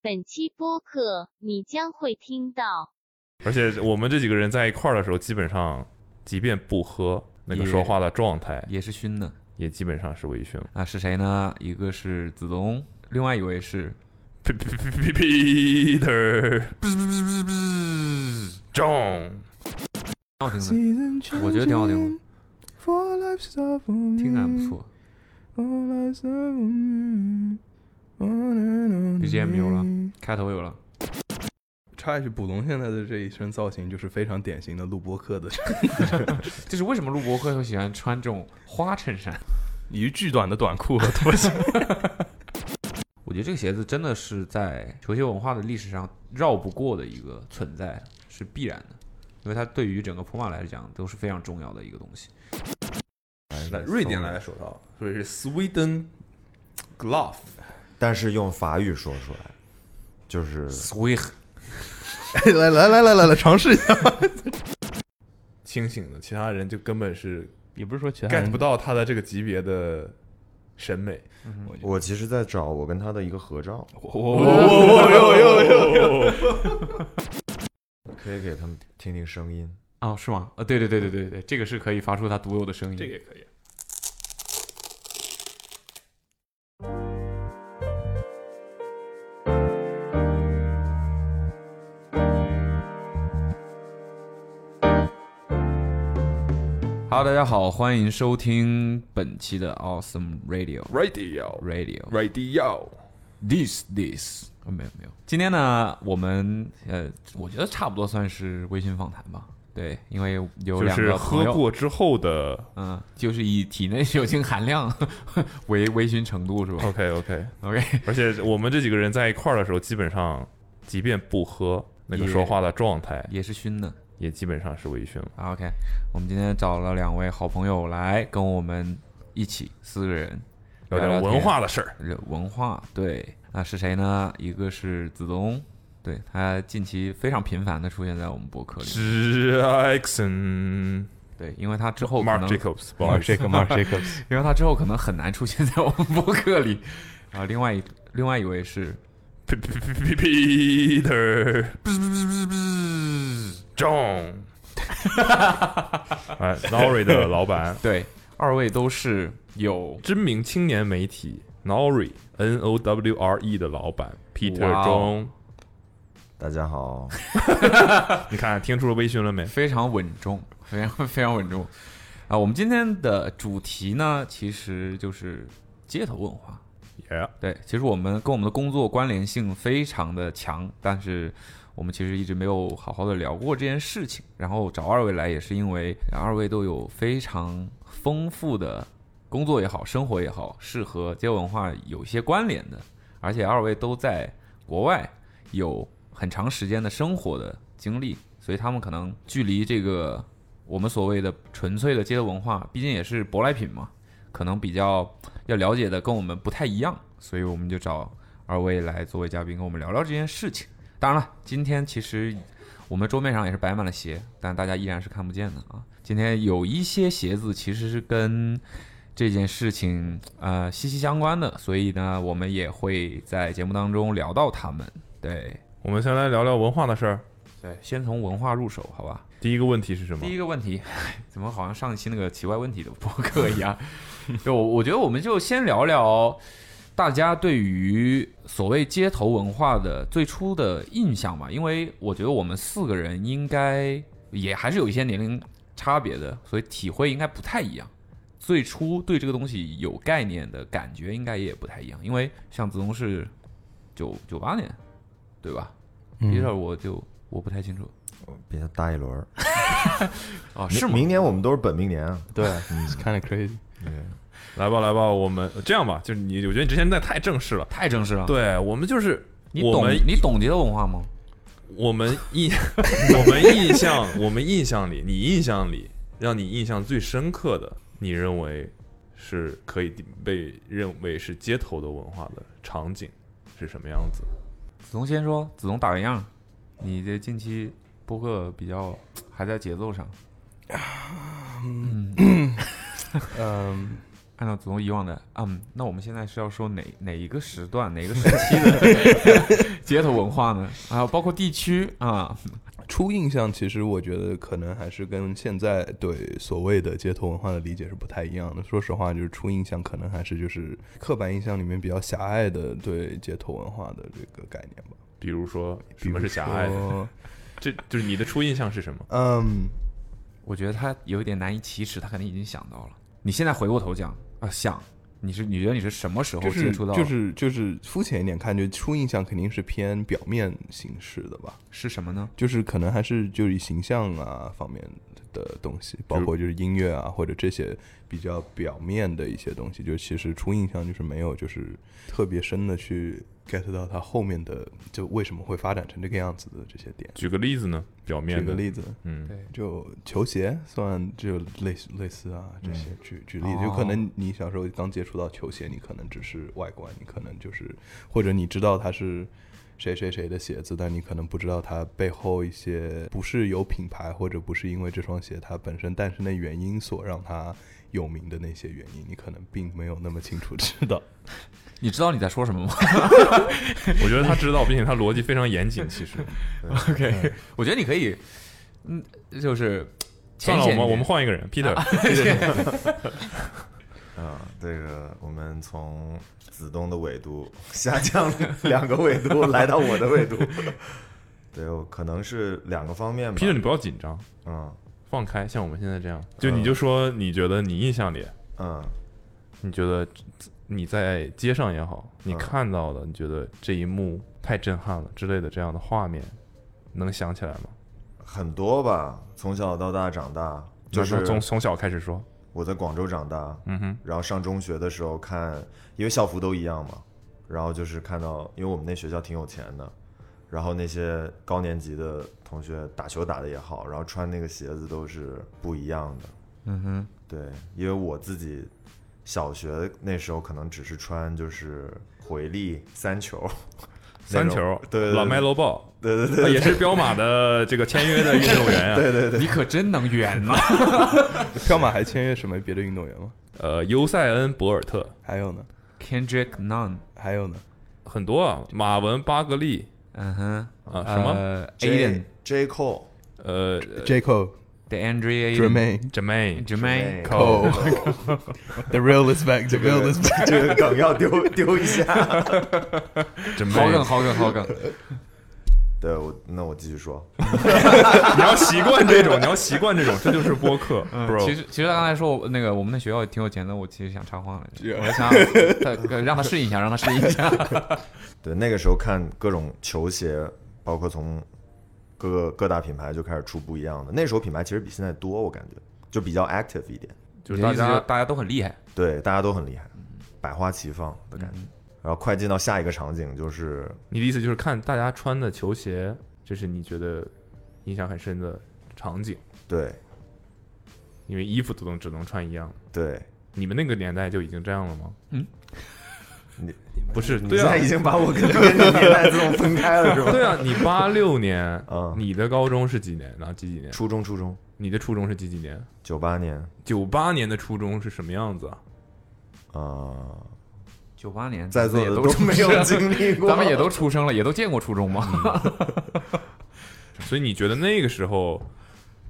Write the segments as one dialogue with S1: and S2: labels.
S1: 本期播客你将会听到
S2: 而且我们这几个人在一块儿的时候，基本上即便不喝，那个
S3: 也
S2: 说话的状态
S3: 也是熏的
S2: 也基本上是微醺。
S3: 啊，是谁呢？一个是子龙，另外一位是
S2: Peter John，
S3: 挺好听的，我觉得挺好听的，听着还不错。BGM 有了，开头有了，
S4: 插一句，捕龙现在的这一身造型就是非常典型的录播课的，
S3: 就是为什么录播客会喜欢穿这种花衬衫？
S4: 一巨短的短裤和拖鞋。
S3: 我觉得这个鞋子真的是在球鞋文化的历史上绕不过的一个存在，是必然的，因为它对于整个普马来讲都是非常重要的一个东西。
S4: 来，瑞典来的手套，所以是 Sweden glove。
S5: 但是用法语说出来，就是
S3: Swift
S4: 来来来来来来，尝试一下。
S2: 清醒的，其他人就根本是
S6: 也不是说其他
S2: get
S6: 人
S2: 不到他的这个级别的审美。
S5: 我其实在找我跟他的一个合照，可以给他们听听声音。
S3: 哦，是吗？啊，对对对对对对，这个是可以发出它独有的声音。
S4: 这个也可以。
S3: Hello，大家好，欢迎收听本期的 Awesome Radio
S2: Radio
S3: Radio
S2: Radio，
S3: This This。哦、没有没有，今天呢，我们呃，我觉得差不多算是微醺访谈吧。对，因为有
S2: 就
S3: 两
S2: 是
S3: 个朋
S2: 喝
S3: 友，
S2: 过之后的。
S3: 嗯，就是以体内酒精含量 为微醺程度是吧
S2: OK OK，
S3: ？OK，
S2: 而且我们这几个人在一块儿的时候，基本上即便不喝，那个
S3: 也
S2: 说话的状态
S3: 也是熏的。
S2: 也基本上是微醺。
S3: 啊 OK，我们今天找了两位好朋友来跟我们一起四个人
S2: 聊
S3: 聊
S2: 点
S3: 天
S2: 文化的事儿，
S3: 呃文化，对，那是谁呢？一个是子东，对他近期非常频繁的出现在我们博客里，
S2: 是 Jackson
S3: 对，因为他之哦后可
S2: Mark
S3: 能，
S2: Jacobs，不好意思，
S6: Mark Jacobs，
S3: 因为他之后可能很难出现在我们博客里。然后另外一另外一位是
S2: P- P- P- P- Peter John，哎 n o r i 的老板，
S3: 对，二位都是有
S2: 知名青年媒体 Nori N O W R E 的老板 Peter
S3: 哇
S2: John，
S3: 哦
S5: 大家好，
S2: 你看听出了微醺了没？
S3: 非常稳重，非常非常稳重。啊，我们今天的主题呢，其实就是街头文化。
S2: Yeah，
S3: 对，其实我们跟我们的工作关联性非常的强，但是我们其实一直没有好好的聊过这件事情。然后找二位来也是因为二位都有非常丰富的工作也好，生活也好，是和街文化有一些关联的，而且二位都在国外有很长时间的生活的经历，所以他们可能距离这个我们所谓的纯粹的街头文化，毕竟也是舶来品嘛，可能比较要了解的跟我们不太一样，所以我们就找二位来作为嘉宾跟我们聊聊这件事情。当然了，今天其实我们桌面上也是摆满了鞋，但大家依然是看不见的啊。今天有一些鞋子其实是跟这件事情呃息息相关的，所以呢，我们也会在节目当中聊到他们。对，
S2: 我们先来聊聊文化的事儿。
S3: 对，先从文化入手，好吧？
S2: 第一个问题是什么
S3: 第？一个问题， 怎么好像上一期那个奇怪问题的博客一样？ 就我我觉得我们就先聊聊大家对于所谓街头文化的最初的印象吧，因为我觉得我们四个人应该也还是有一些年龄差别的，所以体会应该不太一样。最初对这个东西有概念的感觉应该也不太一样，因为像子龙是九九八年，对吧？皮特、我就我不太清楚
S5: 别搭一轮儿。
S3: 啊，
S5: 明
S3: 是吗？
S5: 明年我们都是本命年啊。
S4: 对，It's kind of crazy。
S2: 来吧来吧，我们这样吧，就是你，我觉得你之前那太正式了。
S3: 太正式了，
S2: 对我们就是
S3: 啊你
S2: 我
S3: 懂
S2: 们
S3: 你懂街头文化吗？
S2: 我们印 我们印象 我们印象里，你印象里让你印象最深刻的，你认为是可以被认为是街头的文化的场景是什么样子？
S3: 子龙先说，子龙打个样，你这近期播客比较还在节奏上，
S4: 嗯，
S3: 嗯 按照从以往的，嗯，那我们现在是要说哪哪一个时段、哪个时期 的街头文化呢？啊，包括地区啊，
S4: 初印象其实我觉得可能还是跟现在对所谓的街头文化的理解是不太一样的。说实话，就是初印象可能还是就是刻板印象里面比较狭隘的对街头文化的这个概念吧。
S2: 比如说
S4: 比
S2: 什
S4: 如
S2: 么是狭隘的，
S4: 说？
S2: 这就是你的初印象是什么？
S4: 嗯，
S3: 我觉得他有一点难以启齿，他可能已经想到了。你现在回过头讲啊，想你是你觉得你是什么时候
S4: 就是
S3: 接触到的？
S4: 就是就是肤浅一点看，就初印象肯定是偏表面形式的吧，
S3: 是什么呢？
S4: 就是可能还是就是以形象啊方面的东西，包括就是音乐啊或者这些比较表面的一些东西，就其实初印象就是没有就是特别深的去 get 到它后面的就为什么会发展成这个样子的这些点。
S2: 举个例子呢？表面
S4: 举
S2: 的
S4: 个例子，
S2: 嗯，
S3: 对
S4: 就球鞋算就类似类似啊这些举举例子，就可能你小时候刚接触到球鞋，你可能只是外观，你可能就是或者你知道它是谁谁谁的鞋子，但你可能不知道它背后一些不是有品牌或者不是因为这双鞋它本身诞生的原因所让它有名的那些原因，你可能并没有那么清楚 知道。
S3: 你知道你在说什么吗
S2: 我觉得他知道，并且他逻辑非常严谨。其 实，
S3: ？OK，我觉得你可以，嗯，就是
S2: 算了，我
S3: 浅显一点。
S2: 们我们换一个人，Peter，
S5: 啊，这个我们从子东的纬度下降两个纬度，来到我的纬度。对，我可能是两个方面吧。
S2: Peter，你不要紧张，
S5: 嗯
S2: 放开，像我们现在这样，就
S4: 呃
S2: 你就说你觉得你印象里，
S5: 嗯，
S2: 你觉得你在街上也好，
S5: 嗯
S2: 你看到的，你觉得这一幕太震撼了之类的这样的画面，能想起来吗？
S5: 很多吧，从小到大长大，就
S2: 那
S5: 是
S2: 从从小开始说，
S5: 我在广州长大，
S2: 嗯哼，
S5: 然后上中学的时候看，因为校服都一样嘛，然后就是看到，因为我们那学校挺有钱的，然后那些高年级的同学打球打的也好，然后穿那个鞋子都是不一样的。
S3: 嗯哼，
S5: 对，因为我自己小学那时候可能只是穿就是回力三球，
S2: 三
S5: 那
S2: 球
S5: 种，对对
S2: 老麦
S5: 对
S2: 罗鲍。
S5: 对对
S2: 他
S5: 对
S2: 也是彪马的这个签约的运动员啊，
S5: 对对对，
S3: 你可真能圆呐！
S4: 彪马还签约什么别的运动员吗？
S2: 呃，尤塞恩·博尔特
S4: 还有呢？
S3: Kendrick Nunn，
S4: 还有呢？
S2: 很多啊，马文·巴格利
S3: 嗯哼，
S2: 啊，什么
S3: 呃
S5: J
S3: ？Aiden、
S5: J Cole
S2: 呃
S4: j a c o
S3: The Andrea Aiden、
S4: Jermaine。
S2: ，Jermaine，
S3: Jermaine，
S4: Cole The real is back,
S5: 这
S4: the real
S5: 个
S4: is back。
S5: 这个梗要丢丢一下。
S3: 好梗
S2: Jermaine，
S3: 好梗好梗，
S5: 对，我那我继续说，
S2: 你要习惯这种，你要习惯这种，这就是播客
S3: 其
S5: 嗯
S2: ，bro。
S3: 实其实他刚才说我那个我们那学校也挺有钱的，我其实想插 话来着，
S4: Yeah
S3: 我想他让他适应一下，让他适应一下。
S5: 对，那个时候看各种球鞋，包括从各个各大品牌就开始出不一样的。那时候品牌其实比现在多，我感觉就比较 active 一点。
S2: 就是
S3: 你
S2: 大
S3: 的意思
S2: 家
S3: 大家都很厉害，
S5: 对，大家都很厉害，百花齐放的感觉。
S3: 嗯
S5: 然后快进到下一个场景，就是
S2: 你的意思就是看大家穿的球鞋，这是你觉得印象很深的场景，
S5: 对
S2: 因为衣服都能只能穿一样。
S5: 对，
S2: 你们那个年代就已经这样了吗？
S3: 嗯，
S5: 你
S2: 不是
S5: 你
S2: 对
S5: 现
S2: 啊
S5: 在，已经把我跟跟你年代自动分开了，是吧？
S2: 对啊，你八六 年
S5: 嗯，
S2: 你的高中是几年？然后几几年？
S5: 初中初中
S2: 你的初中是几几年？
S5: 九八年
S2: 九八年的初中是什么样子啊？
S5: 啊、呃
S3: 九八年
S5: 在座
S3: 也
S5: 的
S3: 都
S5: 都
S3: 出
S5: 没有经历过，
S3: 咱们也都出生了，也都见过初中
S2: 嗯
S3: 嘛。
S2: 所以你觉得那个时候，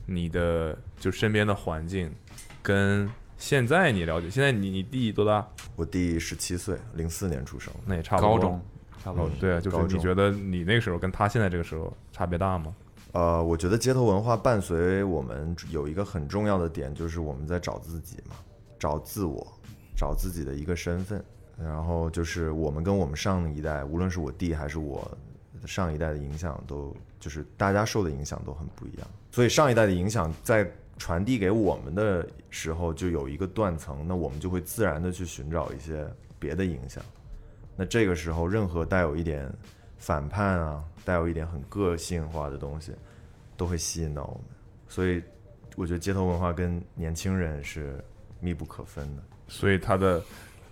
S2: 你的就身边的环境，跟现在你了解，现在你你弟多大？
S5: 我弟十七岁，零四年出生，
S2: 那也差不多。
S3: 高中差不多
S2: 哦，对啊，就是
S5: 高
S2: 你
S5: 中
S2: 觉得你那个时候跟他现在这个时候差别大吗？
S5: 呃，我觉得街头文化伴随我们有一个很重要的点，就是我们在找自己嘛，找自我，找自己的一个身份。然后就是我们跟我们上一代，无论是我弟还是我上一代的影响都，就是大家受的影响都很不一样。所以上一代的影响在传递给我们的时候，就有一个断层，那我们就会自然的去寻找一些别的影响。那这个时候，任何带有一点反叛啊，带有一点很个性化的东西，都会吸引到我们。所以，我觉得街头文化跟年轻人是密不可分的。
S2: 所以他的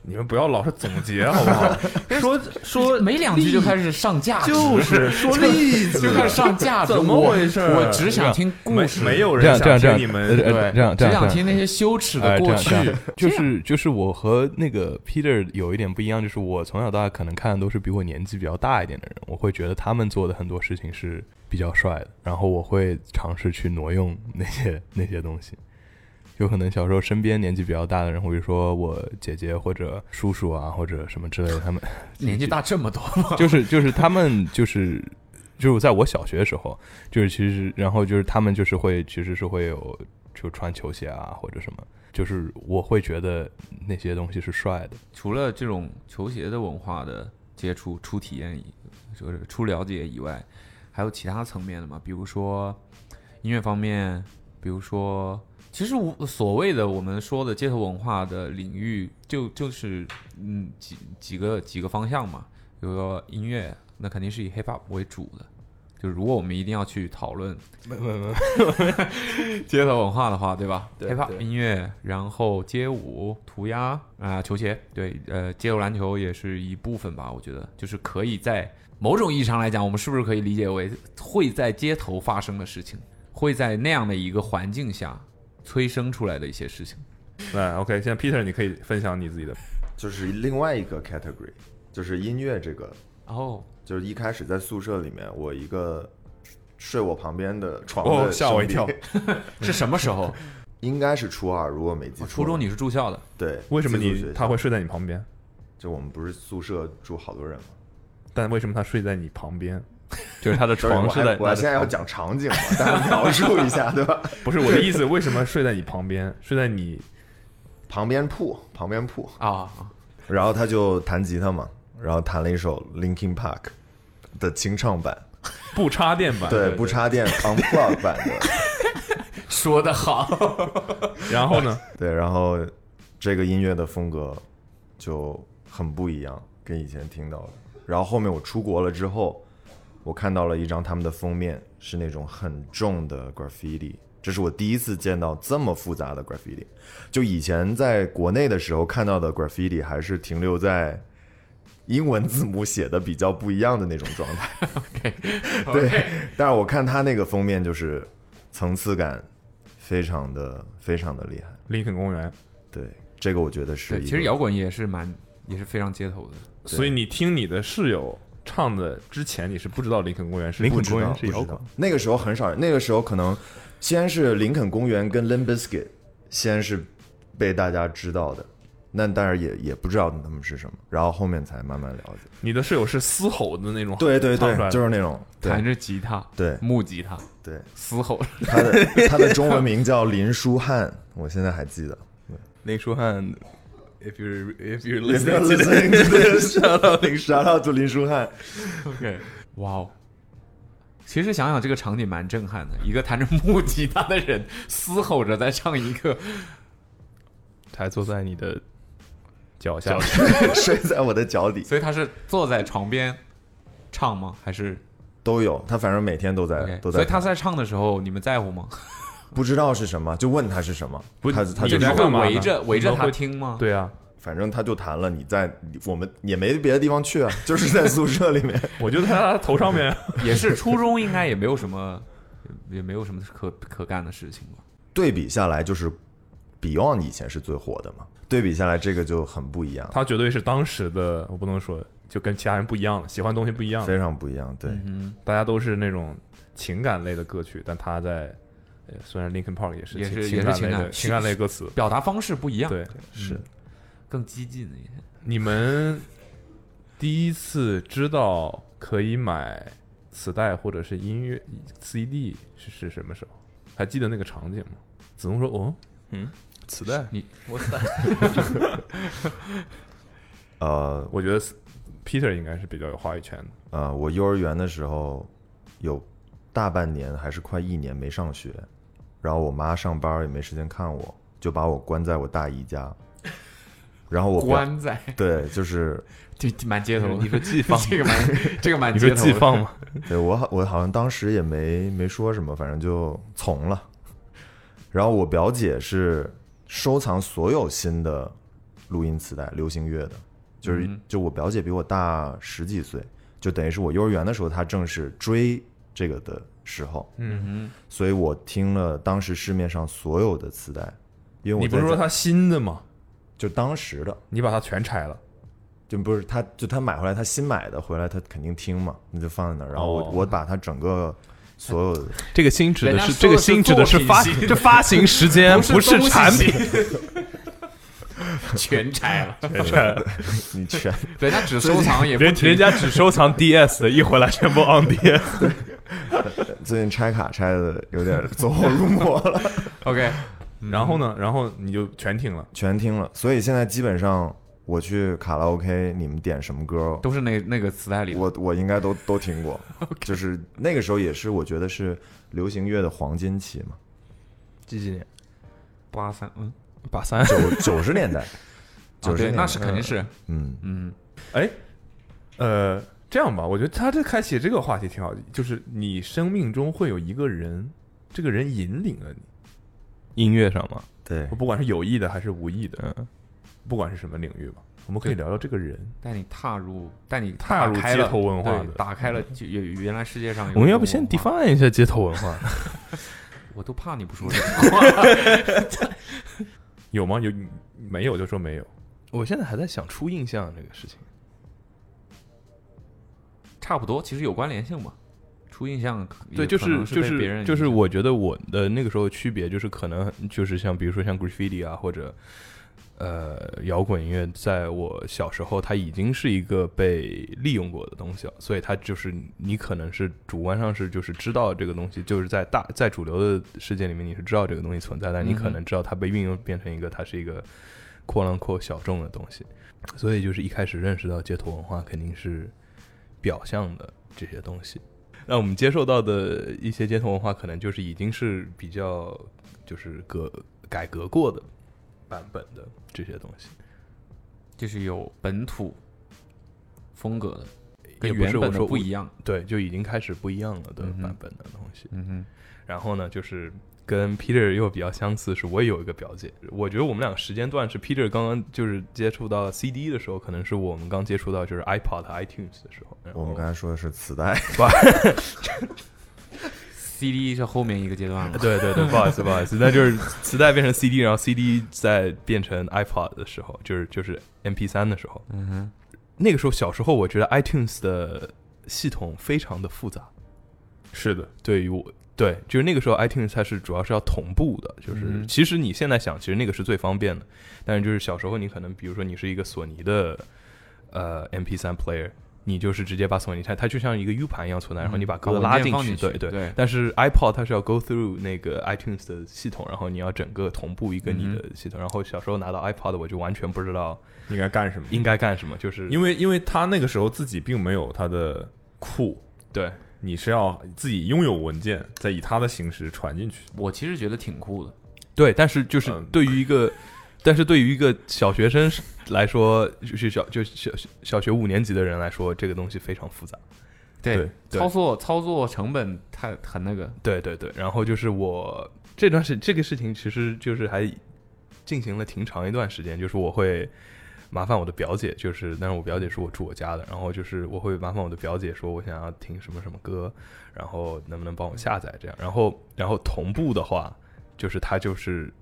S2: 你们不要老是总结好不好？ 说说
S3: 没两句就开始上架，
S2: 就是说例子，
S3: 就开始上架子，
S2: 怎么
S3: 我
S2: 回事儿
S3: 我只想听故
S2: 没
S3: 事，
S2: 没有
S4: 这
S2: 人
S4: 样这
S2: 想
S4: 样这
S2: 听
S4: 样
S2: 你们
S3: 对，
S4: 呃这样这
S3: 只想
S4: 样这样
S3: 听那些羞耻的
S4: 哎，这
S3: 过
S4: 样
S3: 去
S4: 这 样，就
S3: 这样
S4: 是就是我和那个 Peter 有一点不一样，就是我从小到大可能看的都是比我年纪比较大一点的人，我会觉得他们做的很多事情是比较帅的，然后我会尝试去挪用那些 那些东西。有可能小时候身边年纪比较大的人，比如说我姐姐或者叔叔啊，或者什么之类的，他们
S3: 年纪大这么多吗？
S4: 就是就是他们就是就是在我小学的时候，就是其实然后就是他们就是会其实是会有就穿球鞋啊或者什么，就是我会觉得那些东西是帅的。
S3: 除了这种球鞋的文化的接触、初体验以，就是初了解以外，还有其他层面的嘛？比如说音乐方面，比如说，其实我所谓的我们说的街头文化的领域，就就是嗯几几个几个方向嘛。比如说音乐，那肯定是以 hip hop 为主的。就如果我们一定要去讨论
S4: 没没没，
S3: 街头文化的话，对吧
S4: 对
S3: ？hiphop
S4: 对
S3: 音乐，然后街舞、涂鸦啊、球鞋，对，呃，街头篮球也是一部分吧，我觉得就是可以在某种意义上来讲，我们是不是可以理解为会在街头发生的事情，会在那样的一个环境下催生出来的一些事情？
S2: 来 OK。现在 Peter，你可以分享你自己的。
S5: 就是另外一个 category，就是音乐这个，
S3: 哦，
S5: 就是一开始在宿舍里面，我一个睡我旁边的床的
S2: 哦
S5: 兄弟
S2: 吓我一跳，
S3: 是什么时候？
S5: 应该是初二，如果没记
S2: 哦
S5: 错。
S3: 初中你是住校的，
S5: 对，
S2: 嗯为什么
S5: 寄宿
S2: 你
S5: 学校
S2: 他会睡在你旁边？
S5: 就我们不是宿舍住好多人吗？
S2: 但为什么他睡在你旁边？
S4: 就是他的床是在
S5: 我还我现在要讲场景嘛，大家描述一下，对 吧？
S2: 不是我的意思，为什么睡在你旁边？睡在你
S5: 旁边铺，旁边铺，
S3: 啊，
S5: 然后他就弹吉他嘛，然后弹了一首 Linkin Park 的清唱版，
S2: 不插电版，
S5: 对，不。插 电 unplug 版的，
S3: 说得好，
S2: 然后呢？
S5: 对，然后这个音乐的风格就很不一样，跟以前听到的。然后后面我出国了之后，我看到了一张他们的封面，是那种很重的 graffiti。这是我第一次见到这么复杂的 graffiti。就以前在国内的时候看到的 graffiti 还是停留在英文字母写的比较不一样的那种状态。 对，但是我看他那个封面就是层次感非常的非常的厉害。
S2: 林肯公园。
S5: 对，这个我觉得是
S3: 对，
S5: 一
S3: 其实
S5: 个
S3: 摇滚也是蛮也是非常街头的。
S2: 所以你听你的室友唱的之前，你是不知道林肯公园是
S4: 林
S2: 不
S4: 肯
S2: 知
S4: 公
S2: 道
S4: 园是摇滚
S5: 不知道。那个时候很少人，那个时候可能先是林肯公园跟 Limp Bizkit 先是被大家知道的，那当然也也不知道他们是什么，然后后面才慢慢了解。
S2: 你的室友是嘶吼的那种，
S5: 对对
S2: 唱
S5: 对
S2: 出来，的
S5: 就是那种
S3: 弹
S5: 对
S3: 着吉他，
S5: 对
S3: 木吉他，
S5: 对，
S3: 嘶吼，
S5: 他的他的中文名叫林书汉，我现在还记得。
S4: 林书汉，if you if
S5: 也
S4: you listen，
S5: 不 要 listening to this，杀到林杀到林书汉，
S3: OK，哇哦！其实想想这个场景蛮震撼的，一个弹着木吉他的人嘶吼着在唱一个，
S4: 还坐在你的
S2: 脚下。
S5: 睡在我的脚底
S3: 所以他是坐在床边唱吗？还是
S5: 都有，他反正每天都在
S3: OK？
S5: 呃都在
S3: 所以
S5: 看，
S3: 他在唱的时候，你们在乎吗？
S5: 不知道是什么，就问他是什么，
S2: 不
S5: 他他
S2: 你
S5: 就
S3: 你们
S2: 在
S5: 说
S3: 会
S2: 干嘛呢
S3: 围着围着
S2: 你们
S3: 他
S2: 会
S3: 听吗？，
S2: 对啊，
S5: 反正他就弹了，你在我们也没别的地方去啊，就是在宿舍里面。
S2: 我就在他头上面。
S3: 也是初中应该也没有什么，也没有什么可可干的事情吧。
S5: 对比下来，就是 Beyond 以前是最火的嘛，对比下来这个就很不一样，
S2: 他绝对是当时的，我不能说就跟其他人不一样了，喜欢东西不一样了。
S5: 非常不一样。对，
S3: 嗯，
S2: 大家都是那种情感类的歌曲，但他在，呃虽然 Linkin Park 也是
S3: 也是
S2: 情
S3: 也是
S2: 感类
S3: 情
S2: 的
S3: 感
S2: 情感类歌词，
S3: 表达方式不一样，
S2: 对，
S5: 是
S3: 更激进一些。
S2: 你们第一次知道可以买磁带或者是音乐 CD 是是什么时候？还记得那个场景吗？子龙说：“哦，
S4: 磁带，
S3: 你我
S5: 呃
S2: 我觉得 Peter 应该是比较有话语权的。
S5: 呃，我幼儿园的时候有大半年还是快一年没上学，然后我妈上班也没时间看我，就把我关在我大姨家，然后我表
S3: 关在
S5: 对，就是
S3: 这这蛮街头的，
S4: 你说寄放
S3: 这个蛮这个蛮
S4: 你
S3: 街
S4: 说
S3: 头的
S4: 寄放吗？
S5: 对我好我好像当时也没没说什么，反正就从了。然后我表姐是收藏所有新的录音磁带，流行乐的，就是
S3: 嗯
S5: 就我表姐比我大十几岁，就等于是我幼儿园的时候，她正是追这个的时候，
S3: 嗯
S5: 所以我听了当时市面上所有的磁带，因 为我
S2: 你不是
S5: 在
S2: 说
S5: 家
S2: 他新的吗？
S5: 就当时的，
S2: 你把它全拆了，
S5: 就不是他，就他买回来，他新买的回来，他肯定听嘛，那就放在那儿。然后我、
S2: 哦
S5: 我把他整个所有的，
S4: 这个新指
S3: 人
S4: 的
S3: 家
S4: 是
S3: 说
S4: 这个
S3: 的是
S4: 新指的是
S3: 作品
S4: 发
S3: 性
S4: 这发行时间不是
S3: 东西
S4: 产品
S3: 性，哼，全拆了，
S5: 你全
S3: 人家只收藏也不
S4: 人
S3: 听
S4: 人家只收藏 DS 的，一回来全部 on DS。
S5: 最近拆卡拆的有点走火入魔了，
S3: OK，
S5: 嗯
S2: 然后呢，然后你就全听了。
S5: 全听了。所以现在基本上我去卡拉 OK，你们点什么歌，
S3: 都是那那个磁带里的。
S5: 我我应该都都听过。就是那个时候也是我觉得是流行乐的黄金期嘛，
S4: 几几年？
S3: 八三嗯，
S4: 八三。
S5: 九 九十年代，
S3: 啊
S5: 九十
S3: 对，
S5: 年代、
S3: 那是肯定是
S5: 嗯，
S3: 嗯，
S2: 哎，呃，这样吧，我觉得他这开启这个话题挺好，就是你生命中会有一个人，这个人引领了你，
S4: 音乐上嘛，
S5: 对，
S2: 不管是有意的还是无意的，
S4: 嗯，
S2: 不管是什么领域吧，我们可以聊聊这个人。
S3: 带你踏入带你
S2: 踏入
S3: 打开了
S2: 街头文化
S3: 对
S2: 的
S3: 打开了就有原来世界上有
S4: 我们要不
S3: 这种
S4: 先
S3: 文化
S4: define 一下街头文化？
S3: 我都怕你不说这个话。
S2: 有吗？有没有就说没有。
S4: 我现在还在想初印象这个事情。
S3: 差不多，其实有关联性嘛。初印象也
S4: 对，就
S3: 可能
S4: 是
S3: 是
S4: 就
S3: 被别
S4: 是
S3: 人
S4: 就是
S3: 影响
S4: 我觉得我的那个时候区别就是可能就是像比如说像 graffiti 啊或者呃摇滚音乐，在我小时候它已经是一个被利用过的东西了，所以它就是你可能是主观上是就是知道这个东西，就是在大在主流的世界里面你是知道这个东西存在，但你
S3: 嗯
S4: 可
S3: 哼
S4: 能知道它被运用变成一个它是一个扩浪扩小众的东西，所以就是一开始认识到街头文化肯定是表象的这些东西。那我们接受到的一些街头文化，可能就是已经是比较就是革改革过的版本的这些东西，
S3: 就是有本土风格的，跟
S4: 也不
S3: 原
S4: 是
S3: 本
S4: 我
S3: 的
S4: 说
S3: 不一样。
S4: 对，就已经开始不一样了的
S3: 嗯哼
S4: 版本的东西。
S3: 嗯哼，
S4: 然后呢，就是跟 Peter 又比较相似，是我也有一个表姐，我觉得我们两个时间段是 Peter 刚刚就是接触到 CD 的时候，可能是我们刚接触到就是 iPod、iTunes 的时候。然后
S5: 我们刚才说的是磁带，
S3: CD 是后面一个阶段了。
S4: 对对对，不好 意思不好意思，那就是磁带变成 CD，然后 CD 再变成 iPod 的时候，就是就是 MP 3的时候，
S3: 嗯哼，
S4: 那个时候小时候我觉得 iTunes 的系统非常的复杂，
S2: 是的，
S4: 对于我。对，就是那个时候 iTunes 它是主要是要同步的，就是、
S3: 嗯
S4: 其实你现在想，其实那个是最方便的，但是就是小时候你可能，比如说你是一个索尼的呃 MP3 player，你就是直接把索尼它它就像一个 U 盘一样存在，然后你把歌
S3: 把文
S4: 拉
S3: 件
S4: 进
S3: 放进
S4: 去，
S3: 去
S4: 对对
S3: 对
S4: 但是 iPod 它是要 go through 那个 iTunes 的系统，然后你要整个同步一个你的系统，然后小时候拿到 iPod 我就完全不知道
S2: 应该干什么？
S4: 应该干什么，就是
S2: 因为因为他那个时候自己并没有他的库，
S4: 对
S2: 你是要自己拥有文件，再以他的形式传进去。
S3: 我其实觉得挺酷的。
S4: 对，但是就是
S2: 嗯
S4: 对于一个，但是对于一个小学生是来说，就是小就小小学五年级的人来说，这个东西非常复杂。
S2: 对
S4: 对
S3: 操作操作成本太很那个。
S4: 对对对，然后就是我这段时这个事情，其实就是还进行了挺长一段时间，就是我会麻烦我的表姐，就是但是我表姐是我住我家的，然后就是我会麻烦我的表姐说，我想要听什么什么歌，然后能不能帮我下载这样，然后然后同步的话，就是她就是。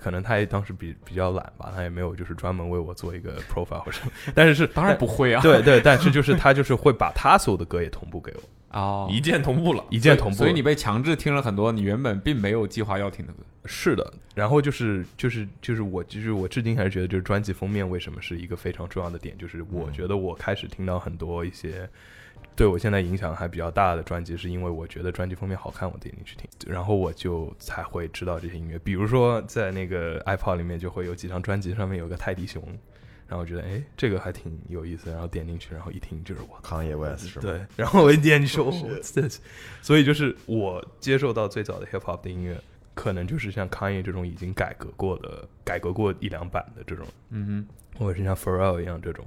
S4: 可能她也当时比比较懒吧，她也没有就是专门为我做一个 profile 或者什么，但是是
S3: 当然不会啊。
S4: 对对，但是 就是她就是会把她所有的歌也同步给我，
S3: 哦，
S2: 一键同步了，
S4: 一键同步
S3: 所以你被强制听了很多你原本并没有计划要听的歌。
S4: 是的，然后就是就是就是我就是我至今还是觉得，就是专辑封面为什么是一个非常重要的点，就是我觉得我开始听到很多一些对我现在影响还比较大的专辑，是因为我觉得专辑封面好看，我点进去听，然后我就才会知道这些音乐。比如说在那个 iPod 里面就会有几张专辑上面有个泰迪熊，然后我觉得哎这个还挺有意思，然后点进去，然后一听就是我
S5: 康野 West 是吗？
S4: 对， 然后我一点你说，哦我这，所以就是我接受到最早的 hip hop 的音乐，可能就是像 Kanye 这种已经改革过的、改革过一两版的这种，
S3: 嗯
S4: 或者是像 Pharrell 一样这种。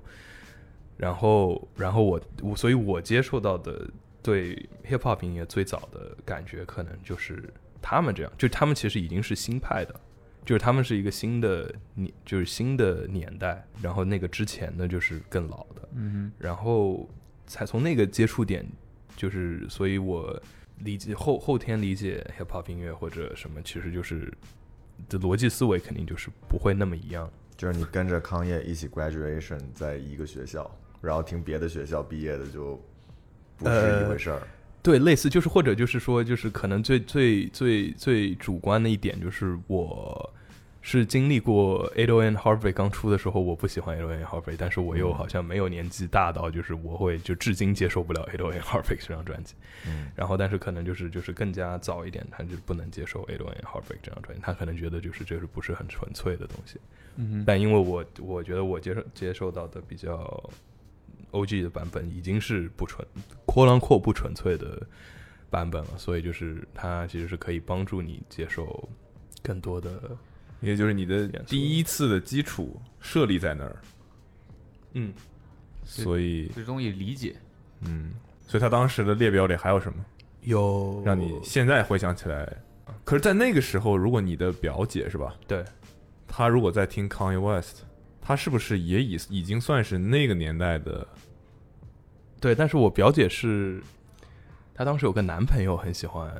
S4: 然后，然后我我，所以我接受到的对 hip hop 音乐最早的感觉，可能就是他们这样，就他们其实已经是新派的就是他们是一个新的年，就是新的年代，然后那个之前呢就是更老的，
S3: 嗯
S4: 然后才从那个接触点，就是所以我理解后后天理解 hip hop 音乐或者什么，其实就是的逻辑思维肯定就是不会那么一样。
S5: 就是你跟着康业一起 graduation 在一个学校，然后听别的学校毕业的就不是一回事
S3: 呃
S5: 儿。
S4: 对，类似就是或者就是说，就是可能最最最最主观的一点就是我。是经历过 A O N Harvey 刚出的时候，我不喜欢 A O N Harvey，但是我
S3: 嗯
S4: 又好像没有年纪大到就是我会就至今接受不了 A O N Harvey 这张专辑。
S5: 嗯，
S4: 然后但是可能就是就是更加早一点，他就不能接受 A o n Heartbreak 这张专辑，他可能觉得就是这是不是很纯粹的东西。
S3: 嗯哼，
S4: 但因为我我觉得我接受接受到的比较 OG 的版本已经是不纯扩浪扩不纯粹的版本了，所以就是它其实是可以帮助你接受更多的
S2: 也就是你的
S4: 严肃
S2: 第一次的基础设立在那儿，
S4: 嗯
S2: 所以
S3: 最终以理解，
S2: 嗯，所以他当时的列表里还有什么
S4: 有
S2: 让你现在回想起来？可是，在那个时候，如果你的表姐是吧，
S4: 对
S2: 她如果在听 Kanye West，她是不是也已已经算是那个年代的？
S4: 对，但是我表姐是，她当时有个男朋友很喜欢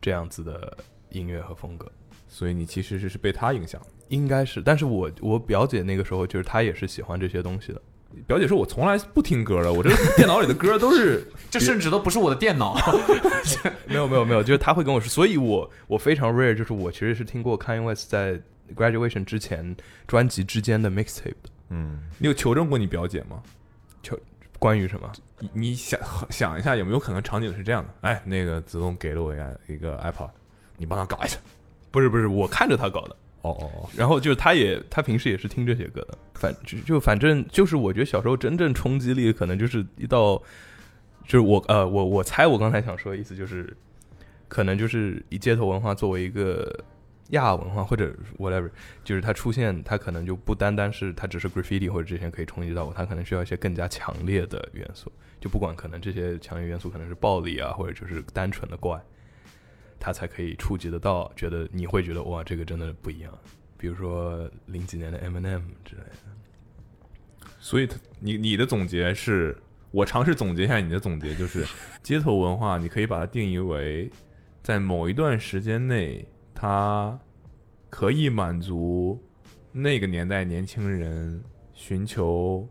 S4: 这样子的音乐和风格。
S2: 所以你其实是是被她影响的。
S4: 应该是，但是我我表姐那个时候就是她也是喜欢这些东西的，
S2: 表姐说：“我从来不听歌的，我这电脑里的歌都是
S3: 这甚至都不是我的电脑。
S4: 没有没有没有，就是她会跟我说，所以我我非常 rare，就是我其实是听过 Kanye West 在 graduation 之前专辑之间的 mixtape 的，
S5: 嗯，
S2: 你有求证过你表姐吗？
S4: 关于什么？
S2: 你你想想一下，有没有可能场景是这样的？哎，那个子栋给了我一个一个 iPod，你帮他搞一下。
S4: 不是不是，我看着她搞的，
S2: 哦哦哦，
S4: 然后就是她也她平时也是听这些歌的，反就就反正就是我觉得小时候真正冲击力可能就是一到，就是我呃我我猜我刚才想说的意思就是，可能就是以街头文化作为一个亚文化或者 whatever，就是它出现，它可能就不单单是它只是 graffiti 或者之前可以冲击到我，它可能需要一些更加强烈的元素，就不管可能这些强烈元素可能是暴力啊，或者就是单纯的怪，它才可以触及得到，觉得你会觉得哇，这个真的不一样。比如说零几年的 Eminem 之类的，
S2: 所以他你你的总结是，我尝试总结一下你的总结， 就是街头文化，你可以把它定义为在某一段时间内，它可以满足那个年代年轻人寻求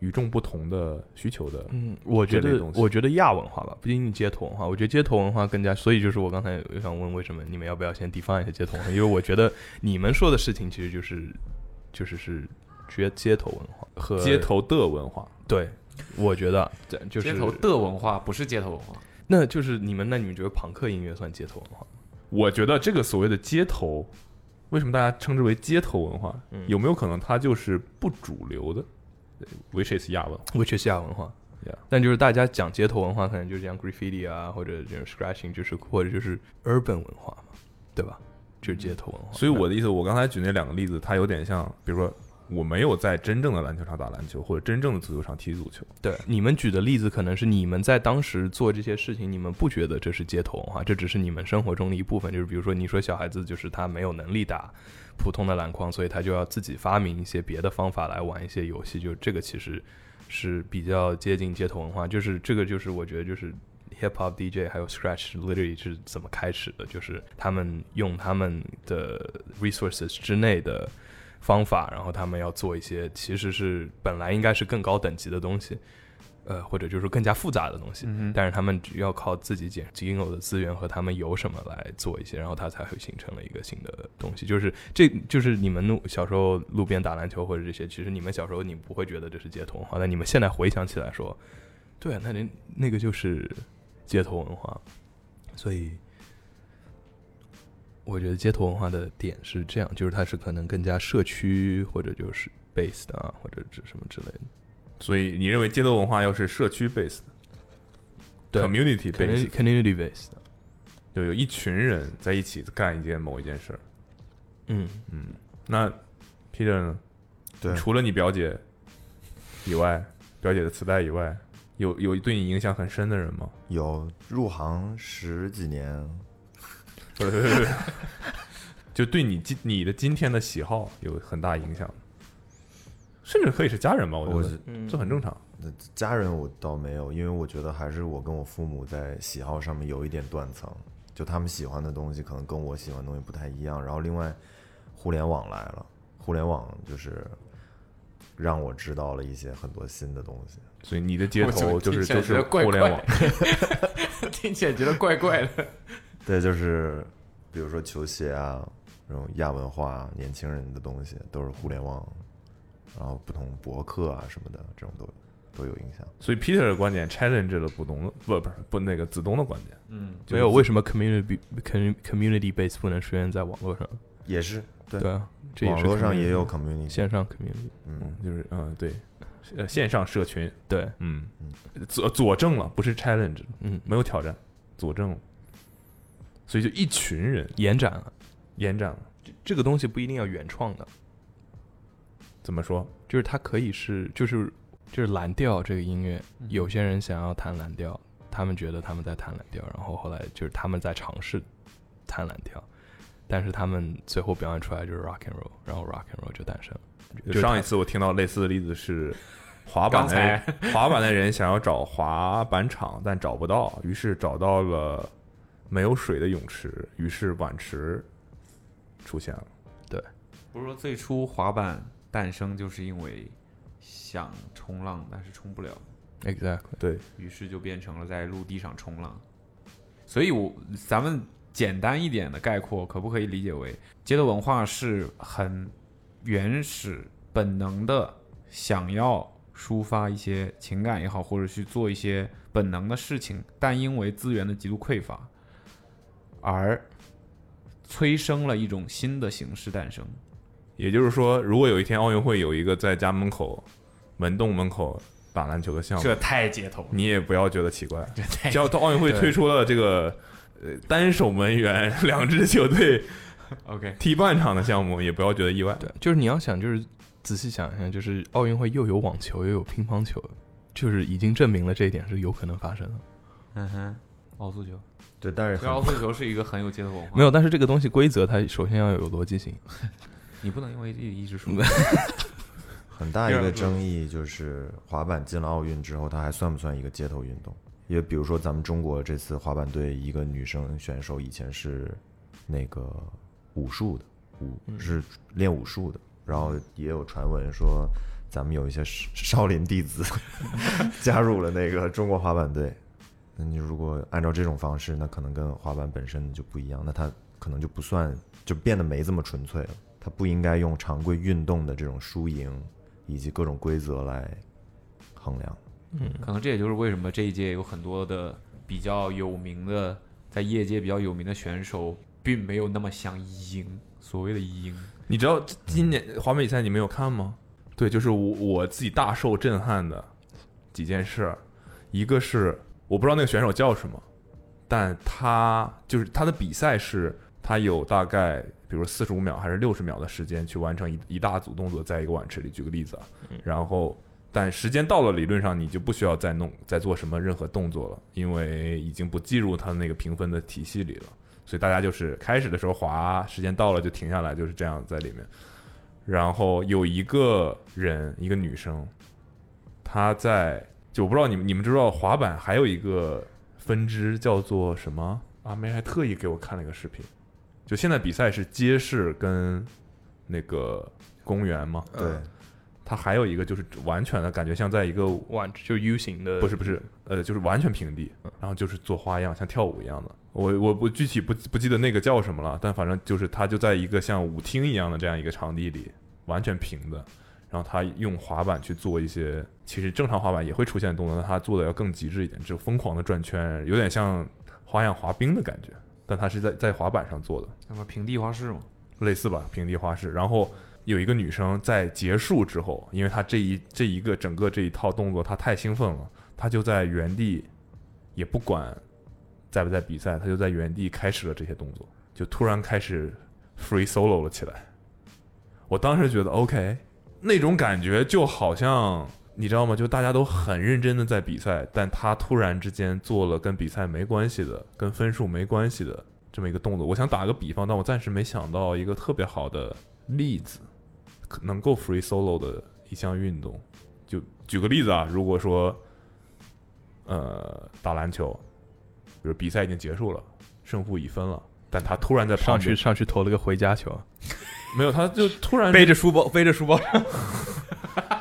S2: 与众不同的需求的。
S4: 嗯，我觉
S2: 这类
S4: 得
S2: 东西
S4: 我觉得亚文化吧，不仅仅街头文化，我觉得街头文化更加，所以就是我刚才有想问为什么你们要不要先 define 一下街头文化，因为我觉得你们说的事情其实就是就是是街街头文化和
S2: 街头的文化，
S4: 对，我觉得对就是
S3: 街头的文化不是街头文化，
S4: 那就是你们那你们觉得朋克音乐算街头文化吗？
S2: 我觉得这个所谓的街头，为什么大家称之为街头文化？
S4: 嗯
S2: 有没有可能它就是不主流的，which 呃 is 亚文化？
S4: 我觉得是亚文化
S2: Yeah
S4: 但就是大家讲街头文化，可能就是讲 graffiti 啊，或者就是 scratching，就是或者就是 urban 文化嘛，对吧？就是街头文化。
S2: 所以我的意思，我刚才举那两个例子，它有点像，比如说我没有在真正的篮球场打篮球，或者真正的足球场踢足球。
S4: 对，你们举的例子可能是你们在当时做这些事情，你们不觉得这是街头文化，这只是你们生活中的一部分。就是比如说，你说小孩子就是他没有能力打普通的篮筐，所以他就要自己发明一些别的方法来玩一些游戏，就这个其实是比较接近街头文化。就是这个，就是我觉得就是 hip hop DJ 还有 scratch literally 是怎么开始的，就是他们用他们的 resources 之内的。方法，然后他们要做一些其实是本来应该是更高等级的东西，呃，或者就是更加复杂的东西，
S3: 嗯
S4: 但是他们只要靠自己仅仅有的资源和他们有什么来做一些，然后它才会形成了一个新的东西。就是这就是你们小时候路边打篮球或者这些，其实你们小时候你不会觉得这是街头文化，但你们现在回想起来说，对啊，那那那个就是街头文化，所以。我觉得街头文化的点是这样，就是它是可能更加社区或者就是 based 啊，或者是什么之类的。
S2: 所以你认为街头文化要是社区 base 的
S4: 对
S2: ，community base，
S4: community based。
S2: 就有一群人在一起干一件某一件事儿。
S4: 嗯，
S2: 那 Peter 呢？
S5: 对，
S2: 除了你表姐以外，表姐的磁带以外，有有对你影响很深的人吗？
S5: 有入行十几年，
S2: 不是不是不是 就对你今你的今天的喜好有很大影响，甚至可以是家人吧，我
S5: 我
S2: 觉
S5: 是
S2: 得这很正常。
S5: 那家人我倒没有，因为我觉得还是我跟我父母在喜好上面有一点断层，就他们喜欢的东西可能跟我喜欢的东西不太一样。然后另外，互联网来了，互联网就是让我知道了一些很多新的东西。
S2: 所以你的街
S3: 我怎
S2: 头
S3: 么
S2: 就
S3: 听
S2: 是
S3: 起来
S2: 就
S3: 觉
S2: 是
S3: 得怪
S2: 互联网，
S3: 听起来觉得怪怪的。
S5: 对，就是比如说球鞋啊，这种亚文化啊、年轻人的东西都是互联网，然后不同博客啊什么的，这种都都有影响。
S2: 所以 Peter 的观点 challenge 了不东的不不是不那个子东的观点，
S3: 嗯，
S4: 没有，为什么 community community base 不能出现在网络上？
S5: 也是，对，
S4: 对啊，这也
S5: 网
S4: 是
S5: 络上也
S4: community
S5: 有 community，
S4: 线上 community，
S5: 嗯
S2: 嗯，，就是嗯对，呃线上社群，
S4: 对，
S2: 嗯
S5: 嗯，
S2: 佐佐证了，不是 challenge，
S4: 嗯，
S2: 没有挑战，佐证了，所以就一群人
S4: 延展啊，
S2: 延展了。
S4: 这个东西不一定要原创的，
S2: 怎么说？
S4: 就是它可以是就是就是蓝调这个音乐，
S5: 嗯
S4: 有些人想要弹蓝调，他们觉得他们在弹蓝调，然后后来就是他们在尝试弹蓝调，但是他们最后表演出来就是 rock and roll，然后 rock and roll 就诞生了。就是
S2: 上
S4: 他
S2: 一次我听到类似的例子是，滑板
S3: 刚
S2: 的人 滑板的人想要找滑板场，但找不到，于是找到了没有水的泳池，于是碗池出现了。
S3: 不是说最初滑板诞生就是因为想冲浪，但是冲不了，
S4: Exactly，
S2: 对，
S3: 于是就变成了在陆地上冲浪。所以我，咱们简单一点的概括，可不可以理解为街头文化是很原始、本能的想要抒发一些情感也好，或者去做一些本能的事情，但因为资源的极度匮乏，而催生了一种新的形式诞生。
S2: 也就是说，如果有一天奥运会有一个在家门口门洞门口打篮球的项目，
S3: 这太街头了，
S2: 你也不要觉得奇怪。
S3: 这太
S2: 只要到奥运会推出了这个呃单手门员 两支球队
S3: OK。
S2: 踢半场的项目，也不要觉得意外。
S4: 对，就是你要想，就是仔细想一下，就是奥运会又有网球又有乒乓球，就是已经证明了这一点是有可能发生的。
S3: 嗯哼，奥速球，
S5: 对，但是
S3: 对，奥
S5: 很
S3: 速球是一个很有街头文化。
S4: 没有，但是这个东西规则它首先要有逻辑性。
S3: 你不能因为这个一直输。
S5: 很大一
S3: 第二
S5: 个
S3: 个
S5: 争议就是滑板进了奥运之后，它还算不算一个街头运动？因为比如说咱们中国这次滑板队一个女生选手以前是那个武术的，武是练武术的，然后也有传闻说咱们有一些少少林弟子 加入了那个中国滑板队。那你如果按照这种方式，那可能跟滑板本身就不一样，那它可能就不算，就变得没这么纯粹了。它不应该用常规运动的这种输赢以及各种规则来衡量。
S3: 可能这也就是为什么这一届有很多的比较有名的，在业界比较有名的选手，并没有那么想赢。所谓的赢，
S2: 你知道这今年华美比赛你没有看吗？对，就是我我自己大受震撼的几件事，一个是我不知道那个选手叫什么，但他就是他的比赛是他有大概比如四十五秒还是六十秒的时间去完成一一大组动作，在一个碗池里，举个例子啊，然后但时间到了，理论上你就不需要再弄再做什么任何动作了，因为已经不计入他那个评分的体系里了。所以大家就是开始的时候滑，时间到了就停下来，就是这样在里面。然后有一个人，一个女生，她在就我不知道你们你们知道滑板还有一个分支叫做什么？阿梅还特意给我看了一个视频，就现在比赛是街市跟那个公园嘛，
S5: 对，
S2: 它还有一个就是完全的感觉像在一个
S4: 哇，就 U 型的，
S2: 不是不是，呃，就是完全平地，然后就是做花样，像跳舞一样的。我我我具体不不记得那个叫什么了，但反正就是他就在一个像舞厅一样的这样一个场地里，完全平的。然后他用滑板去做一些，其实正常滑板也会出现的动作，但他做的要更极致一点，就疯狂的转圈，有点像花样滑冰的感觉，但他是在在滑板上做的。
S3: 那么平地花式嘛，
S2: 类似吧，平地花式。然后有一个女生在结束之后，因为她这一这一个整个这一套动作，她太兴奋了，她就在原地也不管在不在比赛，她就在原地开始了这些动作，就突然开始 free solo 了起来。我当时觉得 OK，那种感觉就好像你知道吗？就大家都很认真的在比赛，但她突然之间做了跟比赛没关系的、跟分数没关系的这么一个动作。我想打个比方，但我暂时没想到一个特别好的例子，可能够 free solo 的一项运动。就举个例子啊，如果说，呃，打篮球，比如比赛已经结束了，胜负已分了，但他突然在旁
S4: 上
S2: 边
S4: 去上去投了个回家球，啊
S2: 没有，他就突然
S4: 背着书包，背着书包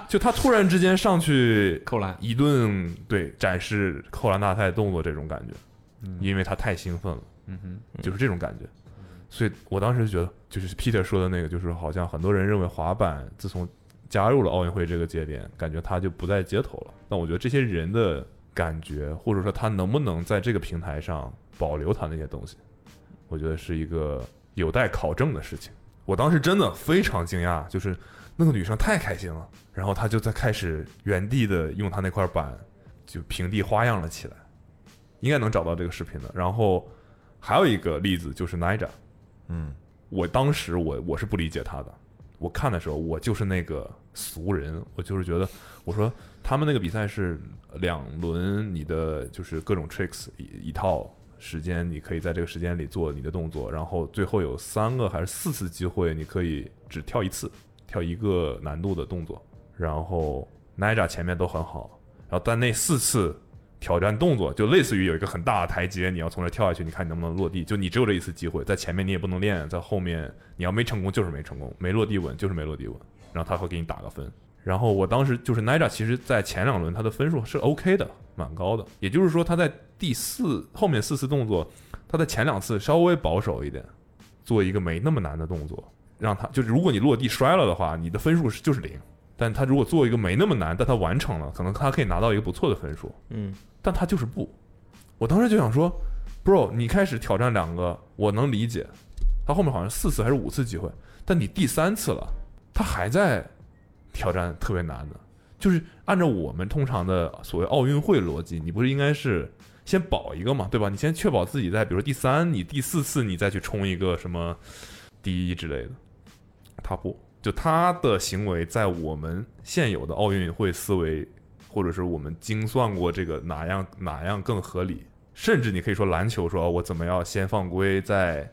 S2: 就他突然之间上去
S3: 扣篮，
S2: 一顿对展示扣篮大赛动作这种感觉，
S3: 嗯
S2: 因为他太兴奋了，
S3: 嗯哼，
S2: 就是这种感觉。所以我当时觉得，就是 Peter 说的那个，就是好像很多人认为滑板自从加入了奥运会这个节点，感觉他就不在街头了。但我觉得这些人的感觉，或者说他能不能在这个平台上保留他那些东西，我觉得是一个有待考证的事情。我当时真的非常惊讶，就是那个女生太开心了，然后她就在开始原地的用她那块板就平地花样了起来，应该能找到这个视频的。然后还有一个例子就是 Nija，
S5: 嗯，
S2: 我当时我我是不理解他的，我看的时候我就是那个俗人，我就是觉得我说他们那个比赛是两轮，你的就是各种 tricks 一一套时间，你可以在这个时间里做你的动作，然后最后有三个还是四次机会，你可以只跳一次，跳一个难度的动作，然后 Nija 前面都很好，然后但那四次。挑战动作就类似于有一个很大的台阶，你要从这跳下去，你看你能不能落地。就你只有这一次机会，在前面你也不能练，在后面你要没成功就是没成功，没落地稳就是没落地稳，然后他会给你打个分。然后我当时就是 Nija，其实在前两轮他的分数是 OK 的，蛮高的。也就是说他在第四后面四次动作，他在前两次稍微保守一点，做一个没那么难的动作，让他就是如果你落地摔了的话，你的分数是就是零。但他如果做一个没那么难，但他完成了，可能他可以拿到一个不错的分数。
S4: 嗯，
S2: 但他就是不。我当时就想说，bro，你开始挑战两个，我能理解。他后面好像四次还是五次机会，但你第三次了，他还在挑战特别难的，就是按照我们通常的所谓奥运会逻辑，你不是应该是先保一个嘛，对吧？你先确保自己在，比如第三，你第四次你再去冲一个什么第一之类的。他不，就他的行为在我们现有的奥运会思维或者是我们精算过这个哪样哪样更合理，甚至你可以说篮球说我怎么样先犯规再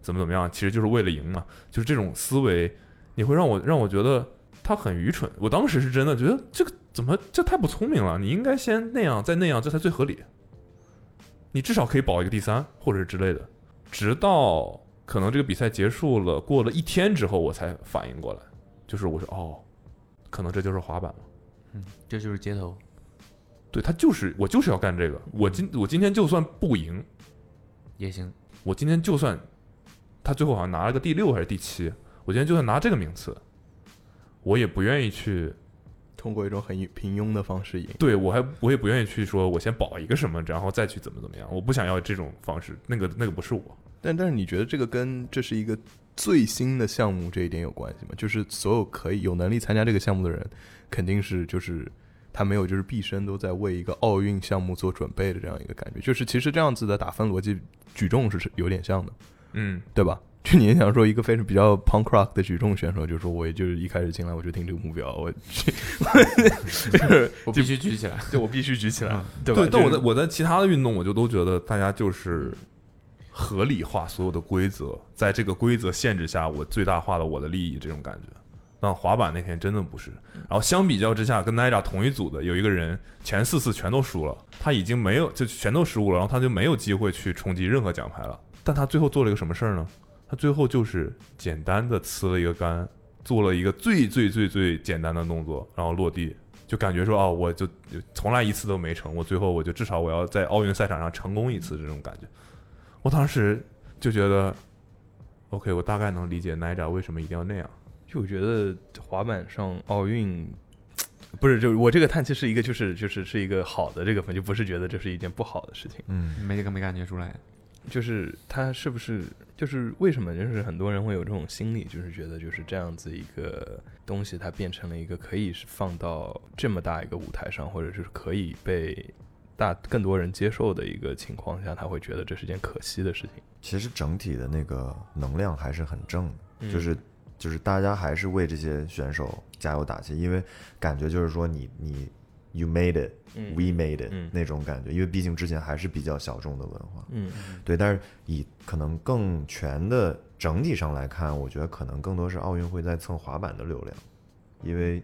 S2: 怎么怎么样，其实就是为了赢嘛，就是这种思维，你会让我让我觉得他很愚蠢。我当时是真的觉得这个怎么这太不聪明了，你应该先那样再那样，这才最合理。你至少可以保一个第三或者是之类的，直到可能这个比赛结束了，过了一天之后，我才反应过来，就是我说哦，可能这就是滑板了。
S3: 这就是街头，
S2: 对他就是我就是要干这个。我今我今天就算不赢，
S3: 也行，
S2: 我今天就算他最后好像拿了个第六还是第七，我今天就算拿这个名次，我也不愿意去，
S4: 通过一种很平庸的方式赢。
S2: 对我还我也不愿意去说我先保一个什么，然后再去怎么怎么样，我不想要这种方式，那个那个不是我。
S4: 但但是你觉得这个跟这是一个最新的项目这一点有关系吗？就是所有可以有能力参加这个项目的人，肯定是就是他没有就是毕生都在为一个奥运项目做准备的这样一个感觉。就是其实这样子的打分逻辑举重是是有点像的，
S2: 嗯，
S4: 对吧？就你想说一个非常比较 punk rock 的举重选手，就说我也就是一开始进来我就定这个目标，我就是
S3: 我必须举起来。嗯
S4: 就我必须举起
S3: 啊
S4: 来，对吧？
S2: 对，但我在
S4: 的
S2: 我在其他的运动，我就都觉得大家就是合理化所有的规则，在这个规则限制下，我最大化了我的利益这种感觉。但滑板那天真的不是。然后相比较之下，跟 Nija 同一组的有一个人前四次全都输了，他已经没有就全都失误了，然后他就没有机会去冲击任何奖牌了。但他最后做了一个什么事儿呢？他最后就是简单的呲了一个杆，做了一个最最最最简单的动作，然后落地，就感觉说哦，我就就从来一次都没成，我最后我就至少我要在奥运赛场上成功一次这种感觉。我当时就觉得，OK，我大概能理解 Nija 为什么一定要那样。
S4: 就我觉得滑板上奥运，不是，就是我这个叹气是一个，就是就是是一个好的这个分，就不是觉得这是一件不好的事情。
S5: 嗯，
S3: 没这个没感觉出来，
S4: 就是他是不是就是为什么就是很多人会有这种心理，就是觉得就是这样子一个东西，它变成了一个可以是放到这么大一个舞台上，或者就是可以被大更多人接受的一个情况下，他会觉得这是件可惜的事情。
S5: 其实整体的那个能量还是很正的，
S4: 嗯
S5: 就是就是大家还是为这些选手加油打气，因为感觉就是说你你 you made it, we made it、
S2: 嗯
S5: 那种感觉，因为毕竟之前还是比较小众的文化，
S2: 嗯，
S5: 对，但是以可能更全的整体上来看，我觉得可能更多是奥运会在蹭滑板的流量，因为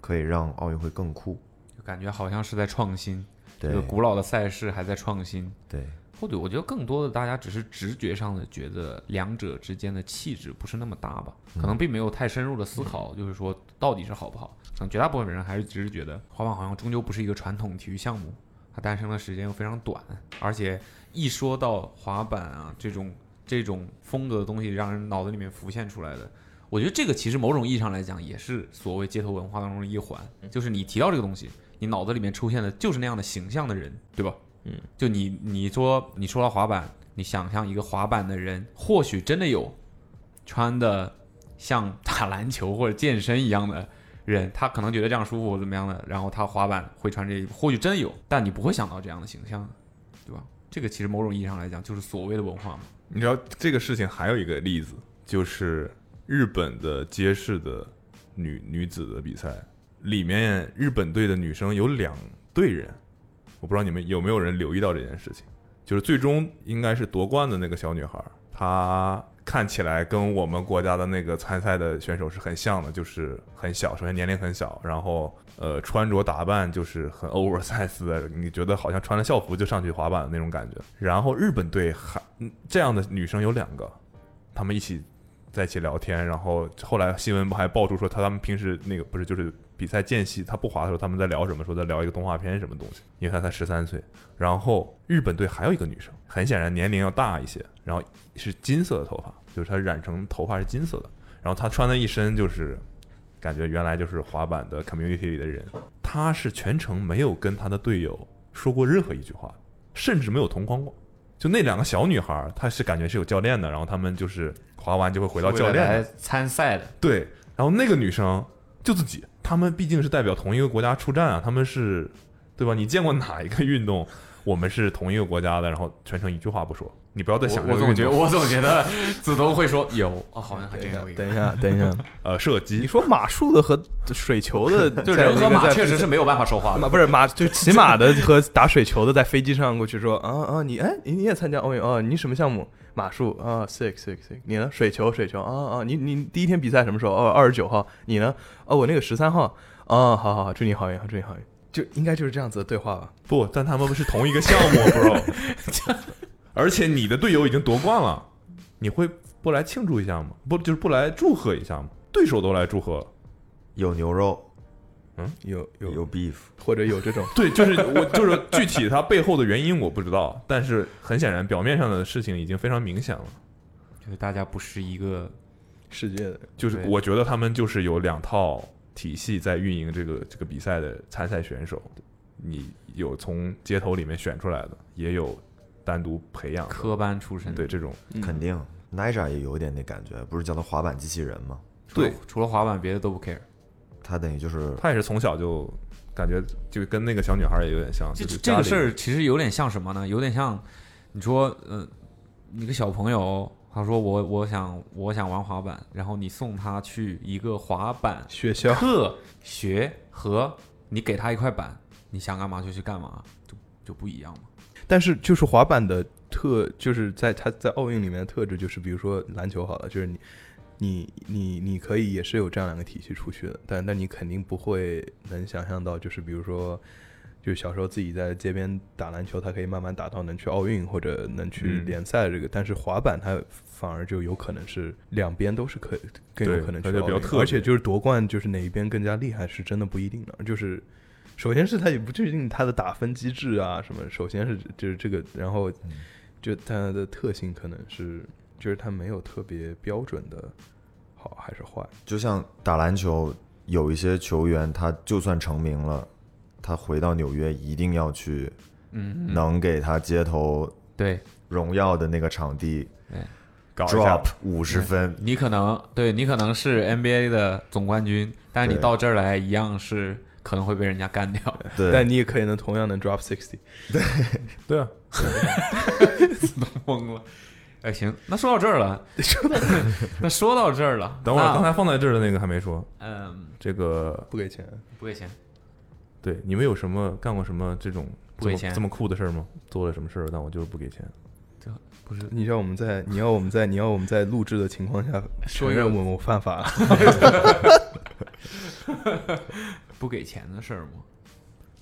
S5: 可以让奥运会更酷。
S3: 就感觉好像是在创新，这
S5: 对
S3: 个古老的赛事还在创新。
S5: 对，
S3: 或者我觉得更多的大家只是直觉上的觉得两者之间的气质不是那么搭吧，可能并没有太深入的思考，就是说到底是好不好。可能绝大部分人还是只是觉得滑板好像终究不是一个传统体育项目，它诞生的时间又非常短，而且一说到滑板啊这种这种风格的东西，让人脑子里面浮现出来的。我觉得这个其实某种意义上来讲，也是所谓街头文化当中的一环，就是你提到这个东西，你脑子里面出现的就是那样的形象的人，对吧？就你你说你说到滑板，你想象一个滑板的人，或许真的有穿的像打篮球或者健身一样的人，他可能觉得这样舒服或怎么样的，然后他滑板会穿这衣服，或许真的有，但你不会想到这样的形象，对吧？这个其实某种意义上来讲，就是所谓的文化嘛。
S2: 你知道这个事情还有一个例子，就是日本的街式的女女子的比赛里面，日本队的女生有两队人，我不知道你们有没有人留意到这件事情，就是最终应该是夺冠的那个小女孩，她看起来跟我们国家的那个参赛的选手是很像的，就是很小，首先年龄很小，然后呃穿着打扮就是很 oversize 的，你觉得好像穿了校服就上去滑板的那种感觉。然后日本队还嗯这样的女生有两个，她们一起在一起聊天，然后后来新闻不还爆出说他他们平时那个不是就是比赛间隙他不滑的时候他们在聊什么，说在聊一个动画片什么东西，因为他才十三岁。然后日本队还有一个女生，很显然年龄要大一些，然后是金色的头发，就是她染成头发是金色的，然后她穿的一身就是感觉原来就是滑板的 community 里的人，她是全程没有跟她的队友说过任何一句话，甚至没有同框过。就那两个小女孩儿，她是感觉是有教练的，然后她们就是滑完就会回到教练那儿
S3: 来参赛的，
S2: 对，然后那个女生就自己，她们毕竟是代表同一个国家出战啊，她们是，对吧？你见过哪一个运动，我们是同一个国家的，然后全程一句话不说？你不要再
S3: 我
S2: 想这
S3: 我
S2: 个运
S3: 总觉得
S2: 动，
S3: 我总觉得子东会说有哦，好像还真有一个
S4: 等。一下，等一下，
S2: 呃，射
S4: 你
S2: 击，
S4: 说马术的和水球 的在那个在，
S3: 就人和马确实是没有办法说话
S4: 马
S3: 的，
S4: 不是马，就骑马的和打水球的在飞机上过去说啊啊，你哎你你也参加奥运啊？你什么项目？马术啊，six six six。你呢？水球水球啊啊，你你第一天比赛什么时候？哦，二十九号。你呢？哦，我那个十三号。啊，好好好，祝你好运，祝你好运。就应该就是这样子的对话吧。
S2: 不，但他们是同一个项目，bro。而且你的队友已经夺冠了，你会不来庆祝一下吗？不，就是不来祝贺一下吗？对手都来祝贺了，
S5: 有牛肉，
S2: 嗯
S4: 有有
S5: 有 beef，
S4: 或者有这种
S2: 对，就是我就是具体它背后的原因我不知道，但是很显然表面上的事情已经非常明显了。
S3: 就是大家不是一个
S4: 世界的，
S2: 就是
S3: 对
S2: 我觉得他们就是有两套体系在运营这个这个比赛的参赛选手，你有从街头里面选出来的，也有单独培养的，
S3: 科班出身，
S2: 对这种
S5: 肯定。Nija 也有一点那感觉，不是叫他滑板机器人吗？
S3: 除了
S2: 对，
S3: 除了滑板别的都不 care。
S5: 他等于就是
S2: 他也是从小就感觉就跟那个小女孩也有点像，
S3: 这
S2: 就是
S3: 这
S2: 家
S3: 个
S2: 里
S3: 事儿其实有点像什么呢？有点像你说，呃，一个小朋友，他说我我想我想玩滑板，然后你送他去一个滑板
S4: 学校
S3: 课学和你给他一块板，你想干嘛就去干嘛，就就不一样嘛。
S4: 但是就是滑板的特，就是在它在奥运里面的特质，就是比如说篮球好了，就是你你你你可以也是有这样两个体系出去的，但但你肯定不会能想象到，就是比如说。就是小时候自己在街边打篮球，他可以慢慢打到能去奥运或者能去
S2: 嗯
S4: 联赛这个，但是滑板它反而就有可能是两边都是可更
S2: 对
S4: 有可能去
S2: 它
S4: 奥
S2: 就
S4: 运，
S2: 比较特别
S4: 而且就是夺冠就是哪一边更加厉害是真的不一定的，就是首先是他也不确定他的打分机制啊什么，首先是就是这个，然后就它的特性可能是就是它没有特别标准的好还是坏，
S5: 就像打篮球，有一些球员他就算成名了，他回到纽约一定要去
S3: 嗯，
S5: 能给他街头
S3: 对
S5: 荣耀的那个场地
S2: 搞一下
S5: drop 五十分，
S3: 你可能对你可能是 NBA 的总冠军，但是你
S5: 对
S3: 到这儿来一样是可能会被人家干掉。
S2: 嗯
S5: 对
S4: 但，你也可以能同样能 drop sixty，
S2: 对啊，
S3: 懵了。哎，行，那说到这儿了， 那说到这儿了，
S2: 等会儿
S3: 那
S2: 刚才放在这儿的那个还没说，
S3: 嗯，
S2: 这个
S4: 不给钱，
S3: 不给钱，
S2: 对，你们有什么干过什么这种
S3: 不
S2: 这
S3: 给
S2: 么
S3: 钱
S2: 这么酷的事儿吗？做了什么事儿，但我就是不给钱。
S3: 不是
S4: 你让我们 在你要我们在你要我们在录制的情况下
S3: 说
S4: 承
S3: 一
S4: 认
S3: 个
S4: 我我犯法了，
S3: 不给钱的事儿吗？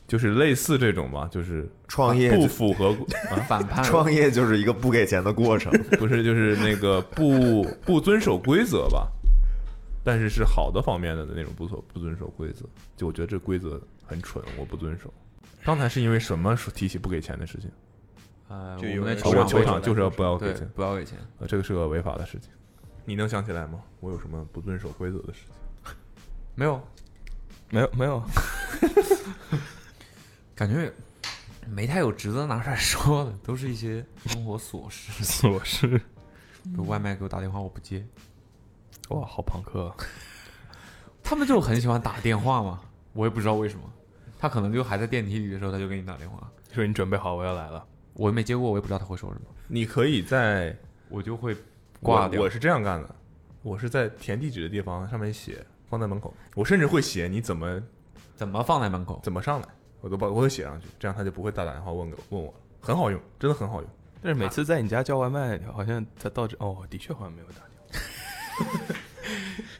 S2: 就是类似这种吧，就是
S5: 创业
S2: 不
S5: 就
S2: 符合啊，
S3: 反叛
S5: 创业就是一个不给钱的过程，
S2: 不是就是那个不不遵守规则吧，但是是好的方面的那种不所不遵守规则，就我觉得这规则很蠢，我不遵守。刚才是因为什么说提起不给钱的事情？
S3: 呃，
S4: 就
S3: 我
S4: 有
S3: 们在
S4: 人
S3: 球
S4: 说
S3: 场
S4: 球
S3: 会
S4: 场
S2: 就是要不要给
S3: 对
S2: 钱，
S3: 不要给钱。
S2: 呃，这个是个违法的事情。你能想起来吗？我有什么不遵守规则的事情？
S3: 没有，
S4: 没有没有，
S3: 感觉没太有值得拿出来说的， 都是一些生活琐事。
S4: 琐 事。
S3: 比如外卖给我打电话，我不接，
S4: 哇，好朋克啊！
S3: 他们就很喜欢打电话嘛，我也不知道为什么。他可能就还在电梯里的时候，他就给你打电话，
S4: 说你准备好，我要来了。
S3: 我没接过，我也不知道他会说什么，
S2: 你可以 在
S3: 我就会挂
S2: 我
S3: 掉。
S2: 我是这样干的，我是在填地址的地方上面写，放在门口。我甚至会写你怎么
S3: 怎么放在门口？
S2: 怎么上来，我都把我都写上去，这样他就不会再打电话问个问我了。很好用，真的很好用。
S4: 但是每次在你家叫外卖，好像他到这哦，的确好像没有打电话。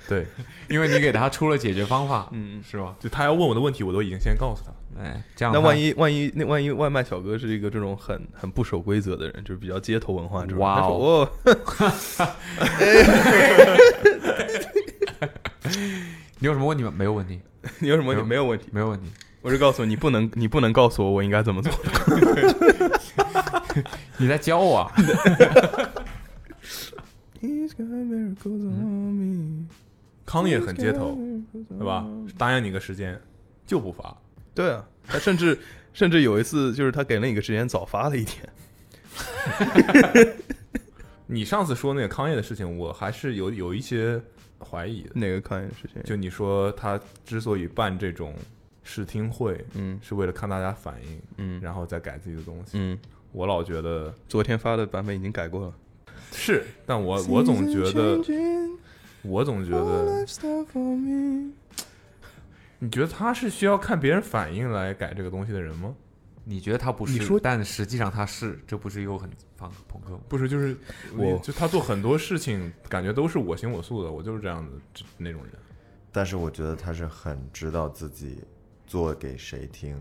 S2: 对，
S3: 因为你给他出了解决方法，
S4: 嗯，
S3: 是吧？
S2: 就他要问我的问题，我都已经先告诉他。
S3: 哎，这样
S4: 那
S3: 他
S4: 万一万一那万一外卖小哥是一个这种很很不守规则的人，就是比较街头文化这种。
S3: 哇
S4: 他
S3: 哦
S4: 说哦，
S3: 你有什么问题吗？没有问题，
S4: 你有什么问
S3: 没有
S4: 题？没有问题，
S3: 没有问题。
S4: 我是告诉你你不能，你不能告诉我我应该怎么做。
S3: 你在教我啊？
S2: 康也很街头，对吧？答应你个时间就不发，
S4: 对啊，他甚至甚至有一次就是他给了你个时间早发了一天，
S2: 你上次说那个康业的事情，我还是有有一些怀疑的。
S4: 哪个抗议事情？
S2: 就你说他之所以办这种试听会，
S4: 嗯
S2: 是为了看大家反应，
S4: 嗯
S2: 然后再改自己的东西。
S4: 嗯，
S2: 我老觉得
S4: 昨天发的版本已经改过了。
S2: 是，但我我总觉得，我总觉得，你觉得他是需要看别人反应来改这个东西的人吗？
S3: 你觉得他不是？
S2: 你说
S3: 但实际上他是，这不是又很朋朋克吗？
S2: 不是，就是
S4: 我
S2: 就他做很多事情，感觉都是我行我素的，我就是这样的这那种人。
S5: 但是我觉得他是很知道自己做给谁听，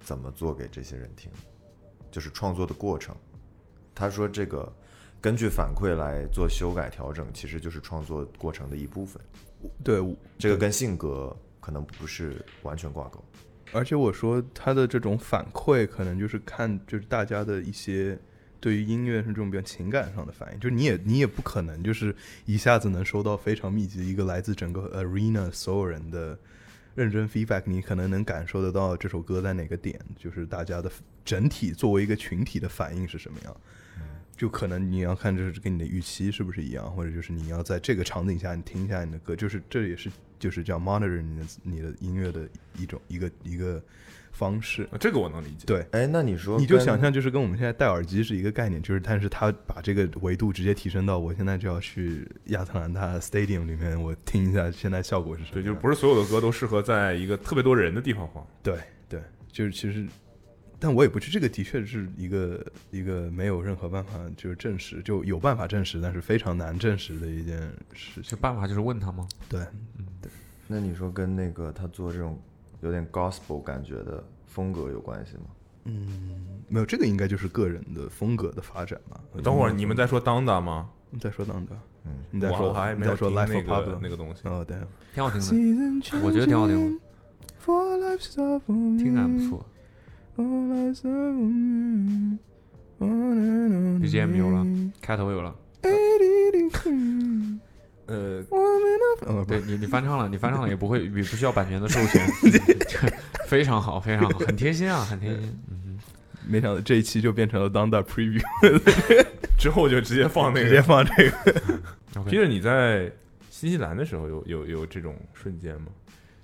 S5: 怎么做给这些人听，就是创作的过程。他说这个根据反馈来做修改调整，其实就是创作过程的一部分。
S4: 对，
S5: 这个跟性格可能不是完全挂钩。
S4: 而且我说他的这种反馈，可能就是看就是大家的一些对于音乐是这种比较情感上的反应，就是你也你也不可能就是一下子能收到非常密集一个来自整个 arena 所有人的认真 feedback，你可能能感受得到这首歌在哪个点，就是大家的整体作为一个群体的反应是什么样。就可能你要看，就是跟你的预期是不是一样，或者就是你要在这个场景下你听一下你的歌，就是这也是就是叫 monitor 你的你的音乐的一种一个一个方式。
S2: 这个我能理解。
S4: 对，
S5: 哎，那你说
S4: 你就
S5: 跟
S4: 想象就是跟我们现在戴耳机是一个概念，就是但是他把这个维度直接提升到我现在就要去亚特兰大 Stadium 里面，我听一下现在效果是什
S2: 对，
S4: 么
S2: 就
S4: 样。
S2: 是不是所有的歌都适合在一个特别多人的地方放。
S4: 对对，就是其实，但我也不去，这个的确是一个一个没有任何办法就是证实，就有办法证实，但是非常难证实的一件事
S3: 这
S4: 情。
S3: 办法就是问他吗？
S4: 对，
S5: 那你说跟那个他做这种有点 gospel 感觉的风格有关系吗？
S4: 没有这个应该就是个人的风格的发展吧。嗯
S2: 等会儿你们在说当当吗？
S4: 你再说当的，
S5: 嗯，
S4: 你再说
S2: 我还没
S4: 你
S2: 有
S4: 再说
S2: 听
S4: Life
S2: 那
S4: of Pablo
S2: 个那个东西。
S4: 哦，对，
S3: 挺好听的，啊我觉得挺好听的，听着还不错。BGM 有了，开头有了，
S2: 呃，
S4: 哦，不
S3: 对你你翻唱了，你翻唱了也不会也不需要版权的授权， 非常好，非常好，很贴心啊，很贴心。嗯
S4: 没想到这一期就变成了当的 preview，
S2: 之后就直接放那
S4: 直接
S2: 个。
S4: 放这个。
S3: 哼
S2: 皮
S3: OK，
S2: 着你在新西兰的时候有有有这种瞬间吗？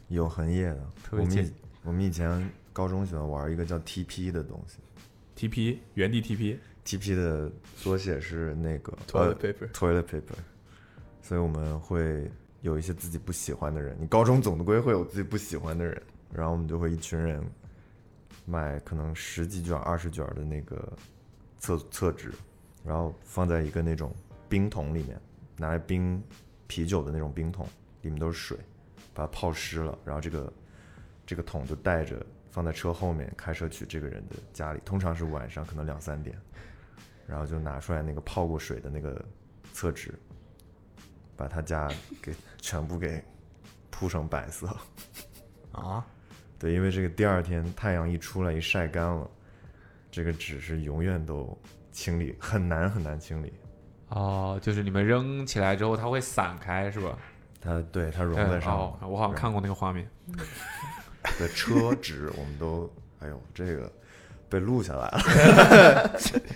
S5: 有横业的。
S3: 特
S5: 我
S3: 别
S5: 们
S3: 贱
S5: 以我们以前高中喜欢玩一个叫 TP 的东西
S2: TP 原地 TP，
S5: ，TP 的缩写是那个呃
S4: Toilet paper，
S5: toilet paper，所以我们会有一些自己不喜欢的人。你高中总归会有自己不喜欢的人，然后我们就会一群人买可能十几卷、二十卷的那个厕厕纸，然后放在一个那种冰桶里面，拿来冰啤酒的那种冰桶，里面都是水，把它泡湿了，然后这个这个桶就带着放在车后面，开车去这个人的家里，通常是晚上可能两三点，然后就拿出来那个泡过水的那个厕纸，把他家 给全部给铺成白色。
S2: 啊，
S5: 对，因为这个第二天太阳一出来一晒干了，这个纸是永远都清理很难很难清理，
S3: 哦，就是你们扔起来之后，它会散开是吧？
S5: 它对它融
S3: 嗯
S5: 在上
S3: 哦
S5: 面。
S3: 我好像看过那个画面。
S5: 哎对车纸我们都，哎呦这个被录下来了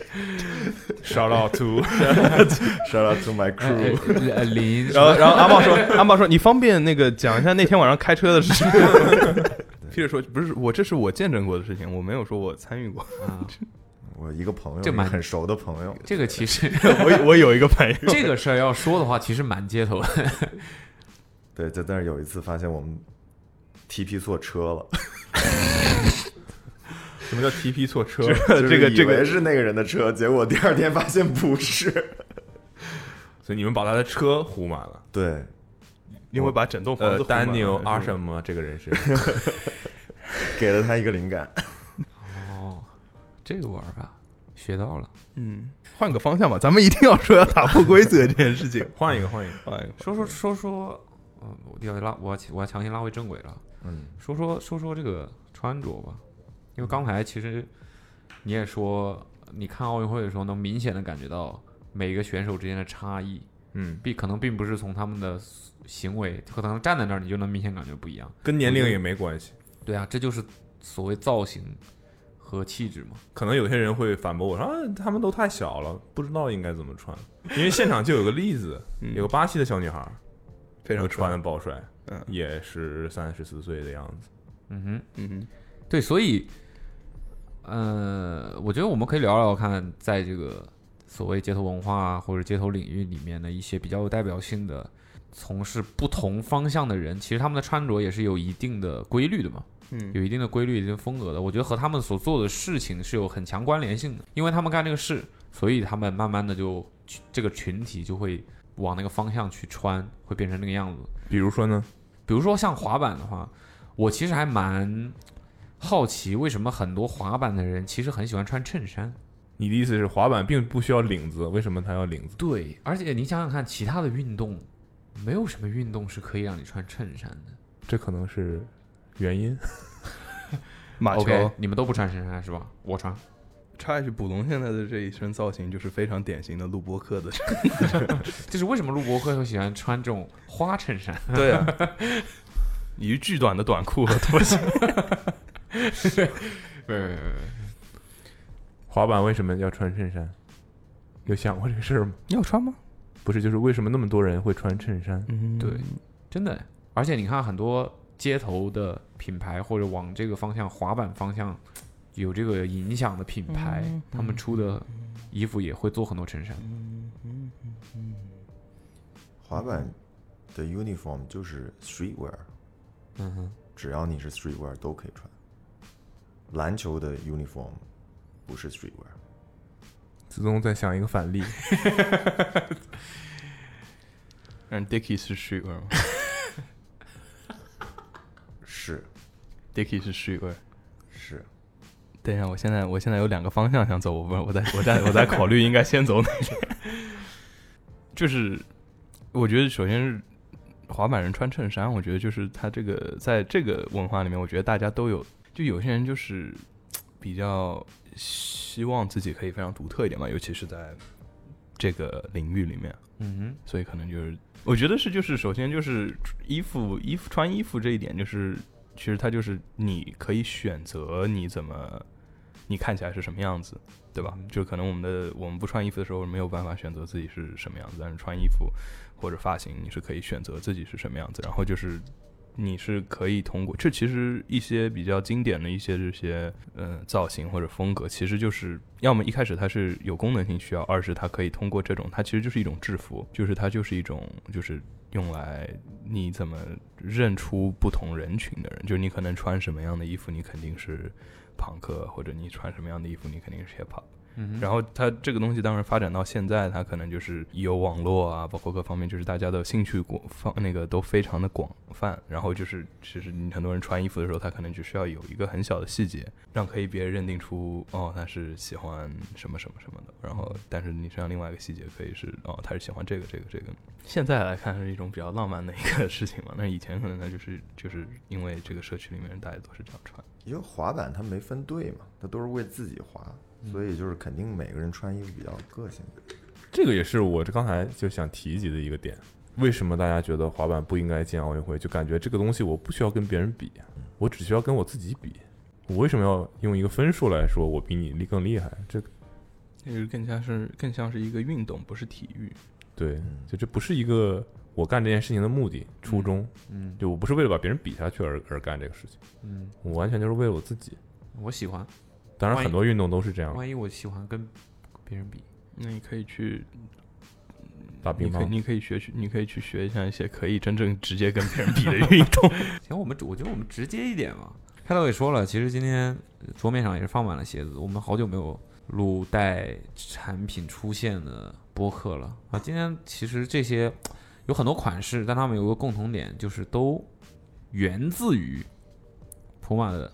S2: 烧到吐，
S5: ，shout out to my
S3: 哎哎
S5: crew。
S3: 呃林，
S4: 然后，然后阿茂说：“阿茂说，你方便那个讲一下那天晚上开车的事 情吗？”皮特说：“不是，我这是我见证过的事情，我没有说我参与 过。
S3: 啊
S5: 我一个朋友，
S3: 这
S5: 一个
S3: 蛮
S5: 很熟的朋友，
S3: 这个其实
S4: 我我有一个朋友，
S3: 这个事儿要说的话，其实蛮街头的。
S5: 对，在但是有一次发现我们 TP 错车了，
S4: 什么叫 TP 错 车？
S5: 就是
S4: 这个
S5: 以
S4: 这
S5: 为
S4: 个
S5: 是那个人的车，结果第二天发现不是。
S2: 所以你们把他的车糊满了。
S5: 对，
S4: 你会把整栋 房
S2: 呃
S4: 子，糊满
S2: 丹尼尔
S4: 了
S2: 阿什么这个人是，
S5: 给了他一个灵感。
S3: 哦，这个玩法学到了。
S4: 嗯，换个方向吧，咱们一定要说要打破规则这件事情。
S2: 换一个换一个，
S4: 换一个
S3: 说说说说，嗯，我要拉，我要我要强行拉回正轨了。
S5: 嗯，
S3: 说说说说这个穿着吧，因为刚才其实你也说，你看奥运会的时候能明显的感觉到每个选手之间的差异，
S2: 嗯，
S3: 并可能并不是从他们的行为，可能站在那儿你就能明显感觉不一样。
S2: 跟年龄也没关系。
S3: 对啊，这就是所谓造型和气质嘛。
S2: 可能有些人会反驳我说啊，他们都太小了，不知道应该怎么穿。因为现场就有个例 子，有个巴西的小女孩，
S4: 嗯非常
S2: 穿的暴帅，
S4: 嗯
S2: 也是三十四岁的样子。
S3: 嗯哼。
S4: 嗯
S3: 对，所以，呃，我觉得我们可以聊聊看，在这个所谓街头文化啊或者街头领域里面的一些比较有代表性的从事不同方向的人，其实他们的穿着也是有一定的规律的嘛，
S4: 嗯
S3: 有一定的规律、一定风格的。我觉得和他们所做的事情是有很强关联性的，因为他们干这个事，所以他们慢慢的就这个群体就会往那个方向去穿，会变成那个样子。
S2: 比如说呢，
S3: 比如说像滑板的话，我其实还蛮好奇，为什么很多滑板的人其实很喜欢穿衬衫？
S2: 你的意思是滑板并不需要领子，为什么它要领子？
S3: 对，而且你想想看，其他的运动没有什么运动是可以让你穿衬衫的。
S2: 这可能是原因。
S4: 马球
S3: OK，你们都不穿衬衫是吧？我穿。
S4: 插一句，捕龙现在的这一身造型就是非常典型的录播课的。
S3: 就是为什么录播客会喜欢穿这种花衬衫？
S4: 对啊，一巨短的短裤和拖鞋。
S3: 对对对对
S2: 滑板为什么要穿衬衫？有想过这个事儿吗？
S4: 你要穿吗？
S2: 不是，就是为什么那么多人会穿衬衫？
S4: 嗯，
S3: 对，真的。而且你看很多街头的品牌或者往这个方向滑板方向有这个影响的品牌，
S4: 嗯
S3: 他们出的衣服也会做很多衬衫。
S5: 滑板的 uniform 就是 streetwear，
S3: 嗯哼，
S5: 只要你是 streetwear 都可以穿。篮球的 uniform 不是 streetwear，
S2: 子宗在想一个反例，
S4: 嗯，Dicky 是 streetwear 吗
S5: 是
S4: ？Dicky 是 streetwear。
S5: 是
S4: 等一下，我现在我现在有两个方向想走，我不，我在我在我在考虑应该先走哪个。就是我觉得首先是滑板人穿衬衫，我觉得就是他这个在这个文化里面，我觉得大家都有，就有些人就是嘖比较希望自己可以非常独特一点嘛，尤其是在这个领域里面。
S3: 嗯
S4: 所以可能就是，我觉得是就是，首先就是衣服衣服穿衣服这一点，就是其实它就是你可以选择你怎么你看起来是什么样子，对吧？
S3: 嗯
S4: 就是可能我们的我们不穿衣服的时候没有办法选择自己是什么样子，但是穿衣服或者发型你是可以选择自己是什么样子，然后就是你是可以通过这其实一些比较经典的一些这些呃造型或者风格，其实就是要么一开始它是有功能性需要，二是它可以通过这种，它其实就是一种制服，就是它就是一种就是用来你怎么认出不同人群的人，就是你可能穿什么样的衣服，你肯定是朋克，或者你穿什么样的衣服，你肯定是 hip hop。
S3: 嗯
S4: 然后它这个东西当然发展到现在，它可能就是有网络啊，包括各方面，就是大家的兴趣广方那个都非常的广泛。然后就是，其实你很多人穿衣服的时候，他可能只需要有一个很小的细节，让可以别人认定出哦他是喜欢什么什么什么的。然后，但是你身上另外一个细节可以是哦他是喜欢这个这个这个。现在来看是一种比较浪漫的一个事情嘛，那以前可能他就是就是因为这个社区里面大家都是这样穿。
S5: 因为滑板它没分队嘛，它都是为自己滑，所以就是肯定每个人穿衣服比较有个性。
S2: 这个也是我刚才就想提及的一个点。为什么大家觉得滑板不应该进奥运会？就感觉这个东西我不需要跟别人比，我只需要跟我自己比。我为什么要用一个分数来说我比你厉更厉害？这个
S4: 就是更加是更像是一个运动，不是体育。
S2: 对，
S5: 嗯
S2: 就这不是一个我干这件事情的目的、初衷。
S3: 嗯
S2: 就我不是为了把别人比下去而而干这个事情，
S3: 嗯，
S2: 我完全就是为了我自己。
S3: 我喜欢，
S2: 当然，
S3: 万一
S2: 很多运动都是这样，
S3: 万一我喜欢跟别人比，
S4: 那你可以去
S2: 打乒
S4: 你可以
S2: 乓。
S4: 你可以学去，你可以去学一下一些可以真正直接跟别人比的运动。
S3: 行，我们我觉得我们直接一点嘛。开头也说了，其实今天桌面上也是放满了鞋子，我们好久没有录带产品出现的播客了啊。今天其实这些有很多款式，但它们有个共同点，就是都源自于普马的，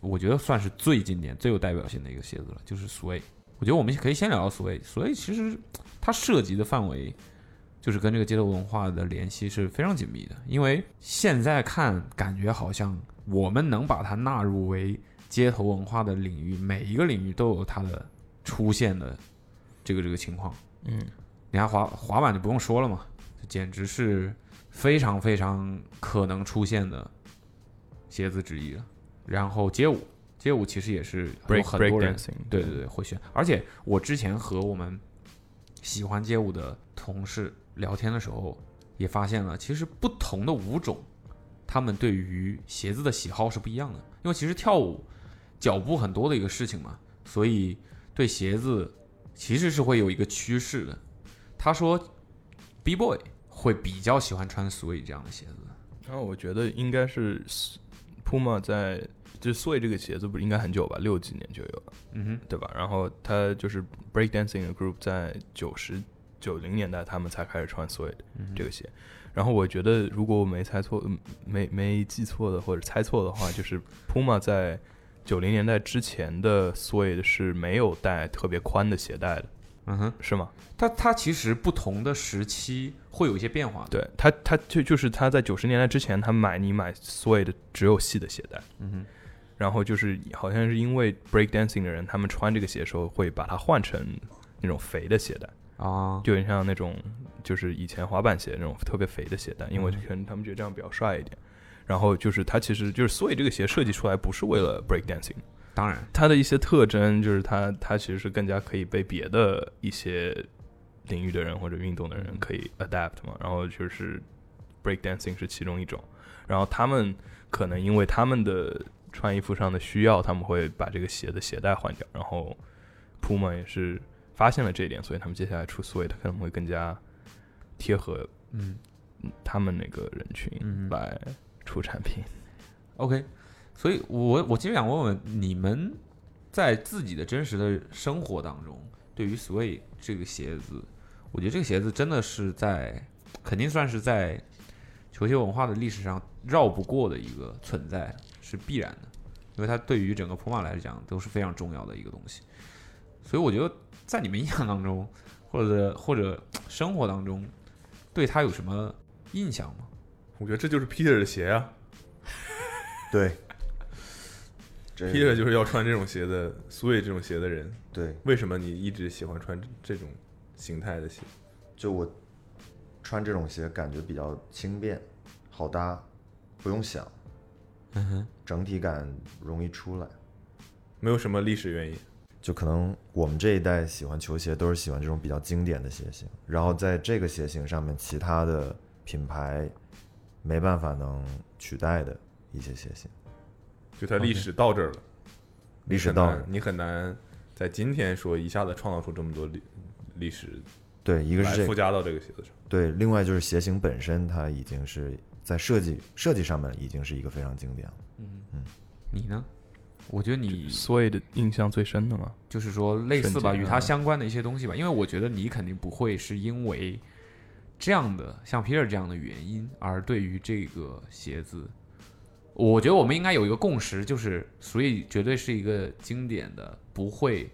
S3: 我觉得算是最经典、最有代表性的一个鞋子了，就是 Sway。我觉得我们可以先聊聊 Sway。Sway 其实它涉及的范围就是跟这个街头文化的联系是非常紧密的，因为现在看感觉好像我们能把它纳入为街头文化的领域，每一个领域都有它的出现的这个这个情况。
S4: 嗯，
S3: 你看滑滑板就不用说了嘛，这简直是非常非常可能出现的鞋子之一了。然后街舞，街舞其实也是有
S4: break
S3: 很多
S4: break
S3: 人
S4: dancing，
S3: 对对对，会选。而且我之前和我们喜欢街舞的同事聊天的时候，也发现了，其实不同的舞种，他们对于鞋子的喜好是不一样的。因为其实跳舞脚步很多的一个事情嘛，所以对鞋子其实是会有一个趋势的。他说，B boy 会比较喜欢穿 Sway 这样的鞋子。
S4: 然后我觉得应该是 s- Puma 在就 Sway 这个鞋子不是应该很久吧，六几年就有了，
S3: 嗯
S4: 对吧？然后它就是 break dancing 的 group 在九十九零年代他们才开始穿 Sway 这个鞋。然后我觉得，如果我没猜错，嗯没没记错的或者猜错的话，就是 Puma 在九零年代之前的 Sway 是没有带特别宽的鞋带的，
S3: 哼，嗯哼，
S4: 是吗？
S3: 它它其实不同的时期会有一些变化的。
S4: 对他，他就就是他在九十年代之前，他买你买所有的只有细的鞋带，
S3: 嗯哼。
S4: 然后就是好像是因为 break dancing 的人，他们穿这个鞋的时候会把它换成那种肥的鞋带，
S3: 啊，
S4: 就很像那种就是以前滑板鞋那种特别肥的鞋带，因
S3: 嗯
S4: 为可能他们觉得这样比较帅一点。然后就是它其实就是所以这个鞋设计出来不是为了 break dancing，
S3: 当然，
S4: 它的一些特征就是它它其实是更加可以被别的一些领域的人或者运动的人可以 adapt 嘛，然后就是 break dancing 是其中一种，然后他们可能因为他们的穿衣服上的需要，他们会把这个鞋的鞋带换掉，然后 Puma 也是发现了这一点，所以他们接下来出 Suede 可能会更加贴合
S3: 嗯
S4: 他们那个人群
S3: 嗯
S4: 来出产品。
S3: ，OK，所以我我其实想问问你们，在自己的真实的生活当中，对于 Sway 这个鞋子，我觉得这个鞋子真的是在肯定算是在球鞋文化的历史上绕不过的一个存在，是必然的，因为它对于整个普马来讲都是非常重要的一个东西。所以我觉得在你们印象当中，或者或者生活当中，对它有什么印象吗？
S2: 我觉得这就是 Peter 的鞋啊
S5: 对，嗯这
S2: ，Peter 就是要穿这种鞋的，苏伟这种鞋的人。
S5: 对，
S2: 为什么你一直喜欢穿这种形态的鞋？
S5: 就我穿这种鞋感觉比较轻便，好搭，不用想，
S3: 嗯哼，
S5: 整体感容易出来。
S2: 没有什么历史原因。
S5: 就可能我们这一代喜欢球鞋都是喜欢这种比较经典的鞋型，然后在这个鞋型上面，其他的品牌没办法能取代的一些鞋型。
S2: 就它历史到这儿了，
S5: 历史
S2: 很
S5: 到
S2: 难你很难在今天说一下子创造出这么多历历史
S5: 对，一个
S2: 来
S5: 是这
S2: 附
S5: 个，
S2: 加到这个鞋子上。
S5: 对，另外就是鞋型本身，它已经是在设计设计上面已经是一个非常经典了。
S3: 你呢？我觉得你
S4: 所以的印象最深的嘛，
S3: 就是说类似
S4: 瞬
S3: 吧，
S4: 间
S3: 与它相关的一些东西吧，因为我觉得你肯定不会是因为这样的像皮尔这样的原因而对于这个鞋子，我觉得我们应该有一个共识，就是所以绝对是一个经典的，不会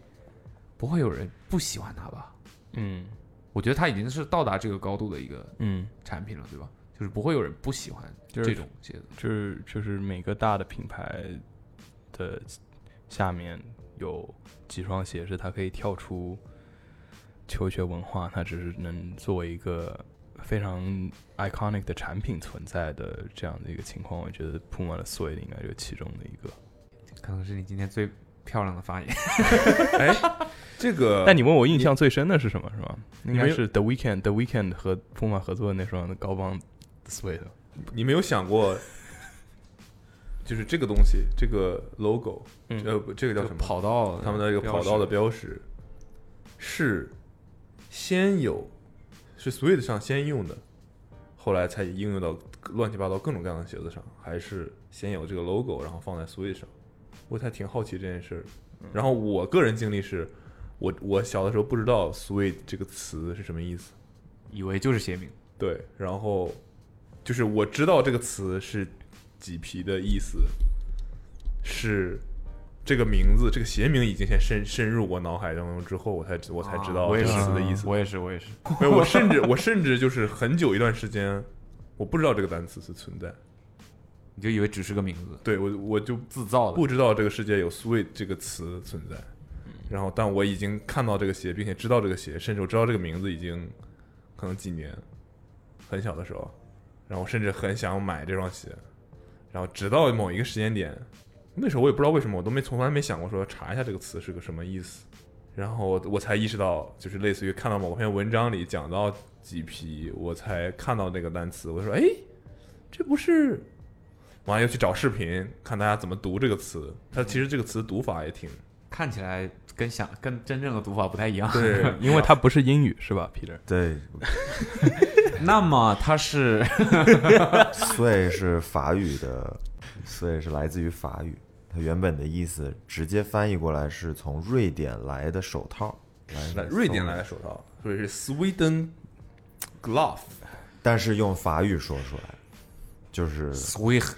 S3: 不会有人不喜欢它吧？
S4: 嗯
S3: 我觉得它已经是到达这个高度的一个
S4: 嗯，
S3: 产品了，对吧？就是不会有人不喜欢这种鞋子。
S4: 就是就是每个大的品牌的下面有几双鞋是它可以跳出球鞋文化，它只是能作为一个非常 iconic 的产品存在的这样的一个情况，我觉得 Puma 的 Suede 应该就是其中的一个。
S3: 可能是你今天最漂亮的发言，
S2: 哎，这个，
S4: 呃但你问我印象最深的是什么，是吗？
S2: 你
S4: 应该
S2: 没有
S4: 是 The Weeknd The Weeknd 和 Puma 合作的那双高帮 Suede。
S2: 你没有想过，就是这个东西，这个 logo，
S4: 嗯
S2: 呃，不这个叫
S3: 就
S2: 什么？
S3: 跑道，
S2: 他们的这个跑道的标识是先有，是 Swift 上先用的，后来才应用到乱七八糟各种各样的鞋子上，还是先有这个 logo，然后放在 Swift 上？我才挺好奇这件事儿。然后我个人经历是，我我小的时候不知道 Swift 这个词是什么意思，
S3: 以为就是鞋名。
S2: 对，然后就是我知道这个词是麂皮的意思，是这个名字，这个鞋名已经先深深入我脑海当中之后，我才我才知
S3: 啊
S2: 道
S3: 我
S2: 这
S3: 也
S2: 个
S3: 是
S2: 词的意思。
S3: 我也是，我也是。
S2: 没有，我甚至我甚至就是很久一段时间，我不知道这个单词是存在，
S3: 你就以为只是个名字，
S2: 对我我就
S3: 自造的。
S2: 不知道这个世界有 “sweet” 这个词存在。然后，但我已经看到这个鞋，并且知道这个鞋，甚至我知道这个名字已经可能几年，很小的时候，然后我甚至很想买这双鞋，然后直到某一个时间点，那时候我也不知道为什么，我都没从来没想过说查一下这个词是个什么意思，然后我我才意识到，就是类似于看到某篇文章里讲到麂皮，我才看到那个单词，我说哎，这不是完了又去找视频看大家怎么读这个词。它其实这个词读法也挺
S3: 看起来跟想跟真正的读法不太一样。
S2: 对
S4: 因为它不是英语是吧，Peter？
S5: 对，
S3: 那么它是
S5: 碎是法语的，碎是来自于法语，它原本的意思直接翻译过来是从瑞典来的手套，
S2: 来
S5: 来
S2: 瑞典来的，手套，所以是 Sweden glove。
S5: 但是用法语说出来，就是
S3: Swift，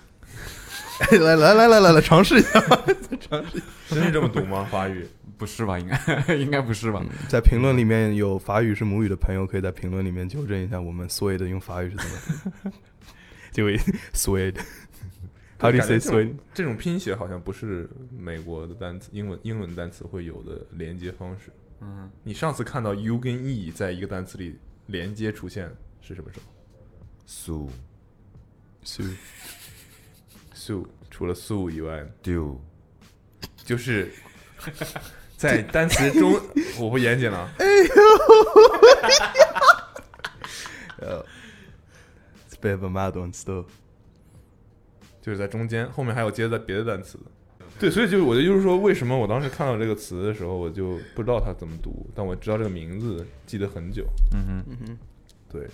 S4: 来来来来来来，尝试一下，
S2: 真是这么读吗？法语？
S3: 不是吧？应该 应该不是
S2: 嗯
S3: 吧？
S4: 在评论里面有法语是母语的朋友，可以在评论里面纠正一下我们 “suede” 用法语是怎么读。就 “suede”，How do you
S2: 感觉这
S4: say
S2: 种
S4: “suede”？
S2: 这种拼写好像不是美国的单词，英文英文单词会有的连接方式。
S3: 嗯，
S2: 你上次看到 u 跟 e 在一个单词里连接出现是什么时候
S5: su
S4: 是
S2: ？su 除了 su 以外，
S5: do
S2: 就是在单词中，我不严谨了。
S4: “it's a bit of a mad one still”。
S2: 就是在中间，后面还有接在别的单词的。对，所以就是我就是说，为什么我当时看到这个词的时候，我就不知道它怎么读，但我知道这个名字，记得很久。
S3: 嗯
S4: 嗯哼，
S2: 对，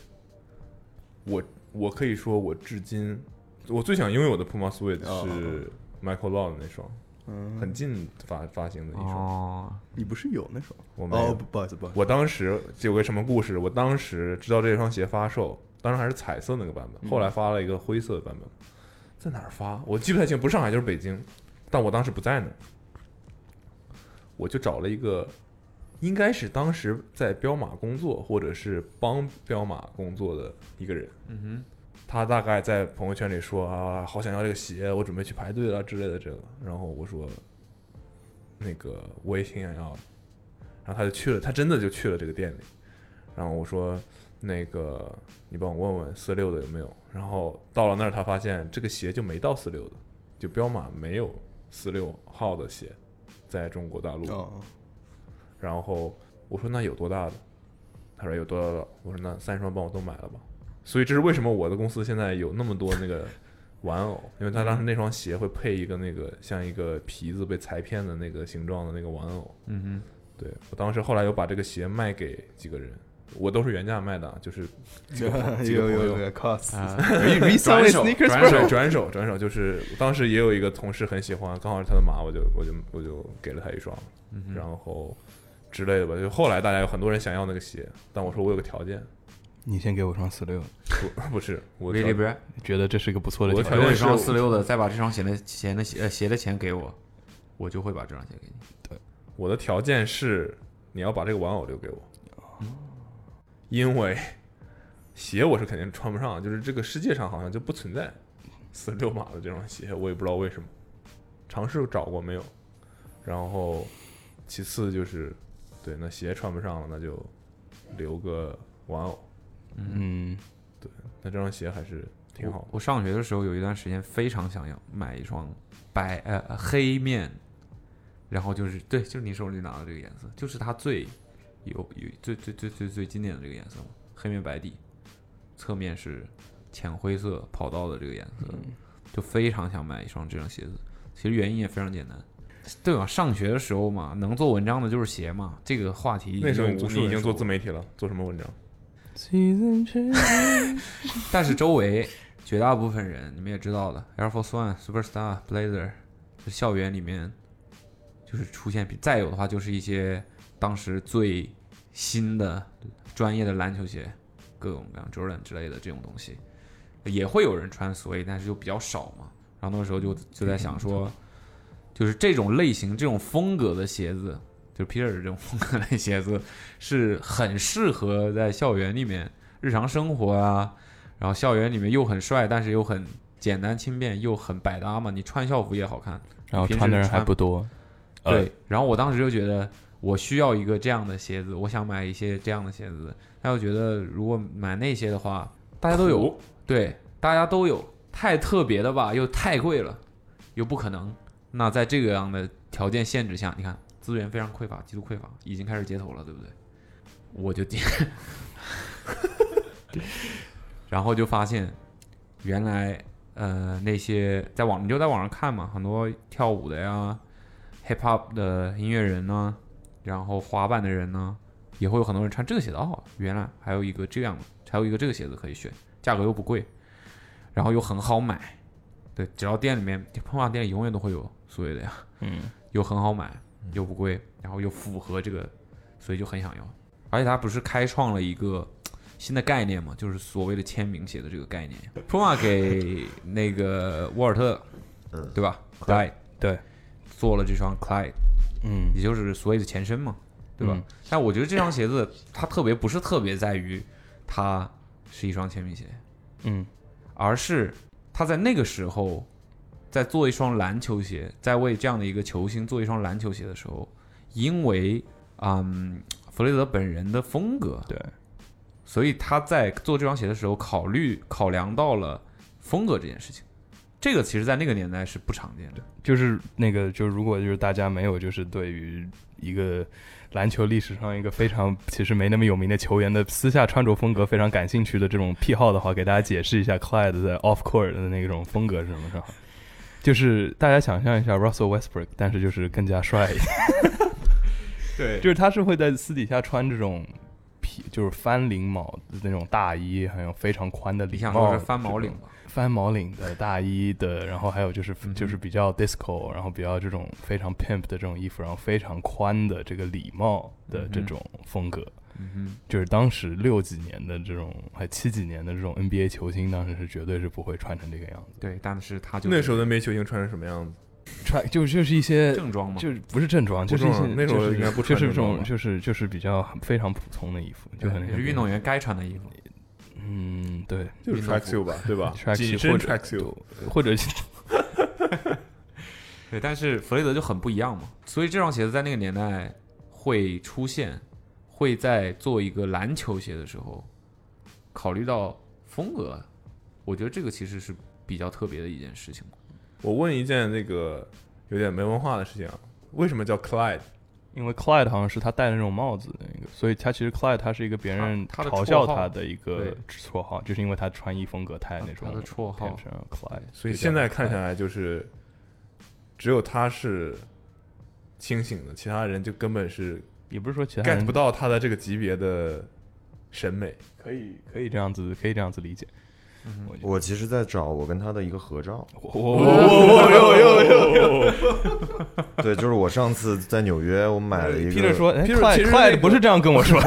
S2: 我我可以说，我至今我最想拥有的 Puma Suede
S4: 哦
S2: 是 Michael Law 的那双，
S4: 嗯
S2: 很近发发行的一
S3: 哼，
S2: 双。
S3: 哦，
S4: 你不是有那首？
S2: 我没
S4: 哦，
S2: 有
S4: 不，不好意思，不好意思。
S2: 我当时有个什么故事？我当时知道这双鞋发售，当时还是彩色那个版
S4: 嗯
S2: 本，后来发了一个灰色的版本，在哪儿发？我记不太清，不是上海就是北京，但我当时不在那儿，我就找了一个，应该是当时在彪马工作或者是帮彪马工作的一个人，
S3: 嗯
S2: 他大概在朋友圈里说啊，好想要这个鞋，我准备去排队了之类的这个。然后我说，那个我也挺想要的。然后他就去了，他真的就去了这个店里。然后我说，那个你帮我问问四六的有没有。然后到了那儿，他发现这个鞋就没到四六的，就彪马没有四六号的鞋，在中国大陆。
S4: 哦，
S2: 然后我说那有多大的？他说有多大的？我说那三双帮我都买了吧。所以这是为什么我的公司现在有那么多那个玩偶，因为他当时那双鞋会配一个那个像一个皮子被裁片的那个形状的那个玩偶。
S3: 嗯
S2: 对我当时后来又把这个鞋卖给几个人，我都是原价卖的，啊，就是几个
S4: 有
S2: 朋友
S4: 有有 cost，
S3: 哼，啊，
S2: 转
S4: resell
S2: 手
S4: sneakers
S2: 转手转手转手，就是当时也有一个同事很喜欢，刚好是他的码，我就我就我就给了他一双，然后之类的吧。就后来大家有很多人想要那个鞋，但我说我有个条件，
S4: 你先给我双四六，
S2: 不 不是我
S3: 威
S2: 条
S3: 利不是
S4: 觉得这是一个不错的
S2: 我
S4: 条
S2: 条
S4: 件。
S2: 件
S3: 给我一
S2: 是
S3: 双四六的，再把这双鞋的鞋的鞋呃鞋的钱给我，我就会把这双鞋给你。
S2: 我的条件是你要把这个玩偶留给我，因为鞋我是肯定穿不上，就是这个世界上好像就不存在四十六码的这双鞋，我也不知道为什么，尝试找过没有。然后其次就是，对，那鞋穿不上了，那就留个玩偶。
S4: 嗯，
S2: 那这双鞋还是挺好
S3: 我我上学的时候有一段时间非常想要买一双白呃呃黑面，然后就是对，就是你手里拿的这个颜色，就是它最有有最最最最最经典的这个颜色嘛，黑面白底，侧面是浅灰色跑道的这个颜色，
S2: 嗯
S3: 就非常想买一双这双鞋子。其实原因也非常简单，对吧？上学的时候嘛，能做文章的就是鞋嘛，这个话题
S2: 的。那时候
S3: 已经
S2: 你
S3: 无数
S2: 你已
S3: 人
S2: 经
S3: 说
S2: 做
S3: 过
S2: 自媒体了，做什么文章？
S3: 但是周围绝大部分人，你们也知道的，Air Force One、Superstar、Blazer，就校园里面就是出现，再有的话就是一些当时最新的专业的篮球鞋，各种各样 Jordan 之类的这种东西，也会有人穿 s u e 但是就比较少嘛。然后那个时候就就在想说，就是这种类型、这种风格的鞋子，就是 Peter 这种风格的鞋子，是很适合在校园里面日常生活啊，然后校园里面又很帅，但是又很简单轻便，又很百搭嘛。你穿校服也好看，
S4: 然后
S3: 平时
S4: 穿的人还
S3: 穿
S4: 不多，呃
S3: 对，，然后我当时就觉得我需要一个这样的鞋子，我想买一些这样的鞋子。但我觉得如果买那些的话，大家都有，
S2: 哦
S3: 对，大家都有，太特别的吧，又太贵了，又不可能。那在这个样的条件限制下，你看资源非常匮乏，极度匮乏，已经开始街头了，对不对？我就点，然后就发现原来呃那些在网你就在网上看嘛，很多跳舞的呀，hip hop 的音乐人呢，然后滑板的人呢，也会有很多人穿这个鞋子哦。原来还有一个这样的，还有一个这个鞋子可以选，价格又不贵，然后又很好买。对，只要店里面碰上店里永远都会有所谓的呀，
S4: 嗯，
S3: 又很好买，又不贵，然后又符合这个，所以就很想要。而且它不是开创了一个新的概念嘛，就是所谓的签名鞋的这个概念。Puma 给那个沃尔特，
S5: 嗯
S3: 对吧？Clyde
S4: 对，
S3: 做了这双 Clyde，
S4: 嗯
S3: 也就是所谓的前身嘛，对吧？
S4: 嗯
S3: 但我觉得这双鞋子它特别不是特别在于它是一双铅笔鞋，
S4: 嗯
S3: 而是他在那个时候在做一双篮球鞋，在为这样的一个球星做一双篮球鞋的时候，因为嗯弗雷泽本人的风格，
S4: 对，
S3: 所以他在做这双鞋的时候考虑考量到了风格这件事情。这个其实，在那个年代是不常见的。
S4: 就是那个，就如果就是大家没有就是对于一个篮球历史上一个非常其实没那么有名的球员的私下穿着风格非常感兴趣的这种癖好的话，给大家解释一下 Clyde 的 off court 的那种风格是什么是吧？就是大家想象一下 Russell Westbrook，但是就是更加帅一 点。
S3: 对
S4: 就是他是会在私底下穿这种皮，就是翻领毛的那种大衣，还有非常宽的
S3: 你
S4: 礼
S3: 想
S4: 帽，
S3: 说是翻毛领吧？
S4: 翻毛领的大衣的，然后还有就是就是比较 disco，然后比较这种非常 pimp 的这种衣服，然后非常宽的这个礼帽的这种风格，
S3: 嗯
S4: 就是当时六几年的这种还七几年的这种 NBA 球星，当时是绝对是不会穿成这个样子，
S3: 哼，对，但是他就
S2: 那时候的梅球星穿成什么样子？
S4: 穿就就是一些
S3: 正装嘛，
S4: 就是不是正装，就是一些
S2: 不正装那时候
S4: 就是
S2: 应该不
S4: 就
S2: 穿
S4: 是这
S2: 正装吧
S4: 种就是就是比较很非常普通的衣服，就可能
S3: 也是运动，员该穿的衣服。
S4: 嗯，对，
S2: 就是 track suit 吧，对吧
S4: track
S2: 紧
S4: suit
S2: 身
S4: 或
S2: track
S4: 者
S2: suit，
S4: 或 者
S3: 对，但是弗雷德就很不一样嘛，所以这双鞋子在那个年代会出现，会在做一个篮球鞋的时候，考虑到风格，我觉得这个其实是比较特别的一件事情。
S2: 我问一件那个有点没文化的事情啊，为什么叫 Clyde？
S6: 因为 Clyde 好像是他戴的那种帽子的那个，所以他其实 Clyde 他是一个别人
S3: 他他的
S6: 嘲
S3: 绰
S6: 笑
S3: 号
S6: 他的一个
S3: 对
S6: 绰号，就是因为他穿衣风格太那种
S3: 他的绰号
S6: 变成 Clyde，
S2: 所以现在看下来就是，只有他是清醒的，其他人就根本是
S6: 也不是说其他
S2: get
S6: 人
S2: 不到他的这个级别的审美。
S6: 可以可以这样子，可以这样子理解。
S5: 我其实在找我跟他的一个合照，对，就是我上次在纽约，我买了一个。
S6: Peter 说：“哎
S2: Peter-
S6: ，Clyde
S2: 其实那
S6: Clyde
S2: 个
S6: 不是这样跟我说。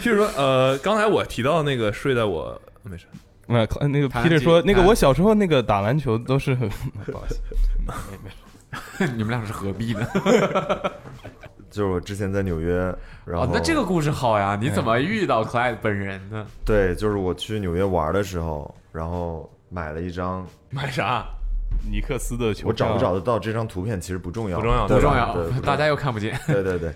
S2: 譬如说，呃，刚才我提到那个睡在我没事，”
S6: 那 Clyde- 那个
S3: 弹击
S6: Peter 说：“那个
S3: 弹
S6: 我小时候那个打篮球都是很…… 不好意思，
S3: 你们俩是何必呢？
S5: 就是我之前在纽约，然后、
S3: 哦，那这个故事好呀，你怎么遇到 Clyde 本人的？
S5: 对，就是我去纽约玩的时候，然后买了一张，
S2: 买啥？
S6: 尼克斯的
S4: 啊
S6: 球
S5: 我找不
S6: 票
S5: 找得到这张图片其实不重要，
S2: 不重要
S5: 对
S3: 不重
S5: 吧
S3: 要
S5: 对，
S3: 大家又看不见。
S5: 对对对，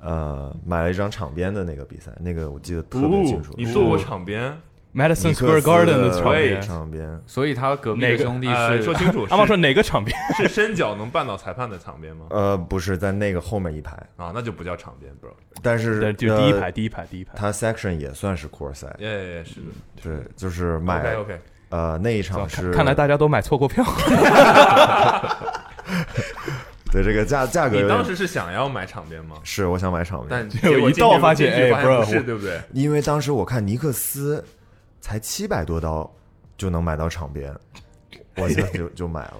S5: 呃，买了一张场边的那个比赛，那个我记得特别清楚，
S2: 哦
S5: 哦
S2: 你坐我场边，
S6: Madison
S5: 尼克
S6: Square
S5: 斯
S6: Garden 的场
S5: 对
S6: 边。
S5: 场边，
S3: 所以他隔壁
S6: 哪
S3: 的
S6: 个
S3: 兄弟
S2: 呃，
S3: 是
S2: 说清 楚，
S6: 阿茂
S2: 是
S6: 说哪个场边？
S2: 是伸脚能绊倒裁判的场边吗？
S5: 呃，不是在那个后面一排，
S2: 啊，那就不叫场边，bro。
S5: 但是
S6: 对，就第一
S5: 呃
S6: 排，第一排，第一排。
S5: 它 section 也算是 core 赛，
S2: 耶，是的
S5: 对，就是买
S2: ，OK OK，
S5: 呃那一
S4: 哦
S5: 场
S6: 看
S5: 是，
S6: 看来大家都买错过票。
S5: 对这个价价格有
S2: 你当
S5: 点
S2: 时是想要买场边吗？
S5: 是我想买场边，
S2: 但
S6: 有
S2: 结果
S6: 一
S2: 进
S6: 道
S2: 去
S6: 发
S2: 进
S6: 现哎
S2: 去发现不
S6: bro，
S2: 是，
S6: 我
S2: 对不对？
S5: 因为当时我看尼克斯才七百多刀就能买到场边，我就就就买了，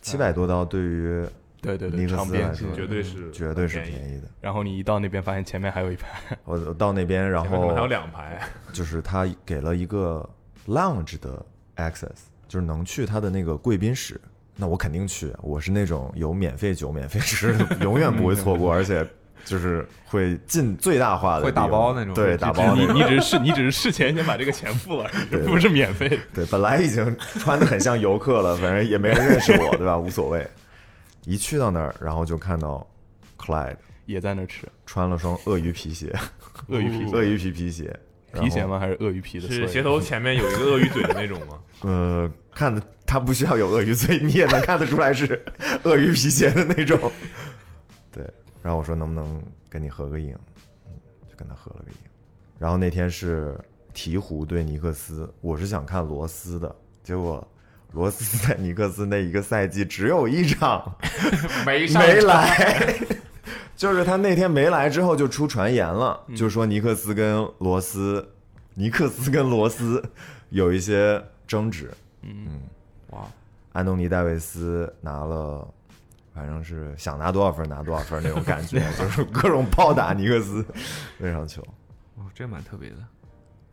S5: 七百多刀对于
S6: 对对对，
S5: 尼克斯
S6: 场边
S5: 来说
S6: 是
S2: 绝对是，
S5: 绝对是
S2: 便宜。
S5: 便宜的。
S6: 然后你一到那边，发现前面还有一排，
S5: 我我到那边，然
S2: 前面他们还有
S5: 后
S2: 两排，
S5: 就是他给了一个 lounge 的 access，就是能去他的那个贵宾室。那我肯定去，我是那种有免费酒、免费吃，永远不会 错过，而且就是会尽最大化的
S3: 会
S5: 利用，
S3: 打包那种
S5: 对，打包
S6: 你
S5: 那种
S6: 你只是你只是事前先把这个钱付 了，不是免费的。
S5: 对，本来已经穿的很像游客了，反正也没人认识我，对吧？无所 谓。一去到那儿，然后就看到 Clyde
S6: 也在那儿吃
S5: 穿了双鳄鱼皮鞋，
S6: 鳄鱼皮
S5: 鳄鱼皮皮鞋，然
S6: 哦
S5: 后
S6: 皮鞋？吗？还是鳄鱼皮的？
S2: 是鞋。头前面有一个鳄鱼嘴的那种吗？
S5: 呃，看的他不需要有鳄鱼嘴，你也能看得出来是鳄鱼皮鞋的那种。对，然后我说能不能跟你合个影，嗯就跟他合了个影。然后那天是鹈鹕对尼克斯，我是想看罗斯的，结果罗斯在尼克斯那一个赛季只有一场。
S3: 没上
S5: 没来， 就是他那天没来之后就出传言了，
S2: 嗯
S5: 就说尼克斯跟罗斯，尼克斯跟罗斯有一些争执。
S2: 嗯
S5: 嗯
S3: 哇，
S5: 安东尼戴维斯拿了，反正是想拿多少分拿多少分那种感 觉，就是各种暴打尼克斯那场球。
S3: 哦，这蛮特别的，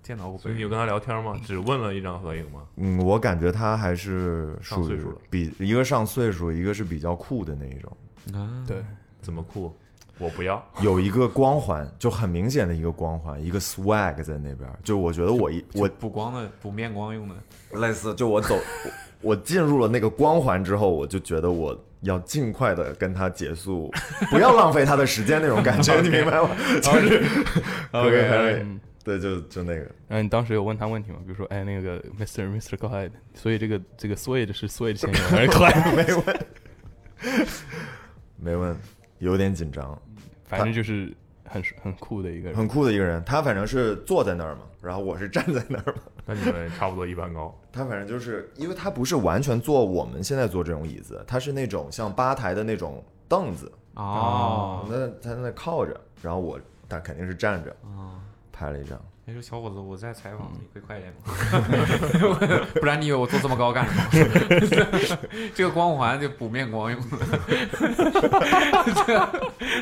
S3: 见到过
S2: 所
S3: 本
S2: 以你有跟
S3: 人。
S2: 他聊天吗？只问了一张合影吗？
S5: 嗯，我感觉他还是
S2: 上
S5: 属
S2: 岁
S5: 于
S2: 数了
S5: 比一个上岁数，一个是比较酷的那一种，
S3: 啊，
S6: 对，
S2: 怎么酷？我不要，
S5: 有一个光环，就很明显的一个光环，一个 swag 在那边儿。就我觉得我一我
S3: 补光的补面光用的，
S5: 类似，就我走， 我我进入了那个光环之后，我就觉得我要尽快的跟他结束，不要浪费他的时间那种感 觉，你明白吗？就是
S6: OK，
S5: 可以可以
S6: 嗯
S5: 对，就就那个，
S6: 然后你当时有问他问题吗？比如说，哎，那个 Mr. Mr. God，所以这个这个 Swade 是 Swade 先生还是 Clyde？
S5: 没问，没问，有点紧张，
S6: 反正就是很很酷的一个人。
S5: 很酷的一个人，他反正是坐在那儿嘛，然后我是站在那儿嘛。
S2: 那你们差不多一般高。
S5: 他反正就是，因为他不是完全坐我们现在坐这种椅子，他是那种像吧台的那种凳子，
S3: 哦，
S5: 那他那靠着，然后我他肯定是站着，
S3: 哦
S5: 拍了一张。
S3: 那说小伙子，我在采访，你会快一点吗？嗯 不然你以为我坐这么高干什么？ 这个光环就补面光用的。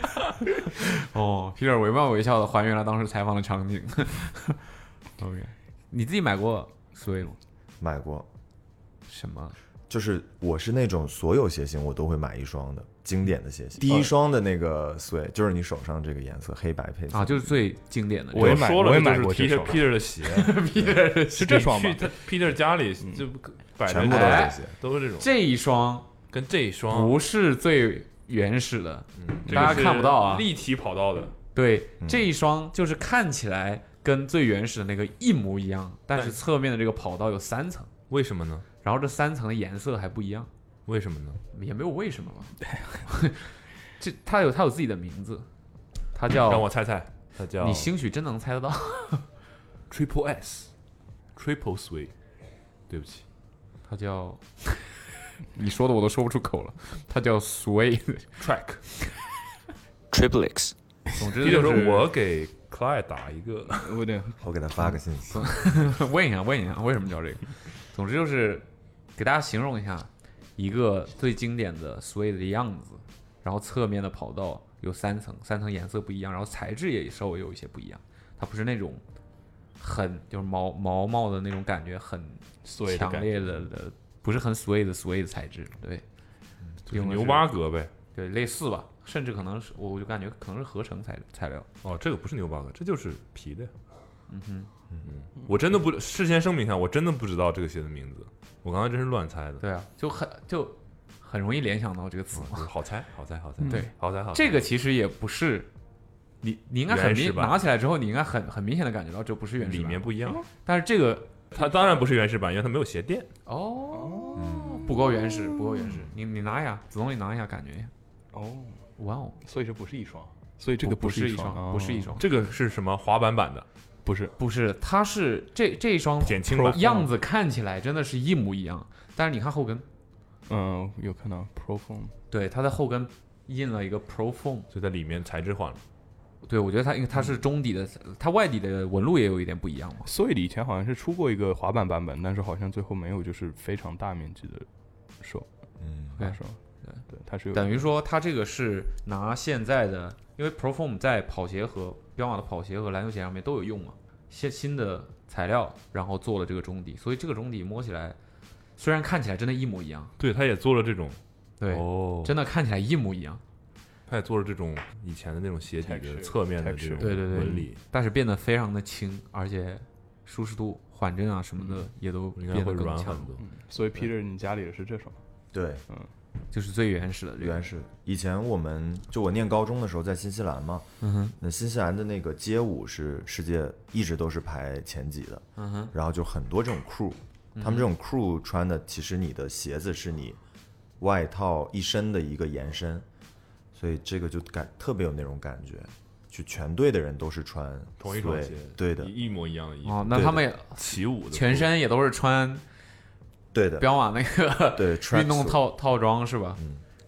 S3: 哦，Peter 惟妙惟肖的还原了当时采访的场景。OK，你自己买过 Sway 吗？
S5: 买过，
S3: 什么？
S5: 就是我是那种所有鞋型我都会买一双的经典的鞋
S3: 哦
S5: 型。第一双的那个 Sway 就是你手上这个颜色，黑白配色
S3: 啊，就是最经典的这
S6: 我也
S3: 个。
S6: 买
S2: 说了，
S6: 我也买过
S2: 这就是
S6: 这
S2: Peter
S6: 双
S2: Peter 的鞋，
S6: 是这双
S2: 去
S6: 吗？
S2: 他 Peter 家里就摆着哎
S5: 全部都是
S3: 哎
S5: 这些。
S2: 都是这种，
S3: 这一双
S2: 跟这一双
S3: 不是最原始的，
S2: 嗯这个
S3: 大家
S2: 是
S3: 看不到啊
S2: 立体跑道的，
S3: 对，这一双就是看起来跟最原始的那个一模一样，但是
S2: 但
S3: 侧面的这个跑道有三层，
S2: 为什么呢？
S3: 然后这三层的颜色还不一样，
S2: 为什么呢？
S3: 也没有为什么吧。 这他有他有自己的名字，他叫
S2: 让我猜猜，它叫
S3: 你兴许真能猜得 到，
S2: Triple S，Triple Sway，对不起，
S3: 他叫你说的我都说不出口了，他叫 Sway。
S2: Track。
S7: Triplix，
S3: 总之
S2: 也就是
S3: 就
S2: 说，
S3: 是
S2: 我给 Cly 打一 个，
S6: 我得
S5: 我给他发个信息。
S3: 问一下，问一下，为什么叫这个？总之就是给大家形容一下一个最经典的 Sway 的样子，然后侧面的跑道有三层，三层颜色不一样，然后材质也稍微有一些不一样，它不是那种很就是毛毛毛的那种感觉，很
S6: 所以的
S3: 强
S6: 感觉
S3: 烈的的，不是很 Sway 的 Sway 的材质，对，
S2: 就是
S3: 用的
S2: 牛
S3: 是
S2: 蛙哥呗。
S3: 对类似吧，甚至可能是我就感觉可能是合成材材料，
S2: 哦，这个不是牛蛙哥，这就是皮的。嗯哼，嗯，我真的不事先声明一下，我真的不知道这个鞋的名字，我刚才真是乱猜的。
S3: 对啊，就很就很容易联想到这个词嘛。
S2: 嗯好猜，好猜，好猜，
S3: 嗯对，
S2: 好猜，好猜。
S3: 这个其实也不是，你你应该很
S2: 原始
S3: 明
S2: 版
S3: 拿起来之后，你应该很很明显的感觉到这不是原始版嗯
S2: 里面，不一样，
S3: 但是这个
S2: 它当然不是原始版，因为它没有鞋垫。
S3: 哦，不够原始，不够原始，你你拿一下，子龙你拿一下，感觉一下，
S6: 哦，
S3: 哇哦，
S6: 所以这不是一双，所以这个
S3: 不
S6: 是
S3: 是一
S6: 双，
S3: 双，不是一
S6: 哦，
S3: 双，
S2: 这个是什么滑板版的
S6: 不是
S3: 不是，它是这这一双
S2: 减轻版？
S3: 样子看起来真的是一模一样，但是你看后跟，
S6: 嗯，有看到 Pro Phone
S3: 对，它的后跟印了一个 Pro Foam，
S2: 所以它里面材质换了。
S3: 对我觉得它因为它是中底的，它外底的纹路也有一点不一样嘛，
S6: 所以以前好像是出过一个滑板版本，但是好像最后没有，就是非常大面积的手
S5: 嗯，
S3: 对
S4: 啊
S6: 发手。对对，它是有
S3: 等于说它这个是拿现在的，因为 Proform 在跑鞋和彪马的跑鞋和篮球鞋上面都有用嘛，新新的材料，然后做了这个中底，所以这个中底摸起来虽然看起来真的一模一样，
S2: 对，它也做了这种，
S3: 对，
S2: 哦，
S3: 真的看起来一模一样，
S2: 它也做了这种以前的那种鞋底的
S6: Texture，
S2: 侧面的这种
S6: texture
S3: 对对对
S2: 纹理，
S3: 但是变得非常的轻，而且舒适度、缓震啊什么的也都
S2: 应
S3: 变
S2: 该
S3: 得
S2: 会
S3: 更
S2: 软
S3: 强，
S2: 很多。
S6: 嗯所以 Peter，你家里也是这双？
S5: 对，
S3: 就是最原始的这个
S5: 原，始。以前我们就我念高中的时候在新西兰嘛，
S3: 嗯哼，
S5: 那新西兰的那个街舞是世界一直都是排前几的，
S3: 嗯哼，嗯
S5: 然后就很多这种 crew，他们这种 crew 穿的，其实你的鞋子是你外套一身的一个延伸，所以这个就感特别有那种感觉。就全队的人都是穿
S2: 同一双
S5: suede，
S2: 鞋，
S5: 对的，
S2: 一一模一样的衣
S3: 哦
S2: 服，，
S3: 那
S5: 对
S3: 他们也
S2: 起舞的
S3: 全
S2: 裤子
S3: 身也都是穿
S5: 对的，
S3: 彪马那个
S5: 对
S3: 运动
S5: tracksuit
S3: 套套装是吧？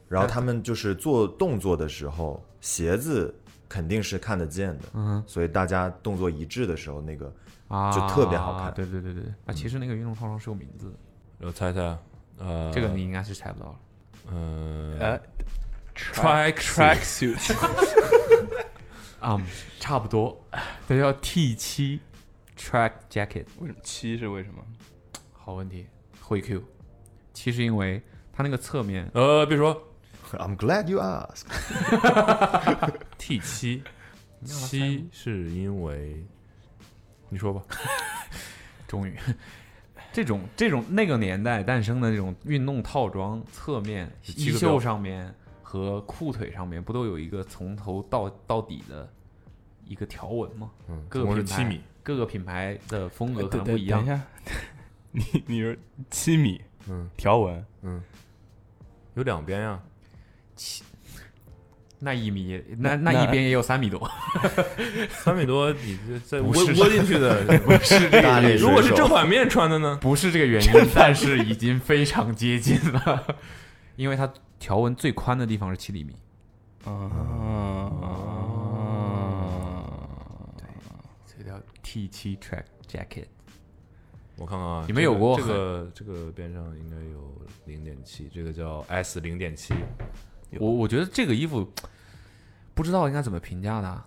S5: 然后他们就是做动作的时候，鞋子肯定是看得见的，嗯，所以大家动作一致的时候，那个
S3: 啊，
S5: 就特别好看
S3: 对对对对，啊，其实那个运动套装是有名字的，
S2: 我猜猜，呃，
S3: 这个你应该是猜不到了。
S2: 呃
S6: 哎
S2: ，track
S6: ，Track Suit
S3: 啊、差不多，它叫 T 七 Track Jacket。
S6: 为什么七是为什么？
S3: 好问题，会 Q。七是因为它那个侧面，
S2: 呃，别说
S5: I'm glad you ask，
S2: T 七，七是因为你说吧，
S3: 终于，这种这种那个年代诞生的那种运动套装，侧面
S2: 七
S3: 衣
S2: 个
S3: 袖
S2: 标
S3: 上面和裤腿上面不都有一个从头到到底的一个条纹吗？
S2: 嗯，
S3: 各个
S2: 总共
S3: 品
S2: 是七
S3: 牌
S2: 米，
S3: 各个品牌的风
S4: 哎
S3: 格可
S6: 等
S3: 呃能不一
S6: 等
S3: 样
S6: 呃等一。下，你你说七米
S2: 嗯，
S6: 条纹，
S2: 有两边 呀，
S3: 那一米也，那
S6: 那
S3: 那一边也有三米多。
S2: 三米多，你这再窝
S3: 不是
S2: 窝进去的， 哎
S5: 是这个
S2: 如果是正反面穿的呢？
S3: 不是这个原因，但是已经非常接近了， 因为它条纹最宽的地方是七厘米。
S6: 啊，
S3: 这叫 T 七 Track Jacket，
S2: 我看看啊，
S3: 你们有过
S2: 这个这个这个边上应该有零点七，这个叫 S 零点七，
S3: 我我觉得这个衣服不知道应该怎么评价它、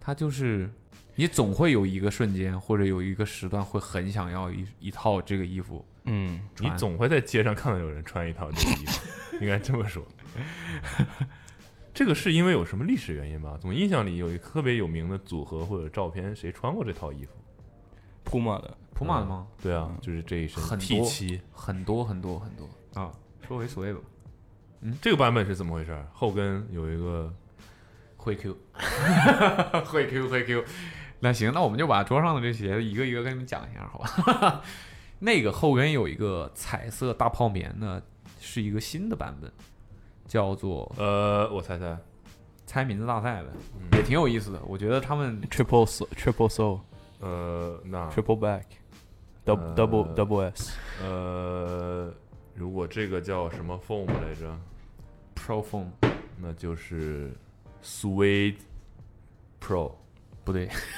S3: 它就是你总会有一个瞬间或者有一个时段会很想要一一套这个衣服，
S6: 嗯，
S2: 你
S3: 穿
S2: 总会在街上看到有人穿一套这个衣服，应该这么说。 这个是因为有什么历史原因吧？总印象里有一个特别有名的组合或者照片，谁穿过这套衣服？
S6: p u 的，
S3: 普马的吗？
S2: 对啊，就是这一身
S3: 很
S2: T
S3: 多
S2: 七，
S3: 很多很多很多啊，说回所谓吧，
S2: 这个版本是怎么回事儿？后跟有一个
S3: 会 Q，会 Q 会 Q。那行，那我们就把桌上的这鞋一个一个跟你们讲一下，好吧？ 那个后跟有一个彩色大泡棉呢，是一个新的版本，叫做
S2: 呃，我猜猜
S3: 猜名字大赛的，也挺有意思的。我觉得他们
S4: triple soul, triple soul,
S2: 呃，那
S4: triple back, double double double S,
S2: 呃，如果这个叫什么 foam 来着，
S3: Pro Phone
S2: 那就是 Sweet Pro。
S3: 不对，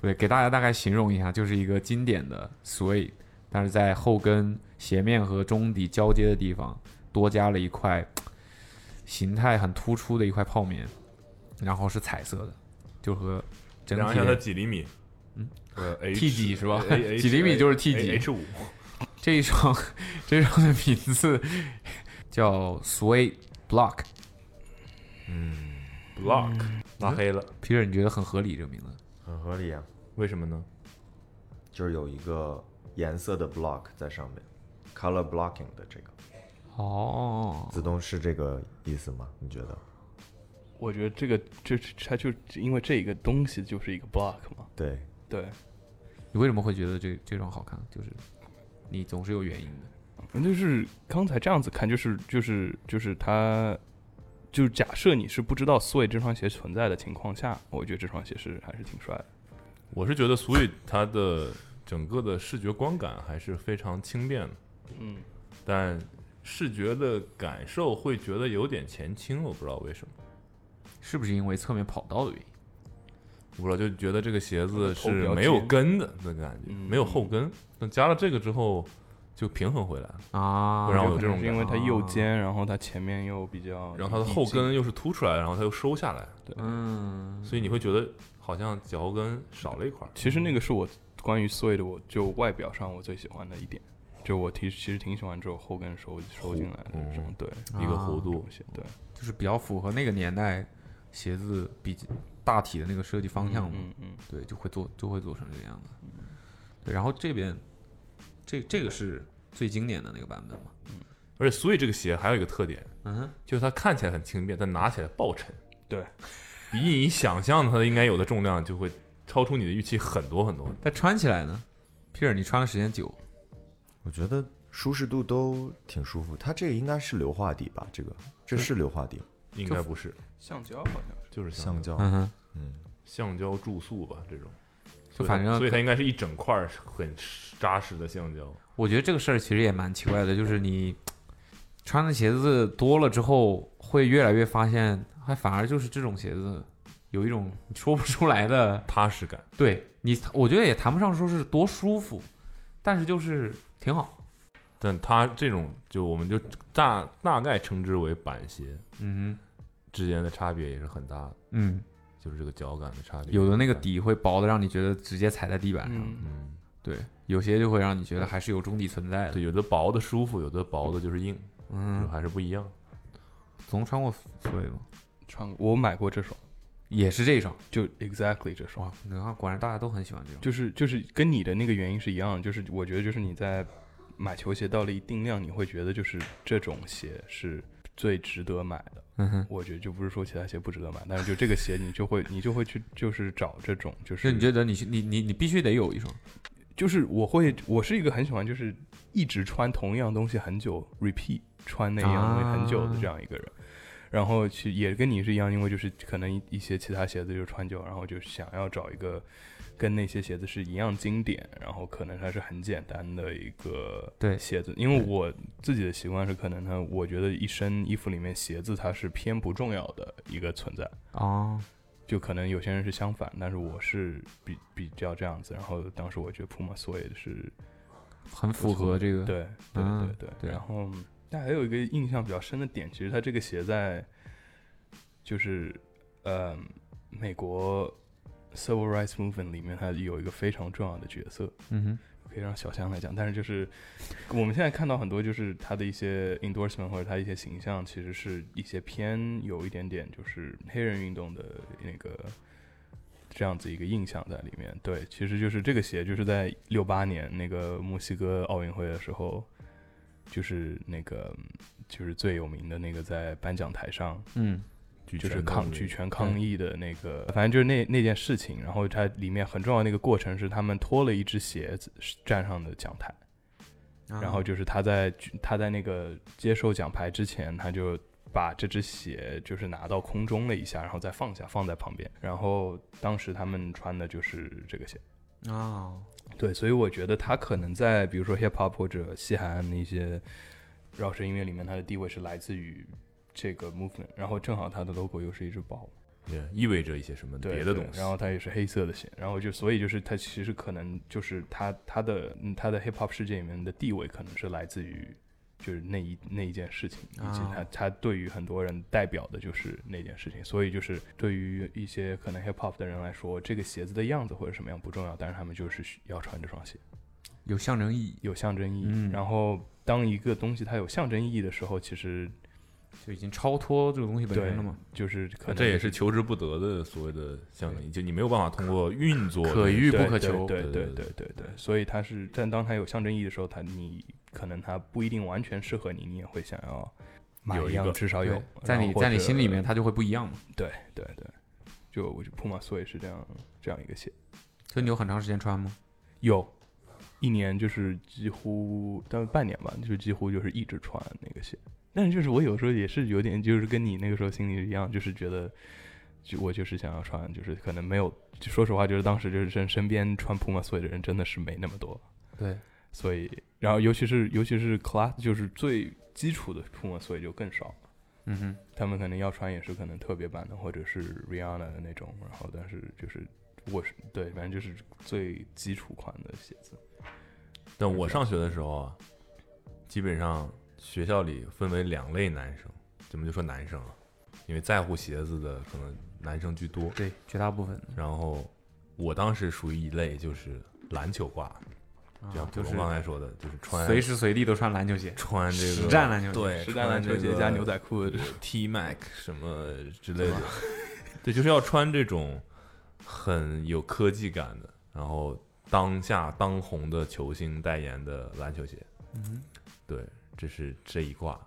S3: 不对，给大家大概形容一下，就是一个经典的 Sway，但是在后跟斜面和中底交接的地方多加了一块形态很突出的一块泡棉，然后是彩色的，就和整
S2: 量一
S3: 体
S2: 下
S3: 的
S2: 它几厘米？
S3: 嗯，
S2: 呃
S3: T 几 是吧
S2: A- A-
S3: 几厘米就是 T
S2: A-
S3: 几
S2: H 五。
S3: 这一双这一双的名字叫 Sway Block。
S2: block 拉黑了，
S3: Peter，你觉得很合理这个名字？
S5: 很合理啊，
S2: 为什么呢？
S5: 就是有一个颜色的 block 在上面，color blocking 的这个，
S3: 哦，
S5: 子东是这个意思吗？你觉得？
S4: 我觉得这个这它就因为这个东西就是一个 block 嘛，
S5: 对，
S4: 对，
S3: 你为什么会觉得这这双好看？就是你总是有原因的。
S4: 嗯就是刚才这样子看，就是就是就是它，就是假设你是不知道 Sway 这双鞋存在的情况下，我觉得这双鞋是还是挺帅的。
S2: 我是觉得 Sweet 它的整个的视觉观感还是非常轻便的，
S4: 嗯，
S2: 但视觉的感受会觉得有点前倾，我不知道为什么，
S3: 是不是因为侧面跑道的原因？
S2: 我不知道就觉得这个鞋子
S4: 头比
S2: 是
S4: 较
S2: 没有
S4: 尖
S2: 跟的的感觉，
S4: 嗯
S2: 没有后跟。但加了这个之后就平衡回来了，
S3: 啊，
S2: 会让我有
S4: 可
S2: 这
S4: 能
S2: 种
S4: 是因为
S2: 感
S4: 它右肩，然后它前面又比较，
S2: 觉，然后它的后跟，又是凸出来，然后它又收下来，
S3: 嗯，
S2: 所以你会觉得好像脚后跟少了一块儿。
S4: 其实那个是我关于 Sway 的，我就外表上我最喜欢的一点，就我其实其实挺喜欢这种后跟收收进来的这种对
S2: 一个弧
S4: 这
S2: 度
S3: 啊
S4: 种，鞋，对，
S3: 就是比较符合那个年代鞋子比大体的那个设计方向嘛。
S4: 嗯嗯，
S3: 对，就会做就会做成这个样子。
S2: 嗯
S3: 对，然后这边这这个是最经典的那个版本嘛？
S2: 而且 Sweet 这个鞋还有一个特点，
S3: 嗯哼，
S2: 就是它看起来很轻便，但拿起来爆沉。
S4: 对，
S2: 比你想象它应该有的重量就会超出你的预期很多很多。
S3: 但穿起来呢？皮尔，你穿的时间久，
S5: 我觉得舒适度都挺舒服。它这个应该是硫化底吧？这个这是硫化底吗，
S2: 应该不是，
S4: 橡胶好像是，
S2: 就是
S5: 橡胶。
S3: 嗯哼，
S2: 橡胶注塑吧这种，
S3: 就反正
S2: 所以它应该是一整块儿很扎实的橡胶。
S3: 我觉得这个事儿其实也蛮奇怪的，就是你穿的鞋子多了之后，会越来越发现，还反而就是这种鞋子有一种你说不出来的，
S2: 踏实感，
S3: 对你，我觉得也谈不上说是多舒服，但是就是挺好。
S2: 但它这种就我们就大大概称之为板鞋
S3: 嗯
S2: 之间的差别也是很大的，
S3: 哼嗯，
S2: 就是这个脚感的差别。
S3: 有的那个，底会薄的，让你觉得直接踩在地板上。
S4: 嗯，
S2: 嗯，
S3: 对，有些就会让你觉得还是有中底存在的。
S2: 对，有的薄的舒服，有的薄的就是硬，就
S3: 嗯，
S2: 还是不一样。
S3: 总穿过所以吗？
S4: 穿过我买过这双，
S3: 也是这一双，
S4: 就 exactly 这双
S3: 哇。，你看，果然大家都很喜欢这种。
S4: 就是就是跟你的那个原因是一样的，就是我觉得就是你在买球鞋到了一定量，你会觉得就是这种鞋是最值得买的。
S3: 嗯哼，
S4: 我觉得就不是说其他鞋不值得买，但是就这个鞋你就会你就会去就是找这种
S3: 就
S4: 就
S3: 是你觉得你是你你你必须得有一双。
S4: 就是我会我是一个很喜欢就是一直穿同样东西很久 repeat 穿那样东西很
S3: 啊
S4: 久的这样一个人。然后去也跟你是一样，因为就是可能一一些其他鞋子就穿久，然后就想要找一个跟那些鞋子是一样经典，然后可能它是很简单的一个
S3: 对
S4: 鞋子。因为我自己的习惯是，可能呢，我觉得一身衣服里面鞋子它是偏不重要的一个存在。
S3: 哦，
S4: 就可能有些人是相反，但是我是比比较这样子。然后当时我觉得 Puma 所也是
S3: 很符合这个。，
S4: 对对
S3: 嗯
S4: 对对
S3: 对
S4: 然后，但还有一个印象比较深的点，其实它这个鞋在就是呃美国 Civil Rights Movement 里面，它有一个非常重要的角色，
S3: 嗯哼，
S4: 可以让小香来讲。但是就是我们现在看到很多就是它的一些 endorsement 或者它一些形象，其实是一些偏有一点点就是黑人运动的那个。这样子一个印象在里面，对，其实就是这个鞋，就是在六八年那个墨西哥奥运会的时候，就是那个嗯就是最有名的那个在颁奖台上
S3: 嗯，
S4: 就是
S2: 全
S4: 抗
S2: 动力
S4: 举全抗议的那个，反正就是那那件事情。然后它里面很重要的那个过程是他们脱了一只鞋子站上的讲啊
S3: 啊
S4: 台，然后就是他在举他在那个接受奖牌之前，他就把这只鞋就是拿到空中了一下，然后再放下，放在旁边。然后当时他们穿的就是这个鞋。
S3: 啊，
S4: 对，所以我觉得他可能在比如说 hip hop 或者西海岸的一些饶舌音乐里面，他的地位是来自于这个 movement。然后正好他的 logo 又是一只豹，
S2: 也意味着一些什么
S4: 对
S2: 别的
S4: 对
S2: 东西。
S4: 然后它也是黑色的鞋，然后就所以就是它其实可能就是它它的嗯它的 hip hop 世界里面的地位可能是来自于就是那一那一件事情，以及
S2: 啊
S4: 它它对于很多人代表的就是那件事情，所以就是对于一些可能 hip hop 的人来说，这个鞋子的样子或者什么样不重要，但是他们就是需要穿这双鞋，
S3: 有象征意义，
S4: 有象征意义。
S3: 嗯
S4: 然后当一个东西它有象征意义的时候，其实
S3: 就已经超脱这个东西本身了嘛？
S4: 就是可能
S2: 这也是求之不得的所谓的象征意义，就你没有办法通过运作
S3: 可遇不
S4: 对
S3: 可求，
S4: 对对
S2: 对
S4: 对
S2: 对
S4: 对对，所以它是，但当它有象征意义的时候，它你可能它不一定完全适合你，你也会想要买
S2: 有一
S4: 样，
S2: 个
S4: 至少
S3: 对
S4: 有
S3: 在你在你心里面，，它就会不一样嘛。
S4: 然后或者对对对，就我就普马索也是这样这样一个鞋，
S3: 所以你有很长时间穿吗？
S4: 有一年就是几乎，但半年吧，就几乎就是一直穿那个鞋。但是就是我有时候也是有点，就是跟你那个时候心里一样，就是觉得，就我就是想要穿，就是可能没有，就说实话，就是当时就是身身边穿 Puma 所有的人真的是没那么多，
S3: 对，
S4: 所以然后尤其是尤其是 class 就是最基础的 Puma 所以就更少，
S3: 嗯哼，
S4: 他们可能要穿也是可能特别版的或者是 Rihanna 的那种，然后但是就是我是对，反正就是最基础款的鞋子。
S2: 但我上学的时候啊，基本上学校里分为两类男生，咱们就说男生了，因为在乎鞋子的可能男生居多。
S3: 对，绝大部分
S2: 然后我当时属于一类，就是篮球挂，就像
S3: 啊，
S2: 普
S3: 就是
S2: 龙刚才说的，就是穿
S3: 随时随地都穿篮球鞋，
S2: 穿这个
S3: 实战篮球鞋
S2: 对，
S4: 实战篮球鞋加牛仔裤，
S2: T Mac 什么之类的， 对，就是要穿这种很有科技感的，然后当下当红的球星代言的篮球鞋。
S3: 嗯，
S2: 对，这是这一挂，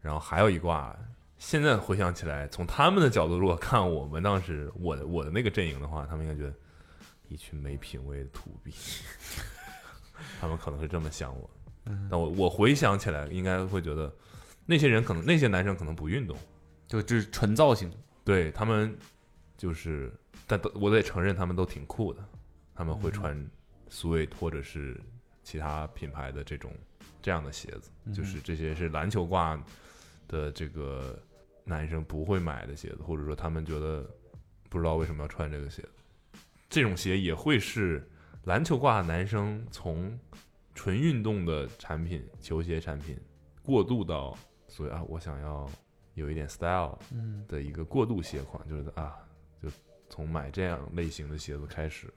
S2: 然后还有一挂。现在回想起来，从他们的角度，如果看我们当时我的我的那个阵营的话，他们应该觉得一群没品位的土逼， 他们可能是这么想我。但我我回想起来，应该会觉得那些人可能那些男生可能不运动，
S3: 就就是纯造型，
S2: 对他们就是，但都我得承认他们都挺酷的，他们会穿 Sweet 或者是其他品牌的这种这样的鞋子，
S4: 嗯
S3: 嗯
S2: 就是这些是篮球挂的这个男生不会买的鞋子，或者说他们觉得不知道为什么要穿这个鞋子，这种鞋也会是篮球挂的男生从纯运动的产品球鞋产品过渡到，所以啊，我想要有一点 style，
S3: 嗯，
S2: 的一个过渡鞋款，就是啊，就从买这样类型的鞋子开始。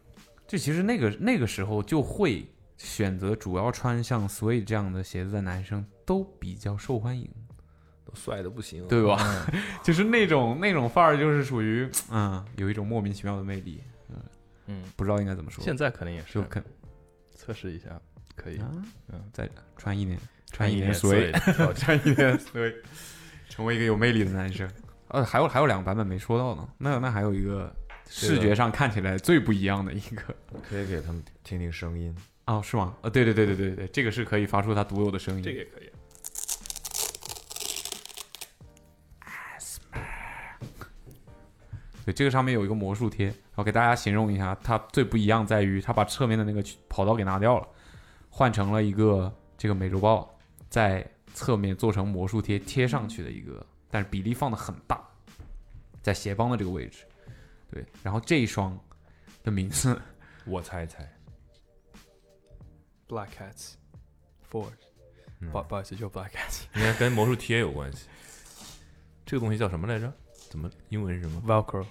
S3: 就其实那个那个时候就会选择主要穿像 Sway 这样的鞋子的男生都比较受欢迎，
S2: 都帅的不行
S3: 对吧？
S4: 嗯
S3: 就是那种那种范儿，就是属于嗯，有一种莫名其妙的魅力，
S4: 嗯，
S3: 不知道应该怎么说，
S4: 现在可能也是
S3: 就肯
S4: 测试一下，可以
S3: 啊，
S4: 嗯
S3: 再穿一年，
S4: 穿
S3: 一
S4: 一
S3: 年
S4: 年
S3: Sway， 哦
S4: Sway
S3: 穿一年 Sway，成为一个有魅力的男 生。呃，还有还有两个版本没说到呢，那那还有一个视觉上看起来最不一样的一个。
S5: 可以给他们听听声音。
S3: 哦，是吗？呃，对对对对对对，这个是可以发出它独有的声音。
S4: 这个也可以。
S3: 对，这个上面有一个魔术贴，然后给大家形容一下，它最不一样在于它把侧面的那个跑道给拿掉了，换成了一个这个美洲豹在侧面做成魔术贴贴上去的一个，但是比例放的很大，在鞋帮的这个位置。对，然后这一双的名字
S2: 我猜一猜，
S4: Black Cats Ford，
S2: 嗯
S4: 不不好意思，就 Black Cats
S2: 应该跟魔术贴有关系。 这个东西叫什么来着？怎么英文是什么？
S4: Velcro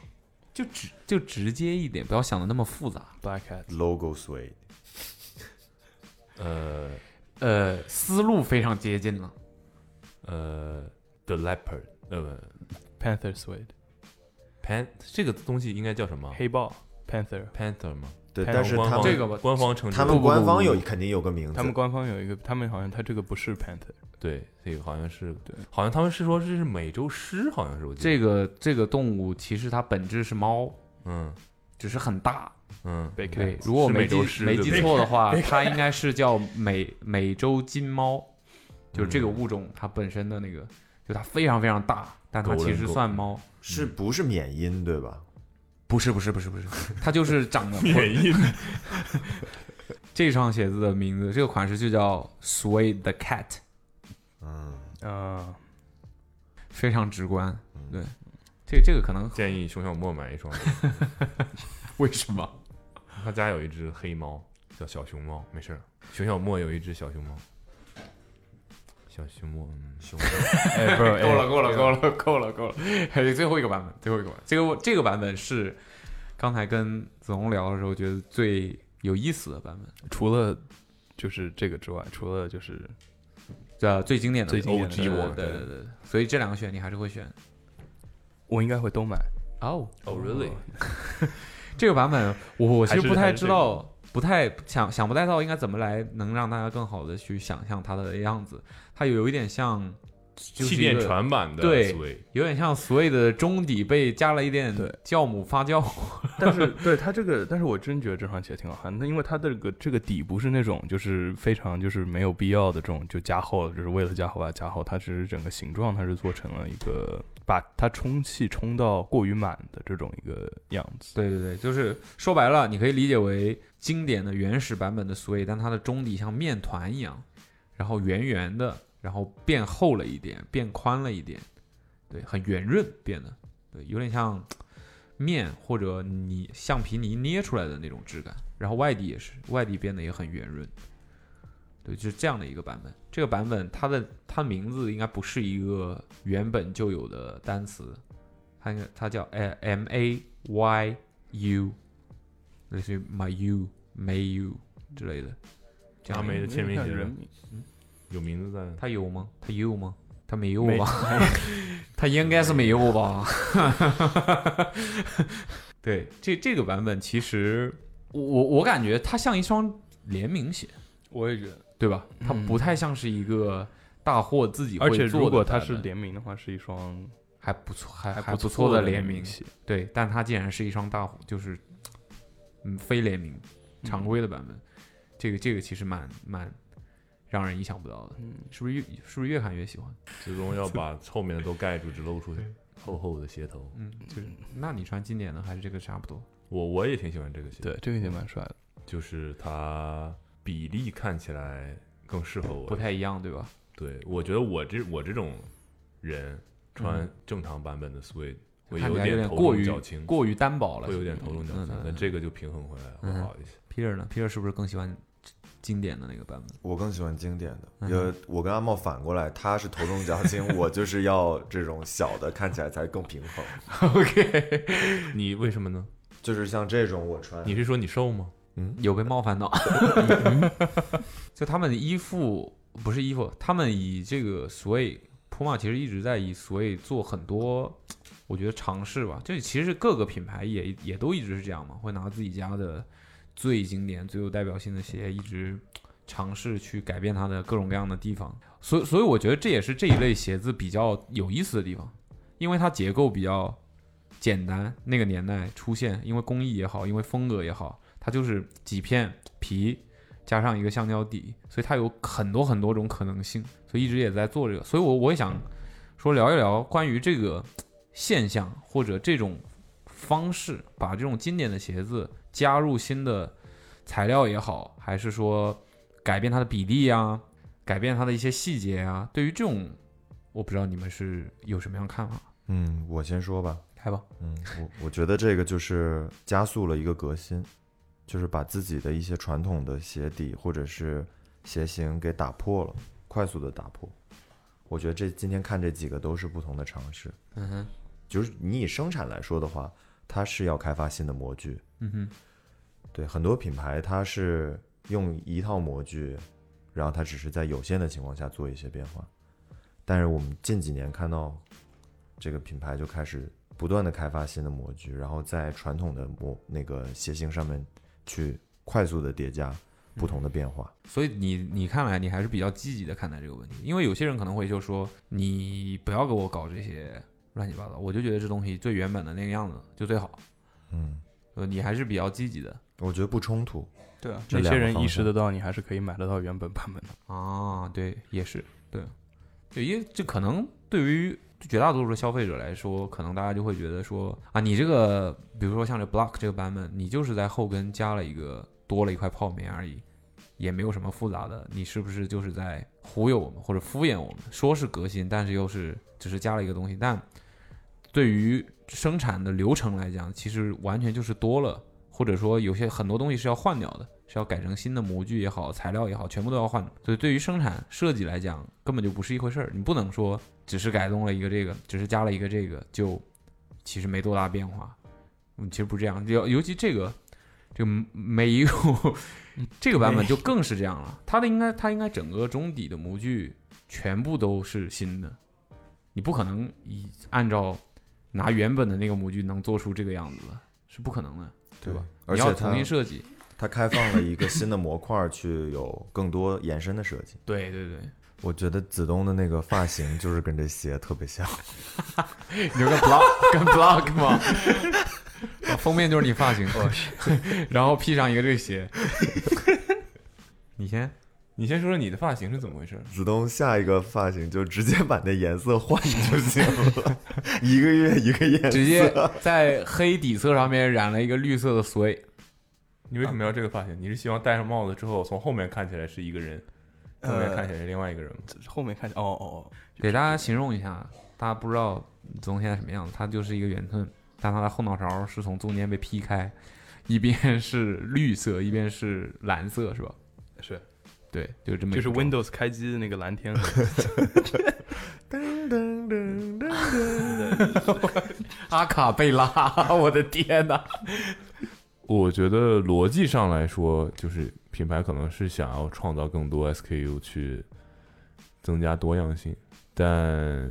S3: 就直就直接一点，不要想的那么复杂。
S4: Black Cats
S5: Logo Sway
S2: 呃
S3: 呃，思路非常接近了。
S2: 呃，The Leopard，呃
S4: Panther Suede
S2: p a n 这个东西应该叫什么
S4: 黑豹啊 Panther，
S2: ？Panther 吗？
S5: 对，
S4: 太
S5: 但是
S2: 官
S5: 他
S2: 方
S5: 们
S3: 这个吧
S2: 官方称之
S5: 他
S2: 为
S5: 们官方有
S3: 不不
S5: 肯定有个名字，
S4: 他们官方有一个，他们好像他这个不是 Panther，
S2: 对这个好像是
S4: 对，
S2: 好像他们是说这是美洲狮，好像是我记得
S3: 这个这个动物其实它本质是猫，
S2: 嗯
S3: 只是很大。
S2: 嗯
S4: 被
S3: 对
S4: Cats，
S3: 如果我
S2: 是
S3: 没
S2: 美
S3: 记
S2: 洲狮
S3: 没
S2: 对不
S3: 记
S2: 对
S3: 错的话， 它应嗯该是叫美美洲金猫，就是这个物种它本身的那个。就它非常非常大，但它其实算猫。
S5: 是
S3: 嗯
S5: 不是缅因对吧？
S3: 不是不是不是不是，它就是长 得缅因。这双鞋子的名字，这个款式就叫 Suede the Cat，
S5: 嗯
S6: 啊，
S3: 非常直观。对，这这个可能
S2: 建议熊小莫买一双，
S3: 为什么？
S2: 他家有一只黑猫叫小熊猫，没事儿。熊小莫有一只小熊猫，小熊莫，嗯，熊
S3: 哎， 不是， 够了，够了，够了， 够了，够了。还有最后一个版本，最后一个版本，这个这个版本是刚才跟子龙聊的时候觉得最有意思的版本，
S6: 除了就是这个之外，除了就是
S3: 对，呃最经典的
S6: 最经典的
S3: 对
S6: OG
S3: 对
S6: 我
S3: 对对对。所以这两个选你还是会选
S6: 我应该会都买。
S3: 哦
S2: 哦，really？
S3: 这个版本，我我其
S6: 还
S3: 实
S6: 是
S3: 不太
S6: 还是
S3: 知道，不太想想不太到应该怎么来能让大家更好的去想象它的样子。它有一点像就是
S2: 气
S3: 一
S2: 垫
S3: 个
S2: 船版的
S3: 对
S2: Sway
S3: 有点像所谓的中底被加了一点
S6: 对
S3: 酵母发酵，
S6: 但是对它这个，但是我真觉得这双鞋挺好看的，因为它的这个这个底不是那种就是非常就是没有必要的这种就加厚，就是为了加厚把它加厚，它只是整个形状它是做成了一个把它充气充到过于满的这种一个样子。
S3: 对对对，就是说白了，你可以理解为经典的原始版本的 Sway，但它的中底像面团一样，然后圆圆的，然后变厚了一点，变宽了一点，对，很圆润变得，对，有点像面或者泥橡皮泥捏出来的那种质感。然后外底也是，外底变得也很圆润，对，就是这样的一个版本。这个版本它的它名字应该不是一个原本就有的单词，它应该它叫哎 M A Y U，类似于 My You、May You 之类的。这
S2: 阿
S3: 样
S2: 梅
S3: 一
S2: 的
S3: 个
S2: 签名
S6: 看
S2: 鞋
S6: 人
S2: 子
S6: 名
S2: 有名字在，
S3: 他有吗？他有吗？他没有
S6: 没
S3: 吧？ 他应该是没有吧？ 对，这这个版本其实我我我感觉它像一双联名鞋，
S6: 我也觉得，
S3: 对吧？它不太像是一个大货自己会
S6: 嗯而且
S3: 做的
S6: 如果
S3: 版
S6: 它
S3: 本
S6: 是联名的话，是一双
S3: 还不错，还
S6: 还
S3: 不
S6: 错
S3: 的
S6: 联
S3: 联名鞋。
S6: 鞋。
S3: 对，但它竟然是一双大虎，就是嗯非联名常规的版本，这个这个其实蛮蛮让人意想不到的，是不是越是不是越看越喜欢？
S2: 最终要把后面的都盖住，只露出厚厚的鞋头。
S3: 嗯，就是那你穿经典的还是这个差不多，
S2: 我我也挺喜欢这个鞋，
S6: 对，这个也蛮帅的。
S2: 就是它比例看起来更适合我
S3: 不。太一样，对吧？
S2: 对，我觉得我这我这种人穿正常版本的 Sway，会
S3: 看
S2: 有
S3: 起来有
S2: 点头
S3: 过
S2: 重
S3: 于
S2: 脚轻，
S3: 嗯过于单薄了，
S2: 会有点头重脚
S3: 嗯
S2: 轻，
S3: 嗯嗯
S2: 但这个就平衡回来了会
S3: 嗯
S2: 好一些。
S3: Peter 呢？Peter 是不是更喜欢经典的那个版 本？
S5: 我更喜欢经典
S3: 嗯
S5: 的，呃，我跟阿茂反过来，他是头重脚轻， 我就是要这种小的，看起来才更平衡。
S2: 你为什么呢？
S5: 就是像这种我穿，
S2: 你是说你瘦吗？
S3: 有被冒犯到。 就他们衣服不是衣服，他们以这个所以 Puma 其实一直在以所以做很多，我觉得尝试吧。这其实各个品牌也也都一直是这样嘛，会拿自己家的最经典、最有代表性的鞋，一直尝试去改变它的各种各样的地方。所以，所以我觉得这也是这一类鞋子比较有意思的地方，因为它结构比较简单，那个年代出现，因为工艺也好，因为风格也好，它就是几片皮加上一个橡胶底，所以它有很多很多种可能性，所以一直也在做这个。所以我我也想说聊一聊关于这个现象或者这种方式，把这种经典的鞋子加入新的材料也好，还是说改变它的比例啊，改变它的一些细节啊，对于这种，我不知道你们是有什么样的看法？
S5: 嗯，我先说吧，
S3: 开吧，
S5: 嗯，我我觉得这个就是加速了一个革新，就是把自己的一些传统的鞋底或者是鞋型给打破了，快速的打破。我觉得这今天看这几个都是不同的尝试，
S3: 嗯哼，
S5: 就是你以生产来说的话，它是要开发新的模具，
S3: 嗯哼，
S5: 对，很多品牌它是用一套模具，然后它只是在有限的情况下做一些变化。但是我们近几年看到，这个品牌就开始不断的开发新的模具，然后在传统的模那个鞋型上面去快速的叠加不同的变化。
S3: 所以你你看来你还是比较积极的看待这个问题，因为有些人可能会就说你不要给我搞这些乱七八糟，我就觉得这东西最原本的那个样子就最好。
S5: 嗯，
S3: 呃，你还是比较积极的
S5: 我觉得不冲突。
S6: 对啊，
S5: 这
S6: 那些
S5: 两个
S6: 人
S5: 方
S6: 意识
S5: 向
S6: 得到，你还
S3: 哦
S6: 是可以买得到原本版本的。
S3: 啊，对，也是对，对，因为这可能对于绝大多数的消费者来说，可能大家就会觉得说啊，你这个，比如说像这 Block 这个版本，你就是在后跟加了一个多了一块泡棉而已，也没有什么复杂的，你是不是就是在忽悠我们或者敷衍我们？说是革新，但是又是只是加了一个东西，但对于生产的流程来讲，其实完全就是多了，或者说有些很多东西是要换掉的，是要改成新的模具也好，材料也好，全部都要换。所以对于生产设计来讲，根本就不是一回事儿。你不能说只是改动了一个这个，只是加了一个这个，就其实没多大变化。嗯，其实不是这样，尤尤其这个这个美油这个版本就更是这样了。它的应该它应该整个中底的模具全部都是新的，你不可能以按照拿原本的那个模具能做出这个样子的，是不可能的，对吧？
S5: 而
S3: 你
S5: 且
S3: 要重
S5: 它
S3: 新设计。
S5: 它开放了一个新的模块儿去有更多延伸的设计。
S3: 对对 对，
S5: 我觉得子东的那个发型就是跟这鞋特别像，
S3: 你说跟 blog 跟 blog 吗？啊封面就是你发型，
S2: 哦
S3: 然后披上一个这个鞋。你先，
S2: 你先说说你的发型是怎么回事？
S5: 子东下一个发型就直接把那颜色换就行了，一个月一个颜色。
S3: 直接在黑底色上面染了一个绿色的髓。
S2: 你为什么要这个发型？你是希望戴上帽子之后，从后面看起来是一个人，后面看起来是另外一个人吗？
S4: 后面看，哦哦，哦
S3: 给大家形容一下，大家不知道总现在什么样子，它就是一个圆盾，但它的后脑勺是从中间被劈开，一边是绿色，一边是蓝色，是吧？
S2: 是，
S3: 对，就这么一
S2: 就是
S3: 个状态
S2: Windows 开机的那个蓝天。
S3: 阿卡贝拉， 我的天哪！
S2: 我觉得逻辑上来说，就是品牌可能是想要创造更多 SKU 去增加多样性，但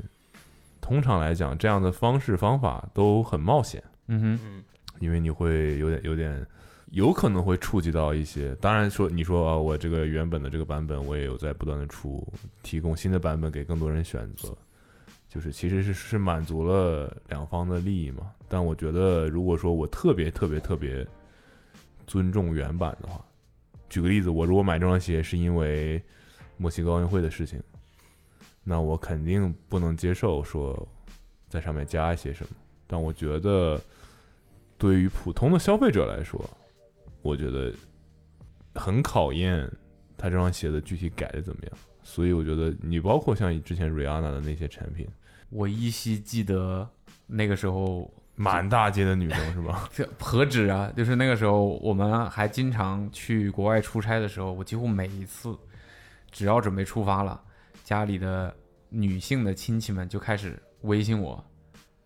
S2: 通常来讲，这样的方式方法都很冒险，
S3: 嗯
S2: 因为你会有点有点。有可能会触及到一些，当然说你说啊，我这个原本的这个版本，我也有在不断的出，提供新的版本给更多人选择，就是其实是是满足了两方的利益嘛。但我觉得，如果说我特别特别特别尊重原版的话，举个例子，我如果买这双鞋是因为墨西哥奥运会的事情，那我肯定不能接受说在上面加一些什么。但我觉得，对于普通的消费者来说，我觉得很考验他这双鞋的具体改的怎么样。所以我觉得，你包括像之前 Rihanna 的那些产品，
S3: 哼，我依稀记得那个时候
S2: 满大街的女生是吧？
S3: 这何止啊！就是那个时候，我们还经常去国外出差的时候，我几乎每一次只要准备出发了，家里的女性的亲戚们就开始微信我，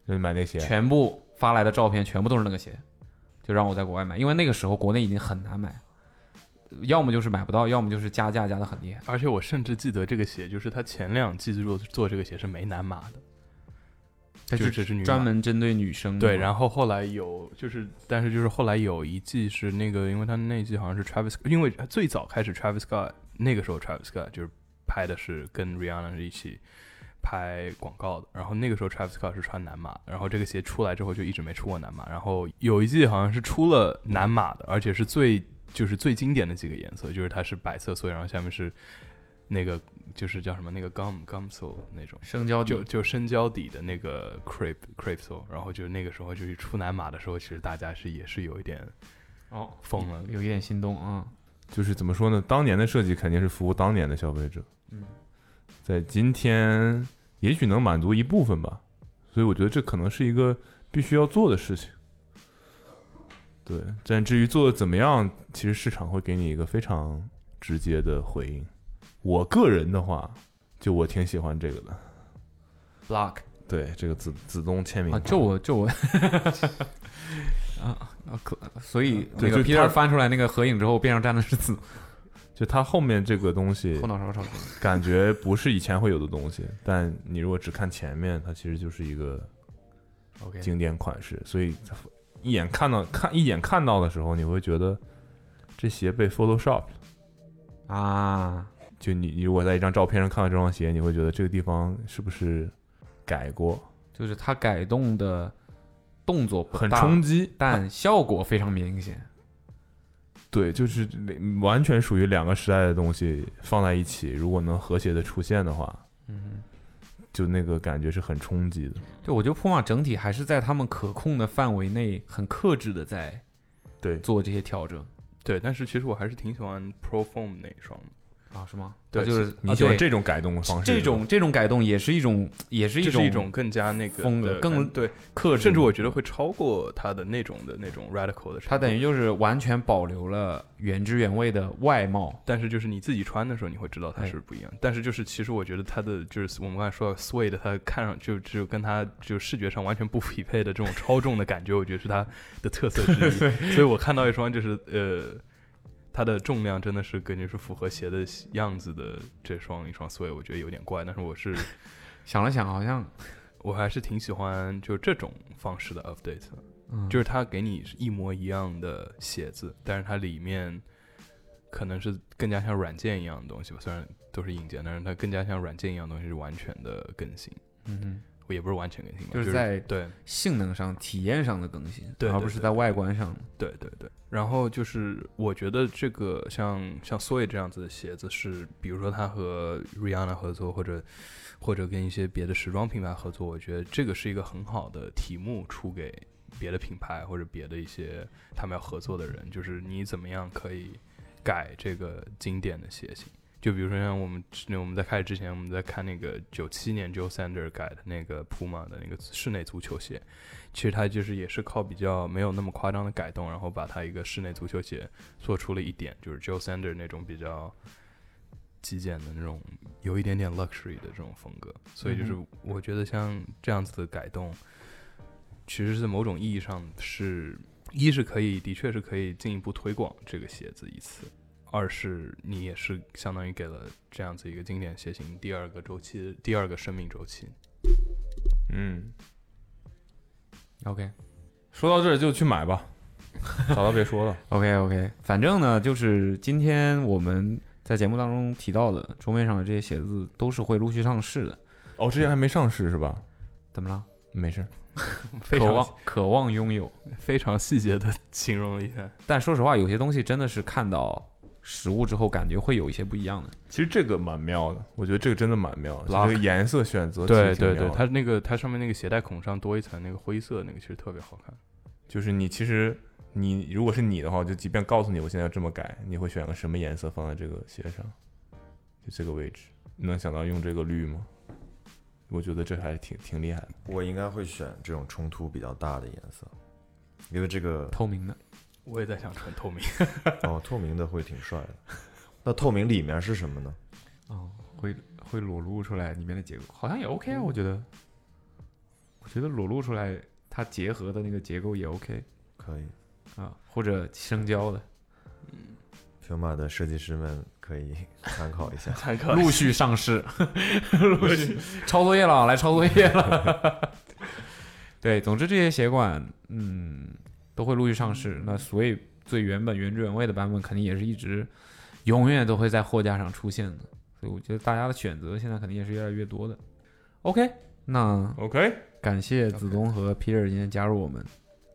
S2: 就买那鞋，
S3: 全部发来的照片全部都是那个鞋，就让我在国外买，因为那个时候国内已经很难买，要么就是买不到，要么就是加价加的很厉害。
S2: 而且我甚至记得这个鞋，就是他前两季做做这个鞋是没男码的，
S3: 它
S2: 就只是女
S3: 专
S2: 码
S3: 门针对女生的
S2: 对，
S3: 嘛
S2: 然后后来有就是，但是就是后来有一季是那个，因为他那季好像是 Travis，因为最早开始 Travis Scott 那个时候 Travis Scott 就是拍的是跟 Rihanna 是一起拍广告的，然后那个时候 Travis Scott 是穿男码，然后这个鞋出来之后就一直没出过男码，然后有一季好像是出了男码的，而且是最就是最经典的几个颜色，就是它是白色所以然后下面是那个就是叫什么那个 gum gum sole 那种。
S3: 生胶
S2: 就
S3: 就
S2: 就深交底的那个 crepe crepe sole，然后就是那个时候就是出南马的时候，其实大家是也是有一点
S3: 哦
S2: 疯了
S3: 有一点心动啊、
S2: 就是怎么说呢？当年的设计肯定是服务当年的消费者，
S3: 嗯，
S2: 在今天也许能满足一部分吧，所以我觉得这可能是一个必须要做的事情。对，但至于做的怎么样，其实市场会给你一个非常直接的回应。我个人的话，就我挺喜欢这个的，
S3: b l o c k
S2: 对这个子子东签名
S3: 啊，这我这我 啊啊可，所以那
S2: 对就
S3: 个
S2: 他
S3: Peter 翻出来那个合影之后，边上站的是字母，
S2: 就它后面这个东西
S3: 后脑勺超出。
S2: 感觉不是以前会有的东西，但你如果只看前面，它其实就是一个
S3: OK，
S2: 经典款式，所以一眼看到看一眼看到的时候，你会觉得这鞋被 Photoshop 了。
S3: 啊，
S2: 就你你如果在一张照片上看到这双鞋，你会觉得这个地方是不是改过，
S3: 就是他改动的动作不
S2: 很
S3: 大
S2: 冲，击。
S3: 但效果非常明显。
S2: 对，就是两完全属于两个时代的东西放在一起，如果能和谐的出现的话，
S3: 嗯，
S2: 就那个感觉是很冲击的。
S3: 对，我觉得普马整体还是在他们可控的范围内，很克制的在
S2: 对
S3: 做这些调整
S4: 对，但是其实我还是挺喜欢 Pro Foam 那一双的，
S3: 啊，是吗？
S4: 对
S3: 啊就是
S2: 你喜欢
S3: 啊对
S2: 这种改动的方式？
S3: 这种这种改动也是一种，也是
S4: 这
S3: 一
S4: 是
S3: 种
S4: 一种更加那个
S3: 风格
S4: 的
S3: 更
S4: 对，
S3: 克制，
S4: 甚至我觉得会超过它的那种的那种 radical 的程度。
S3: 它等于就是完全保留了原汁原味的外貌。
S4: 但是就是你自己穿的时候，你会知道它
S3: 哎
S4: 是不一样。但是就是其实我觉得它的就是我们刚才说到 suede，它看上就就跟它就视觉上完全不匹配的这种超重的感觉，我觉得是它的特色之一。所以我看到一双就是呃，它的重量真的是跟就是符合鞋的样子的这双一双 suede，我觉得有点怪。但是我是
S3: 想了想，好像
S4: 我还是挺喜欢就这种方式的 update，的、
S3: 嗯
S4: 就是它给你是一模一样的鞋子，但是它里面可能是更加像软件一样的东西吧，虽然都是硬件，但是它更加像软件一样的东西是完全的更新，
S3: 嗯哼
S4: 也不是完全更新吧，
S3: 就是
S4: 是
S3: 在
S4: 对
S3: 性能上、体验上的更新，
S4: 对
S3: 而
S4: 对
S3: 不是
S4: 对
S3: 在外观上。
S4: 对对对。然后就是我觉得这个像像 Soy 这样子的鞋子是，比如说它和 Rihanna 合作，或者或者跟一些别的时装品牌合作，我觉得这个是一个很好的题目出给别的品牌或者别的一些他们要合作的人，就是你怎么样可以改这个经典的鞋型。就比如说像我们之我们在开始之前，我们在看那个九七年 Joe Sander 改的那个 Puma 的那个室内足球鞋，其实它就是也是靠比较没有那么夸张的改动，然后把它一个室内足球鞋做出了一点，就是 Joe Sander 那种比较极简的那种，有一点点 luxury 的这种风格。所以就是我觉得像这样子的改动，其实是某种意义上是一是可以，的确是可以进一步推广这个鞋子一次。二是你也是相当于给了这样子一个经典鞋型第二个周期、第二个生命周期。
S2: 嗯，
S3: OK
S2: 说到这儿就去买 吧，啥都别说了。
S3: OK OK，反正呢，就是今天我们在节目当中提到的桌面上的这些鞋子都是会陆续上市的。
S2: 哦，之前还没上市是吧？
S3: 怎么了？
S2: 没事，
S4: 非
S3: 渴
S4: 常
S3: 望渴望拥有，
S4: 非常细节的 形容了一下。
S3: 但说实话，有些东西真的是看到实物之后，感觉会有一些不一样的。
S2: 其实这个蛮妙的，我觉得这个真的蛮妙的，
S4: Block
S2: 这个颜色选择其
S4: 对
S2: 实
S4: 对
S2: 挺妙
S4: 对，
S2: 的
S4: 它那个它上面那个鞋带孔上多一层那个灰色，那个其实特别好看。
S2: 就是你其实你如果是你的话，就即便告诉你我现在要这么改，你会选个什么颜色放在这个鞋上？就这个位置，你能想到用这个绿吗？我觉得这还是挺挺厉害的。
S5: 我应该会选这种冲突比较大的颜色，因为这个
S3: 透明的，
S4: 我也在想穿透明，。
S5: 哦，透明的会挺帅的。那透明里面是什么呢？
S3: 哦，会会裸露出来里面的结构，好像也 OK 啊，我觉得，我觉得裸露出来它结合的那个结构也 OK
S5: 可以，
S3: 啊，或者生胶的，
S5: 平马的设计师们可以参考一下
S4: 参考
S3: 陆续上市， 陆续抄作业了，来抄作业了。 对，总之这些鞋款，嗯，都会陆续上市。那所以最原本原汁原味的版本，肯定也是一直永远都会在货架上出现的。所以我觉得大家的选择现在肯定也是越来越多的。OK，那
S2: OK，
S3: 感谢子东和 Peter 今天加入我们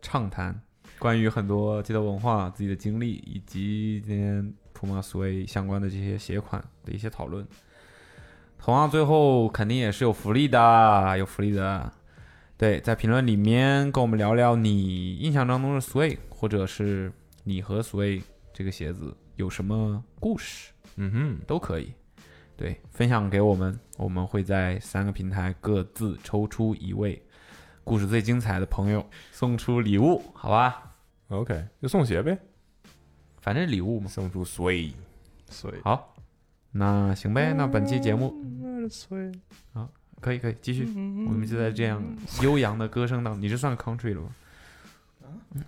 S3: 畅谈关于很多街头文化、自己的经历，以及今天普马所谓相关的这些鞋款的一些讨论。同样，最后肯定也是有福利的，有福利的。对，在评论里面跟我们聊聊你印象当中的 Sway，或者是你和 Sway 这个鞋子有什么故事。
S2: 嗯哼。
S3: 都可以。对，分享给我们，我们会在三个平台各自抽出一位故事最精彩的朋友，送出礼物，好吧？
S2: OK，就送鞋呗，
S3: 反正礼物嘛。
S2: 送出 Sway。
S4: 所以
S3: 好，那行呗，那本期节目
S4: 所以
S3: 可以可以继续，我们就在这样悠扬的歌声当，你这算 country 了吗？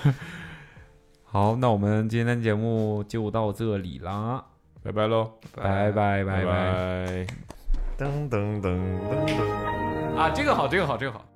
S3: 好，那我们今天的节目就到这里啦，
S2: 拜拜喽，
S3: 拜拜拜
S2: 拜。
S5: 噔噔噔噔噔。
S3: 啊，这个好，这个好，这个好。